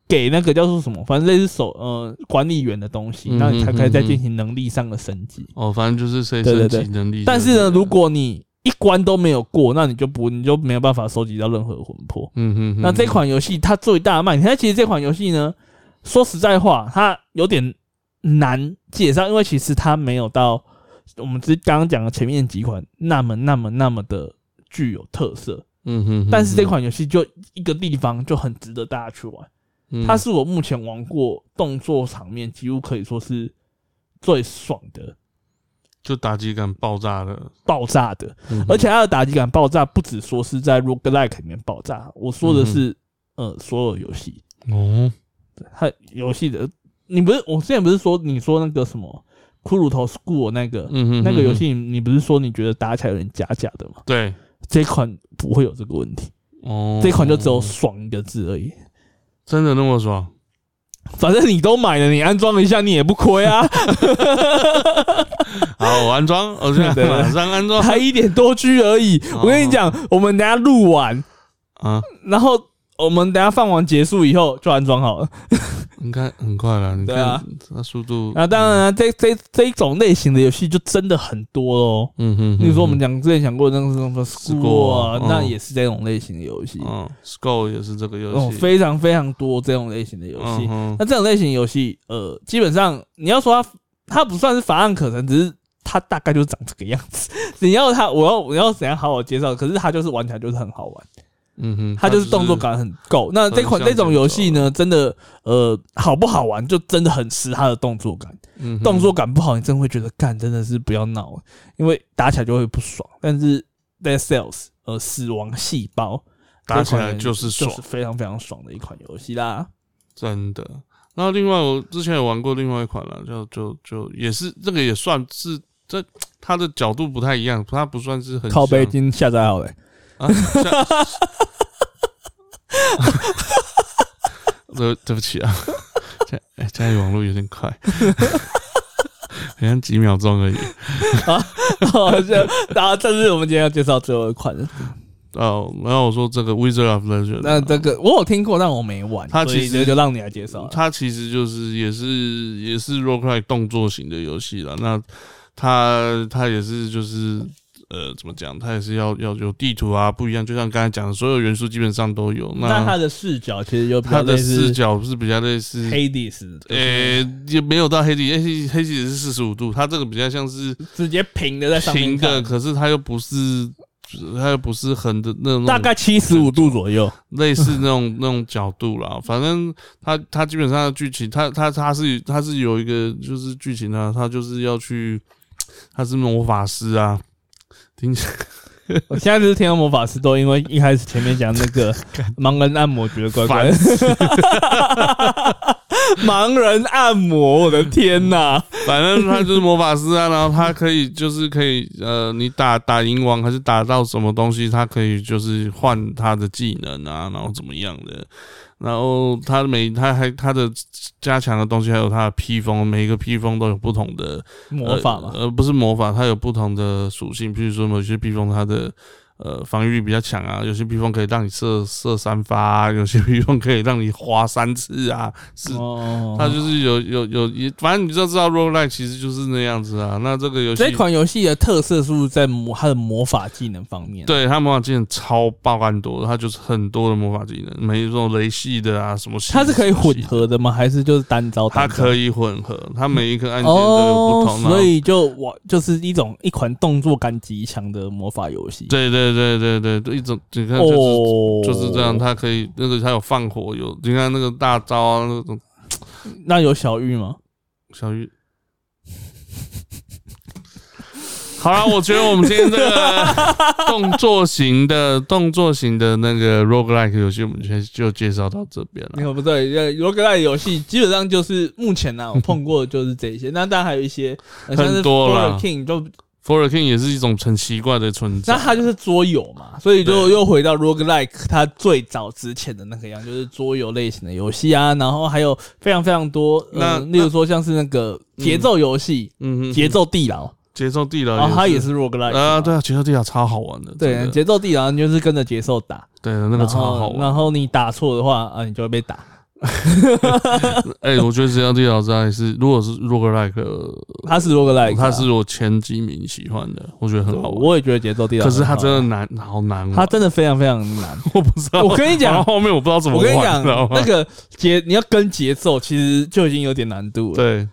[SPEAKER 2] 给那个叫做什么，反正类似手呃管理员的东西，
[SPEAKER 1] 嗯哼
[SPEAKER 2] 那你才可以
[SPEAKER 1] 嗯
[SPEAKER 2] 再
[SPEAKER 1] 哼
[SPEAKER 2] 进行能力上的升级。
[SPEAKER 1] 哦，反正就是谁
[SPEAKER 2] 对对
[SPEAKER 1] 升
[SPEAKER 2] 对
[SPEAKER 1] 级能力就对了，
[SPEAKER 2] 但是呢，如果你一关都没有过，那你就不你就没有办法收集到任何魂魄。
[SPEAKER 1] 嗯哼，嗯哼，
[SPEAKER 2] 那这款游戏它最大的卖点，它其实这款游戏呢，说实在话，它有点难介绍，因为其实它没有到我们之刚刚讲的前面几款那么那么那么的具有特色。
[SPEAKER 1] 嗯哼，嗯哼，
[SPEAKER 2] 但是这款游戏就一个地方就很值得大家去玩，
[SPEAKER 1] 嗯
[SPEAKER 2] 它是我目前玩过动作场面几乎可以说是最爽的、
[SPEAKER 1] 就打击感爆炸的，
[SPEAKER 2] 爆炸的，
[SPEAKER 1] 嗯哼
[SPEAKER 2] 而且它的打击感爆炸不只说是在 roguelike 里面爆炸，我说
[SPEAKER 1] 嗯
[SPEAKER 2] 的是、呃所有游戏。
[SPEAKER 1] 哦，
[SPEAKER 2] 它游戏的，你不是我之前不是说你说那个什么骷髅头 school 那个、
[SPEAKER 1] 嗯哼，
[SPEAKER 2] 那个
[SPEAKER 1] 嗯
[SPEAKER 2] 游
[SPEAKER 1] 哼
[SPEAKER 2] 戏，你不是说你觉得打起来有点假假的吗？
[SPEAKER 1] 对，
[SPEAKER 2] 这款不会有这个问题，
[SPEAKER 1] 哦，
[SPEAKER 2] 这款就只有爽一个字而已。
[SPEAKER 1] 真的那么爽，
[SPEAKER 2] 反正你都买了，你安装一下你也不亏
[SPEAKER 1] [laughs]
[SPEAKER 2] 啊，
[SPEAKER 1] 好，我安装，我现在
[SPEAKER 2] 对
[SPEAKER 1] 马上安装
[SPEAKER 2] 才一点多 G 而已。我跟你讲，我们等下录完，
[SPEAKER 1] 啊！
[SPEAKER 2] 然后我们等下放完结束以后就安装好了。
[SPEAKER 1] 应该很快了，你
[SPEAKER 2] 对啊
[SPEAKER 1] 看它速度，
[SPEAKER 2] 那当然啊、这这这一种类型的游戏就真的很多喽。
[SPEAKER 1] 嗯哼，
[SPEAKER 2] 例如说我们讲之前讲过的那个什么 School 啊，
[SPEAKER 1] School，嗯
[SPEAKER 2] 那也是这种类型的游戏，
[SPEAKER 1] 嗯，Skull 也是这个
[SPEAKER 2] 哦，
[SPEAKER 1] 游戏，
[SPEAKER 2] 非常非常多这种类型的游戏。
[SPEAKER 1] 嗯哼
[SPEAKER 2] 那这种类型游戏，呃，基本上你要说它它不算是乏案可陈，只是它大概就是长这个样子。 [laughs] 你要它，我要我要怎样好好介绍？可是它就是玩起来就是很好玩，
[SPEAKER 1] 嗯哼，
[SPEAKER 2] 它就是动作感很够。那这款
[SPEAKER 1] 很向
[SPEAKER 2] 这
[SPEAKER 1] 前
[SPEAKER 2] 种游戏呢，真的呃好不好玩，就真的很吃它的动作感。
[SPEAKER 1] 嗯哼
[SPEAKER 2] 动作感不好，你真会觉得干真的是不要闹了，因为打起来就会不爽。但是 Dead Cells 呃死亡细胞
[SPEAKER 1] 打起
[SPEAKER 2] 这
[SPEAKER 1] 来
[SPEAKER 2] 款
[SPEAKER 1] 就是爽
[SPEAKER 2] 就，是非常非常爽的一款游戏啦。
[SPEAKER 1] 真的。然后另外我之前有玩过另外一款了，就就就也是这个也算是这它的角度不太一样，它不算是很
[SPEAKER 2] 靠背已
[SPEAKER 1] 像
[SPEAKER 2] 经下载好了、欸
[SPEAKER 1] 啊。像 [laughs] 对对不起啊，家哎家里网络有点快， [laughs] 好像几秒钟而已。
[SPEAKER 2] [laughs] 好像然后这是我们今天要介绍最后一款了。
[SPEAKER 1] 哦，然后我说这个 Wizard of 啊 Legend，
[SPEAKER 2] 那这个我有听过，但我没玩，
[SPEAKER 1] 它其实
[SPEAKER 2] 所以就就让你来介绍了。
[SPEAKER 1] 它其实就是也是也是 roguelike 动作型的游戏了。那它它也是就是呃怎么讲，它也是要要有地图啊，不一样。就像刚才讲的，所有元素基本上都有。
[SPEAKER 2] 那它
[SPEAKER 1] 那
[SPEAKER 2] 的视角其实就比较
[SPEAKER 1] 嗯它的
[SPEAKER 2] 类似
[SPEAKER 1] 视角是比较类似，
[SPEAKER 2] Hades，
[SPEAKER 1] 呃、
[SPEAKER 2] 呃，
[SPEAKER 1] 也没有到黑底，黑黑底是四十五度，它这个比较像是
[SPEAKER 2] 直接平的在上面
[SPEAKER 1] 平的，嗯
[SPEAKER 2] 看，
[SPEAKER 1] 可是它又不是。它又不是横的那种，
[SPEAKER 2] 大概七十五度左右。
[SPEAKER 1] 类似那种那种角度啦，反正他他基本上的剧情，他他他是他是有一个就是剧情啊，他就是要去，他是魔法师啊，听起来 [laughs]
[SPEAKER 2] 我现在就是天龙魔法师都因为一开始前面讲那
[SPEAKER 1] [laughs]
[SPEAKER 2] 个盲人按摩觉得怪怪的
[SPEAKER 1] 烦，
[SPEAKER 2] [laughs] 盲人按摩，我的天哪！
[SPEAKER 1] 反正他就是魔法师啊，然后他可以就是可以呃，你打打赢王还是打到什么东西，他可以就是换他的技能啊，然后怎么样的，然后他每他还他的加强的东西还有他的披风，每一个披风都有不同的
[SPEAKER 2] 魔法嘛，
[SPEAKER 1] 呃，呃不是魔法，它有不同的属性，比如说某些披风它的呃防御力比较强啊，有些披风可以让你射射三发、啊，有些披风可以让你滑三次啊，是。
[SPEAKER 2] 哦，
[SPEAKER 1] 它就是有有有一，反正你就知道 roll like 其实就是那样子啊。那这个游戏
[SPEAKER 2] 这款游戏的特色是不是在魔它的魔法技能方面？，
[SPEAKER 1] 对它魔法技能超爆干多的，它就是很多的魔法技能，每一种雷系的啊，什么系
[SPEAKER 2] 它是可以混
[SPEAKER 1] 什么系的，
[SPEAKER 2] 合的吗？还是就是单招？
[SPEAKER 1] 它可
[SPEAKER 2] 以
[SPEAKER 1] 以混合，它每一个按键都有不
[SPEAKER 2] 哦
[SPEAKER 1] 同，，啊然后
[SPEAKER 2] 所以就我就是一种一款动作感极强的魔法游戏。
[SPEAKER 1] 对对对对对对，一种你看就是
[SPEAKER 2] 哦，
[SPEAKER 1] 就是这样，。它可以那个它有放火，有你看那个大招啊，那种
[SPEAKER 2] 那有小玉吗？
[SPEAKER 1] 小玉。好了，我觉得我们今天这
[SPEAKER 2] [laughs]
[SPEAKER 1] 个动作型的动作型的那个 roguelike 游戏，我们先就介绍到这边
[SPEAKER 2] [laughs] 没
[SPEAKER 1] 了。
[SPEAKER 2] 有不对，呃，罗格赖游戏基本上就是目前
[SPEAKER 1] [laughs]
[SPEAKER 2] 啊呢、我碰过的就是这一些，那当然还有一些、呃、像是
[SPEAKER 1] 很多啦
[SPEAKER 2] Forest King 就，
[SPEAKER 1] For the King 也是一种很奇怪的存
[SPEAKER 2] 那
[SPEAKER 1] 在，
[SPEAKER 2] 它就是桌游嘛，所以就
[SPEAKER 1] 对
[SPEAKER 2] 又回到 roguelike 它最早之前的那个样，就是桌游类型的游戏啊，然后还有非常非常多，
[SPEAKER 1] 那
[SPEAKER 2] 呃，例如说像是那个节奏游戏、
[SPEAKER 1] 嗯哼，
[SPEAKER 2] 节奏地牢，
[SPEAKER 1] 节奏地牢，
[SPEAKER 2] 然后它也是 roguelike
[SPEAKER 1] 啊，
[SPEAKER 2] 嘛
[SPEAKER 1] 对啊，节奏地牢超好玩的，真
[SPEAKER 2] 对，
[SPEAKER 1] 的
[SPEAKER 2] 节奏地牢你就是跟着节奏打，
[SPEAKER 1] 对啊那个超好
[SPEAKER 2] 然后然
[SPEAKER 1] 玩。
[SPEAKER 2] 后你打错的话啊，你就会被打。
[SPEAKER 1] 哎，我觉得节奏地牢在是，如果是 roguelike，呃
[SPEAKER 2] 它是 roguelike，啊
[SPEAKER 1] 它哦是我前几名喜欢的，我觉得很好玩。
[SPEAKER 2] 我也觉得节奏地牢
[SPEAKER 1] 可
[SPEAKER 2] 很好玩，
[SPEAKER 1] 是它真的难，好难玩。
[SPEAKER 2] 它真的非常非常难。
[SPEAKER 1] [laughs] 我不知道，
[SPEAKER 2] 我跟你讲
[SPEAKER 1] 然后后面我不知道怎么
[SPEAKER 2] 我
[SPEAKER 1] 玩，
[SPEAKER 2] 跟你讲，
[SPEAKER 1] 知道吗
[SPEAKER 2] 那个节你要跟节奏，其实就已经有点难度了。
[SPEAKER 1] [laughs] 对，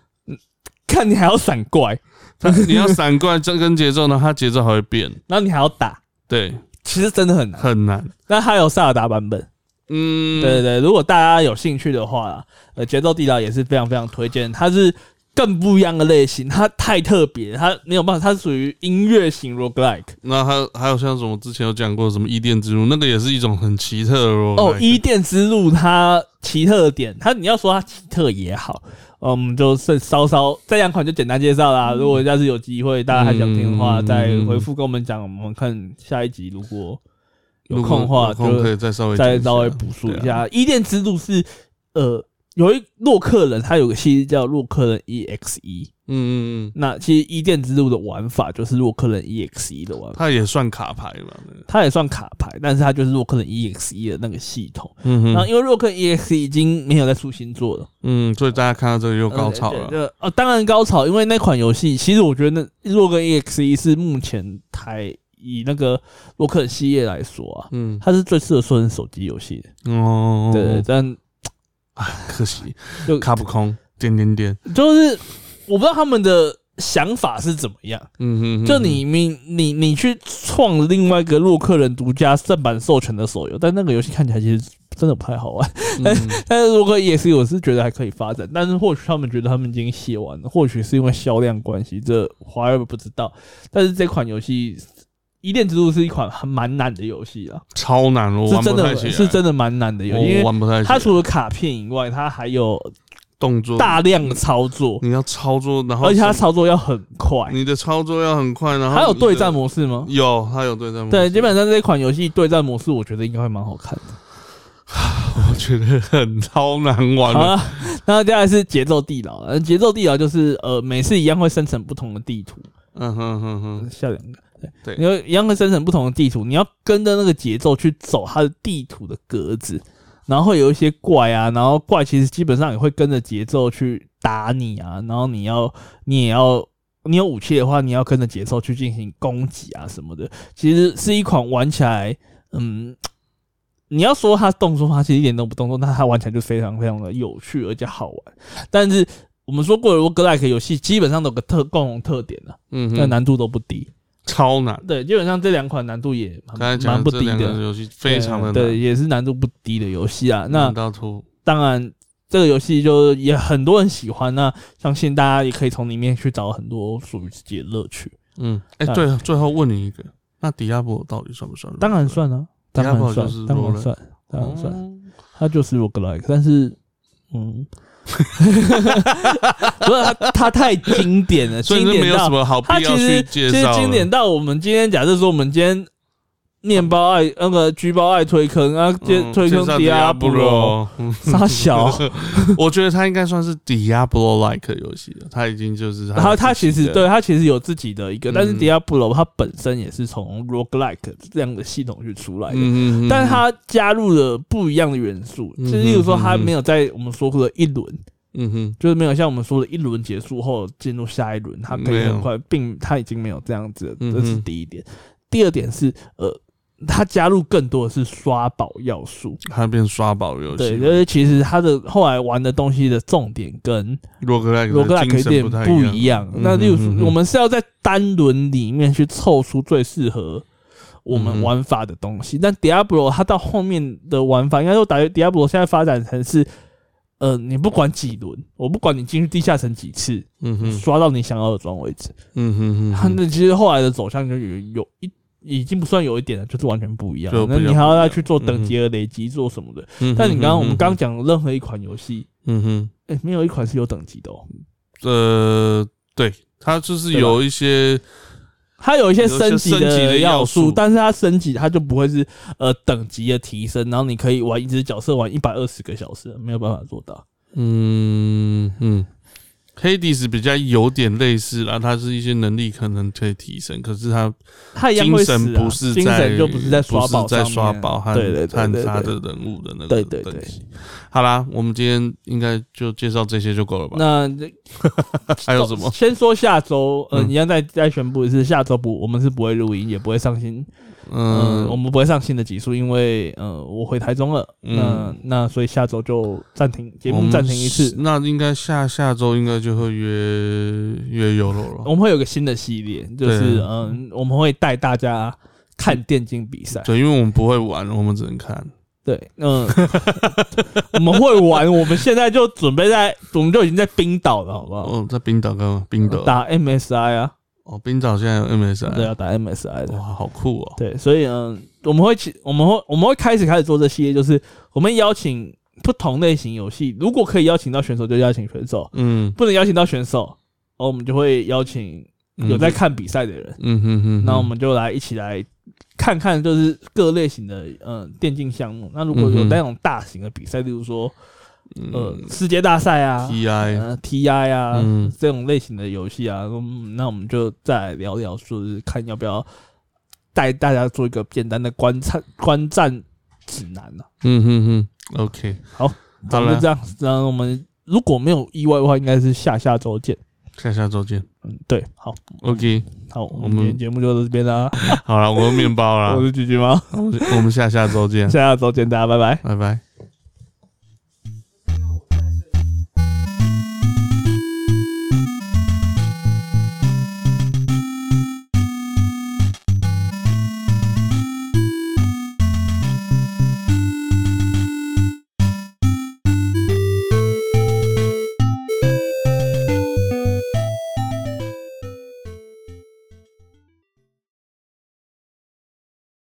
[SPEAKER 2] 看你还要闪怪，
[SPEAKER 1] 它你要闪怪这跟节奏呢，它节奏还会变，
[SPEAKER 2] 然后你还要打，
[SPEAKER 1] 对，
[SPEAKER 2] 其实真的很难。
[SPEAKER 1] 很难。
[SPEAKER 2] 那它有萨尔达版本，
[SPEAKER 1] 嗯，
[SPEAKER 2] 对对对。如果大家有兴趣的话，呃，节奏地牢也是非常非常推荐，它是更不一样的类型，它太特别，它没有办法，它属于音乐型 roguelike。
[SPEAKER 1] 那还有还有像什么之前有讲过什么伊甸之路，那个也是一种很奇特的 roguelike
[SPEAKER 2] 哦，伊甸之路它奇特的点，它你要说它奇特也好，嗯，我们就是稍稍这两款就简单介绍啦。如果要是有机会大家还想听的话，
[SPEAKER 1] 嗯
[SPEAKER 2] 再回复跟我们讲，我们看下一集如果有
[SPEAKER 1] 如果
[SPEAKER 2] 空的话
[SPEAKER 1] 有空可
[SPEAKER 2] 就
[SPEAKER 1] 以再稍微讲
[SPEAKER 2] 再
[SPEAKER 1] 一下
[SPEAKER 2] 稍微补述一
[SPEAKER 1] 对啊
[SPEAKER 2] 下。伊甸之路是呃有一洛克人，他有个系列叫洛克人 EXE，
[SPEAKER 1] 嗯嗯嗯，
[SPEAKER 2] 那其实伊甸之路的玩法就是洛克人 EXE 的玩法。
[SPEAKER 1] 它也算卡牌嘛，那个
[SPEAKER 2] 它也算卡牌，但是它就是洛克人 EXE 的那个系统。
[SPEAKER 1] 嗯
[SPEAKER 2] 然后
[SPEAKER 1] 哼，
[SPEAKER 2] 因为洛克 EX E 已经没有在出新作了，
[SPEAKER 1] 嗯，所以大家看到这个又高潮
[SPEAKER 2] 呃
[SPEAKER 1] 了，
[SPEAKER 2] 对对呃，当然高潮，因为那款游戏其实我觉得那洛克 EX E 是目前台以那个洛克系列来说啊，
[SPEAKER 1] 嗯，
[SPEAKER 2] 它是最适合做成手机游戏的。
[SPEAKER 1] 哦，
[SPEAKER 2] 对对，但
[SPEAKER 1] 可惜
[SPEAKER 2] 就
[SPEAKER 1] 卡不空，点点点，
[SPEAKER 2] 就是我不知道他们的想法是怎么样。
[SPEAKER 1] 嗯哼哼，
[SPEAKER 2] 就你你你你去创另外一个洛克人独家正版授权的手游，但那个游戏看起来其实真的不太好玩。
[SPEAKER 1] 嗯，
[SPEAKER 2] 但是洛克 ES 我是觉得还可以发展，但是或许他们觉得他们已经写完了，或许是因为销量关系，这华尔不知道。但是这款游戏《一恋之路》是一款很蛮难的游戏啊，
[SPEAKER 1] 超难了，我
[SPEAKER 2] 是
[SPEAKER 1] 玩
[SPEAKER 2] 真
[SPEAKER 1] 不太
[SPEAKER 2] 的
[SPEAKER 1] 起来，
[SPEAKER 2] 是真的蛮难的游戏，因
[SPEAKER 1] 我
[SPEAKER 2] 为
[SPEAKER 1] 玩不太起
[SPEAKER 2] 它
[SPEAKER 1] 来。
[SPEAKER 2] 除了卡片以外，它还有
[SPEAKER 1] 动作
[SPEAKER 2] 大量的操作，
[SPEAKER 1] 你要操作，嗯然后
[SPEAKER 2] 而且它
[SPEAKER 1] 什
[SPEAKER 2] 操作要很快
[SPEAKER 1] 么。你的操作要很快，然后嗯
[SPEAKER 2] 还有
[SPEAKER 1] 你的
[SPEAKER 2] 对战，模式吗？
[SPEAKER 1] 有它有对战模式，
[SPEAKER 2] 对，基本上这款游戏对战模式，我觉得应该会蛮好看的。
[SPEAKER 1] 我觉得很超难玩
[SPEAKER 2] 好
[SPEAKER 1] 的。
[SPEAKER 2] 了，那接下来是节奏地牢，呃节奏地牢就是呃，每次一样会生成不同的地图，
[SPEAKER 1] 嗯哼哼哼，
[SPEAKER 2] 下两个，
[SPEAKER 1] 对
[SPEAKER 2] 你要一样会生成不同的地图，你要跟着那个节奏去走它的地图的格子，然后会有一些怪啊，然后怪其实基本上也会跟着节奏去打你啊，然后你要你也要。你有武器的话，你要跟着节奏去进行攻击啊什么的。其实是一款玩起来，嗯，你要说它动作，它其实一点都不动作，但它玩起来就非常非常的有趣而且好玩。但是我们说过了，格莱克游戏基本上都有个特共同特点啊，
[SPEAKER 1] 嗯
[SPEAKER 2] 但
[SPEAKER 1] 哼，
[SPEAKER 2] 难度都不低。
[SPEAKER 1] 超难。
[SPEAKER 2] 对，基本上这两款难度也
[SPEAKER 1] 刚才
[SPEAKER 2] 蛮
[SPEAKER 1] 讲
[SPEAKER 2] 蛮
[SPEAKER 1] 的
[SPEAKER 2] 不
[SPEAKER 1] 这
[SPEAKER 2] 低
[SPEAKER 1] 两个
[SPEAKER 2] 的，
[SPEAKER 1] 游戏非常的
[SPEAKER 2] 对对，
[SPEAKER 1] 难，嗯
[SPEAKER 2] 也是难度不低的游戏啊。那
[SPEAKER 1] 难到吐。
[SPEAKER 2] 当然，这个游戏就也很多人喜欢，那相信大家也可以从里面去找很多属于自己的乐趣。
[SPEAKER 1] 嗯，哎、
[SPEAKER 2] 啊
[SPEAKER 1] 对，最后问你一个，那迪亚波到底算不算？
[SPEAKER 2] 当然，算啊，当
[SPEAKER 1] 要不然就
[SPEAKER 2] 然算
[SPEAKER 1] 是，
[SPEAKER 2] 当然
[SPEAKER 1] roguelike
[SPEAKER 2] 算，当然算，
[SPEAKER 1] 哦
[SPEAKER 2] 它就是 roguelike，但是。嗯， [laughs] 不是它，它太经典
[SPEAKER 1] [laughs]
[SPEAKER 2] 了，
[SPEAKER 1] 所以
[SPEAKER 2] 经
[SPEAKER 1] 就没
[SPEAKER 2] 典
[SPEAKER 1] 有
[SPEAKER 2] 到
[SPEAKER 1] 什么好必
[SPEAKER 2] 它
[SPEAKER 1] 要
[SPEAKER 2] 其
[SPEAKER 1] 去
[SPEAKER 2] 实
[SPEAKER 1] 介
[SPEAKER 2] 其实
[SPEAKER 1] 绍了。
[SPEAKER 2] 经典到我们今天，假设说我们今天面包爱呃那个橘包爱推坑啊，接
[SPEAKER 1] 嗯
[SPEAKER 2] 推
[SPEAKER 1] 介
[SPEAKER 2] 坑
[SPEAKER 1] 绍
[SPEAKER 2] 迪亚
[SPEAKER 1] 布 [laughs]
[SPEAKER 2] 布罗，
[SPEAKER 1] 嗯 [laughs]
[SPEAKER 2] 傻小，
[SPEAKER 1] 我觉得它应该算是 Diablo like 游戏了，它已经就是
[SPEAKER 2] 然后它其实
[SPEAKER 1] 的
[SPEAKER 2] 对它其实有自己的一个，
[SPEAKER 1] 嗯
[SPEAKER 2] 但是迪亚布罗它本身也是从 roguelike 这样的系统去出来的。
[SPEAKER 1] 嗯
[SPEAKER 2] 但是它加入了不一样的元素，
[SPEAKER 1] 嗯
[SPEAKER 2] 就是例如说，它
[SPEAKER 1] 嗯嗯嗯
[SPEAKER 2] 没有在我们说过的一轮，
[SPEAKER 1] 嗯哼，
[SPEAKER 2] 就是没有像我们说的一轮结束后进入下一轮，它可
[SPEAKER 1] 没
[SPEAKER 2] 以
[SPEAKER 1] 有
[SPEAKER 2] 很快，并它已经没有这样子了，
[SPEAKER 1] 嗯
[SPEAKER 2] 这是
[SPEAKER 1] 哼
[SPEAKER 2] 第一点。第二点是，呃，它加入更多的是刷宝要素，
[SPEAKER 1] 它变刷宝游戏
[SPEAKER 2] 对，
[SPEAKER 1] 了，
[SPEAKER 2] 就是其实它的后来玩的东西的重点跟
[SPEAKER 1] 罗格莱
[SPEAKER 2] 罗格莱
[SPEAKER 1] 精
[SPEAKER 2] 有
[SPEAKER 1] 神
[SPEAKER 2] 点
[SPEAKER 1] 不太
[SPEAKER 2] 不
[SPEAKER 1] 一
[SPEAKER 2] 一
[SPEAKER 1] 样。
[SPEAKER 2] 样。
[SPEAKER 1] 嗯
[SPEAKER 2] 那例如说
[SPEAKER 1] 嗯嗯，嗯
[SPEAKER 2] 我们是要在单轮里面去凑出最适合我
[SPEAKER 1] 嗯
[SPEAKER 2] 们玩法的东西。但 Diablo 它到后面的玩法，应该说打 Diablo 现在发展成是，呃，你不管几轮，我不管你进去地下城几次，
[SPEAKER 1] 嗯哼，
[SPEAKER 2] 刷到你想要的装为止。
[SPEAKER 1] 嗯哼
[SPEAKER 2] 它
[SPEAKER 1] 哼哼，
[SPEAKER 2] 那其实后来的走向就有有一。已经不算有一点了，就是完全不一样
[SPEAKER 1] 就。比
[SPEAKER 2] 那
[SPEAKER 1] 较
[SPEAKER 2] 你还要
[SPEAKER 1] 不一
[SPEAKER 2] 再
[SPEAKER 1] 样
[SPEAKER 2] 去做等
[SPEAKER 1] 嗯
[SPEAKER 2] 级的累积，做什么的？
[SPEAKER 1] 嗯哼
[SPEAKER 2] 但你刚刚我们
[SPEAKER 1] 哼
[SPEAKER 2] 刚，讲的任何一款游戏，
[SPEAKER 1] 嗯哼，
[SPEAKER 2] 哎、没有一款是有等级的哦。
[SPEAKER 1] 呃，对，它就是
[SPEAKER 2] 对吧
[SPEAKER 1] 有一些，
[SPEAKER 2] 它有一些升级
[SPEAKER 1] 有一些升级的
[SPEAKER 2] 的
[SPEAKER 1] 要
[SPEAKER 2] 要
[SPEAKER 1] 素
[SPEAKER 2] 素，但是它升级它就不会是呃等级的提升，然后你可以玩一只角色玩一百二十个小时，没有办法做到。
[SPEAKER 1] 嗯嗯。Hades 比较有点类似啦，它是一些能力可能可以提升，可是它
[SPEAKER 2] 它一样
[SPEAKER 1] 精
[SPEAKER 2] 会死、啊，
[SPEAKER 1] 神不是
[SPEAKER 2] 精
[SPEAKER 1] 在
[SPEAKER 2] 神就不是在刷宝
[SPEAKER 1] 不是在
[SPEAKER 2] 上面
[SPEAKER 1] 刷
[SPEAKER 2] 啊
[SPEAKER 1] 宝和
[SPEAKER 2] 对对对
[SPEAKER 1] 和
[SPEAKER 2] 对
[SPEAKER 1] 他
[SPEAKER 2] 对
[SPEAKER 1] 的人物的那个
[SPEAKER 2] 对对
[SPEAKER 1] 等
[SPEAKER 2] 对
[SPEAKER 1] 级。好啦，我们今天应该就介绍这些就够了吧？
[SPEAKER 2] 那
[SPEAKER 1] [laughs] 还有什么？
[SPEAKER 2] 先说下周，呃，
[SPEAKER 1] 嗯
[SPEAKER 2] 你要再再宣布一次，下周不，我们是不会录音，也不会上新，嗯、我
[SPEAKER 1] 嗯，
[SPEAKER 2] 们不会上新的集数，因为呃，我回台中了，
[SPEAKER 1] 嗯
[SPEAKER 2] 那那所以下周就暂停节
[SPEAKER 1] 我
[SPEAKER 2] 目
[SPEAKER 1] 们
[SPEAKER 2] 暂停一
[SPEAKER 1] 是
[SPEAKER 2] 次，
[SPEAKER 1] 那应该下下周应该就会约约游楼了。
[SPEAKER 2] 我们会有个新的系列，就是
[SPEAKER 1] 对
[SPEAKER 2] 嗯、我们会带大家看电竞比赛。
[SPEAKER 1] 对，因为我们不会玩，我们只能看。
[SPEAKER 2] 对，嗯， [laughs] 我们会玩，我们现在就准备在，我们就已经在冰岛了，好不好？
[SPEAKER 1] 哦，在冰岛干嘛？冰岛
[SPEAKER 2] 打 MSI 啊，
[SPEAKER 1] 哦，冰岛现在有 MSI，
[SPEAKER 2] 对啊，打 MSI 的，
[SPEAKER 1] 哇，好酷哦！
[SPEAKER 2] 对，所以嗯，我们会起，我们会我们会开始开始做这系列，就是我们邀请不同类型游戏，如果可以邀请到选手就邀请选手，
[SPEAKER 1] 嗯，
[SPEAKER 2] 不能邀请到选手，哦，我们就会邀请有在看比赛的人，
[SPEAKER 1] 嗯哼哼，
[SPEAKER 2] 那我们就来一起来看看，就是各类型的嗯电竞项目。那如果有
[SPEAKER 1] 嗯哼
[SPEAKER 2] 那种大型的比赛，例如说呃
[SPEAKER 1] 嗯
[SPEAKER 2] 世界大赛啊、
[SPEAKER 1] TI，
[SPEAKER 2] 呃 TI 啊、
[SPEAKER 1] 嗯
[SPEAKER 2] 这种类型的游戏啊，嗯那我们就再来聊聊，说是看要不要带大家做一个简单的观战观战指南呢、
[SPEAKER 1] 嗯哼哼，OK，
[SPEAKER 2] 啊？
[SPEAKER 1] 好
[SPEAKER 2] 咱
[SPEAKER 1] 了
[SPEAKER 2] 们就这样，然后我们如果没有意外的话，应该是下下周见。
[SPEAKER 1] 下下周见。
[SPEAKER 2] 嗯，对，好，
[SPEAKER 1] OK，
[SPEAKER 2] 好，我
[SPEAKER 1] 我
[SPEAKER 2] 们
[SPEAKER 1] 们
[SPEAKER 2] 今天节目就到这边啦。
[SPEAKER 1] 好了，我有面包
[SPEAKER 2] 我
[SPEAKER 1] 啦，
[SPEAKER 2] 是菊菊猫，
[SPEAKER 1] [laughs] 我们我们下下周见
[SPEAKER 2] 嗯下，下周见，大家拜拜。
[SPEAKER 1] 拜拜。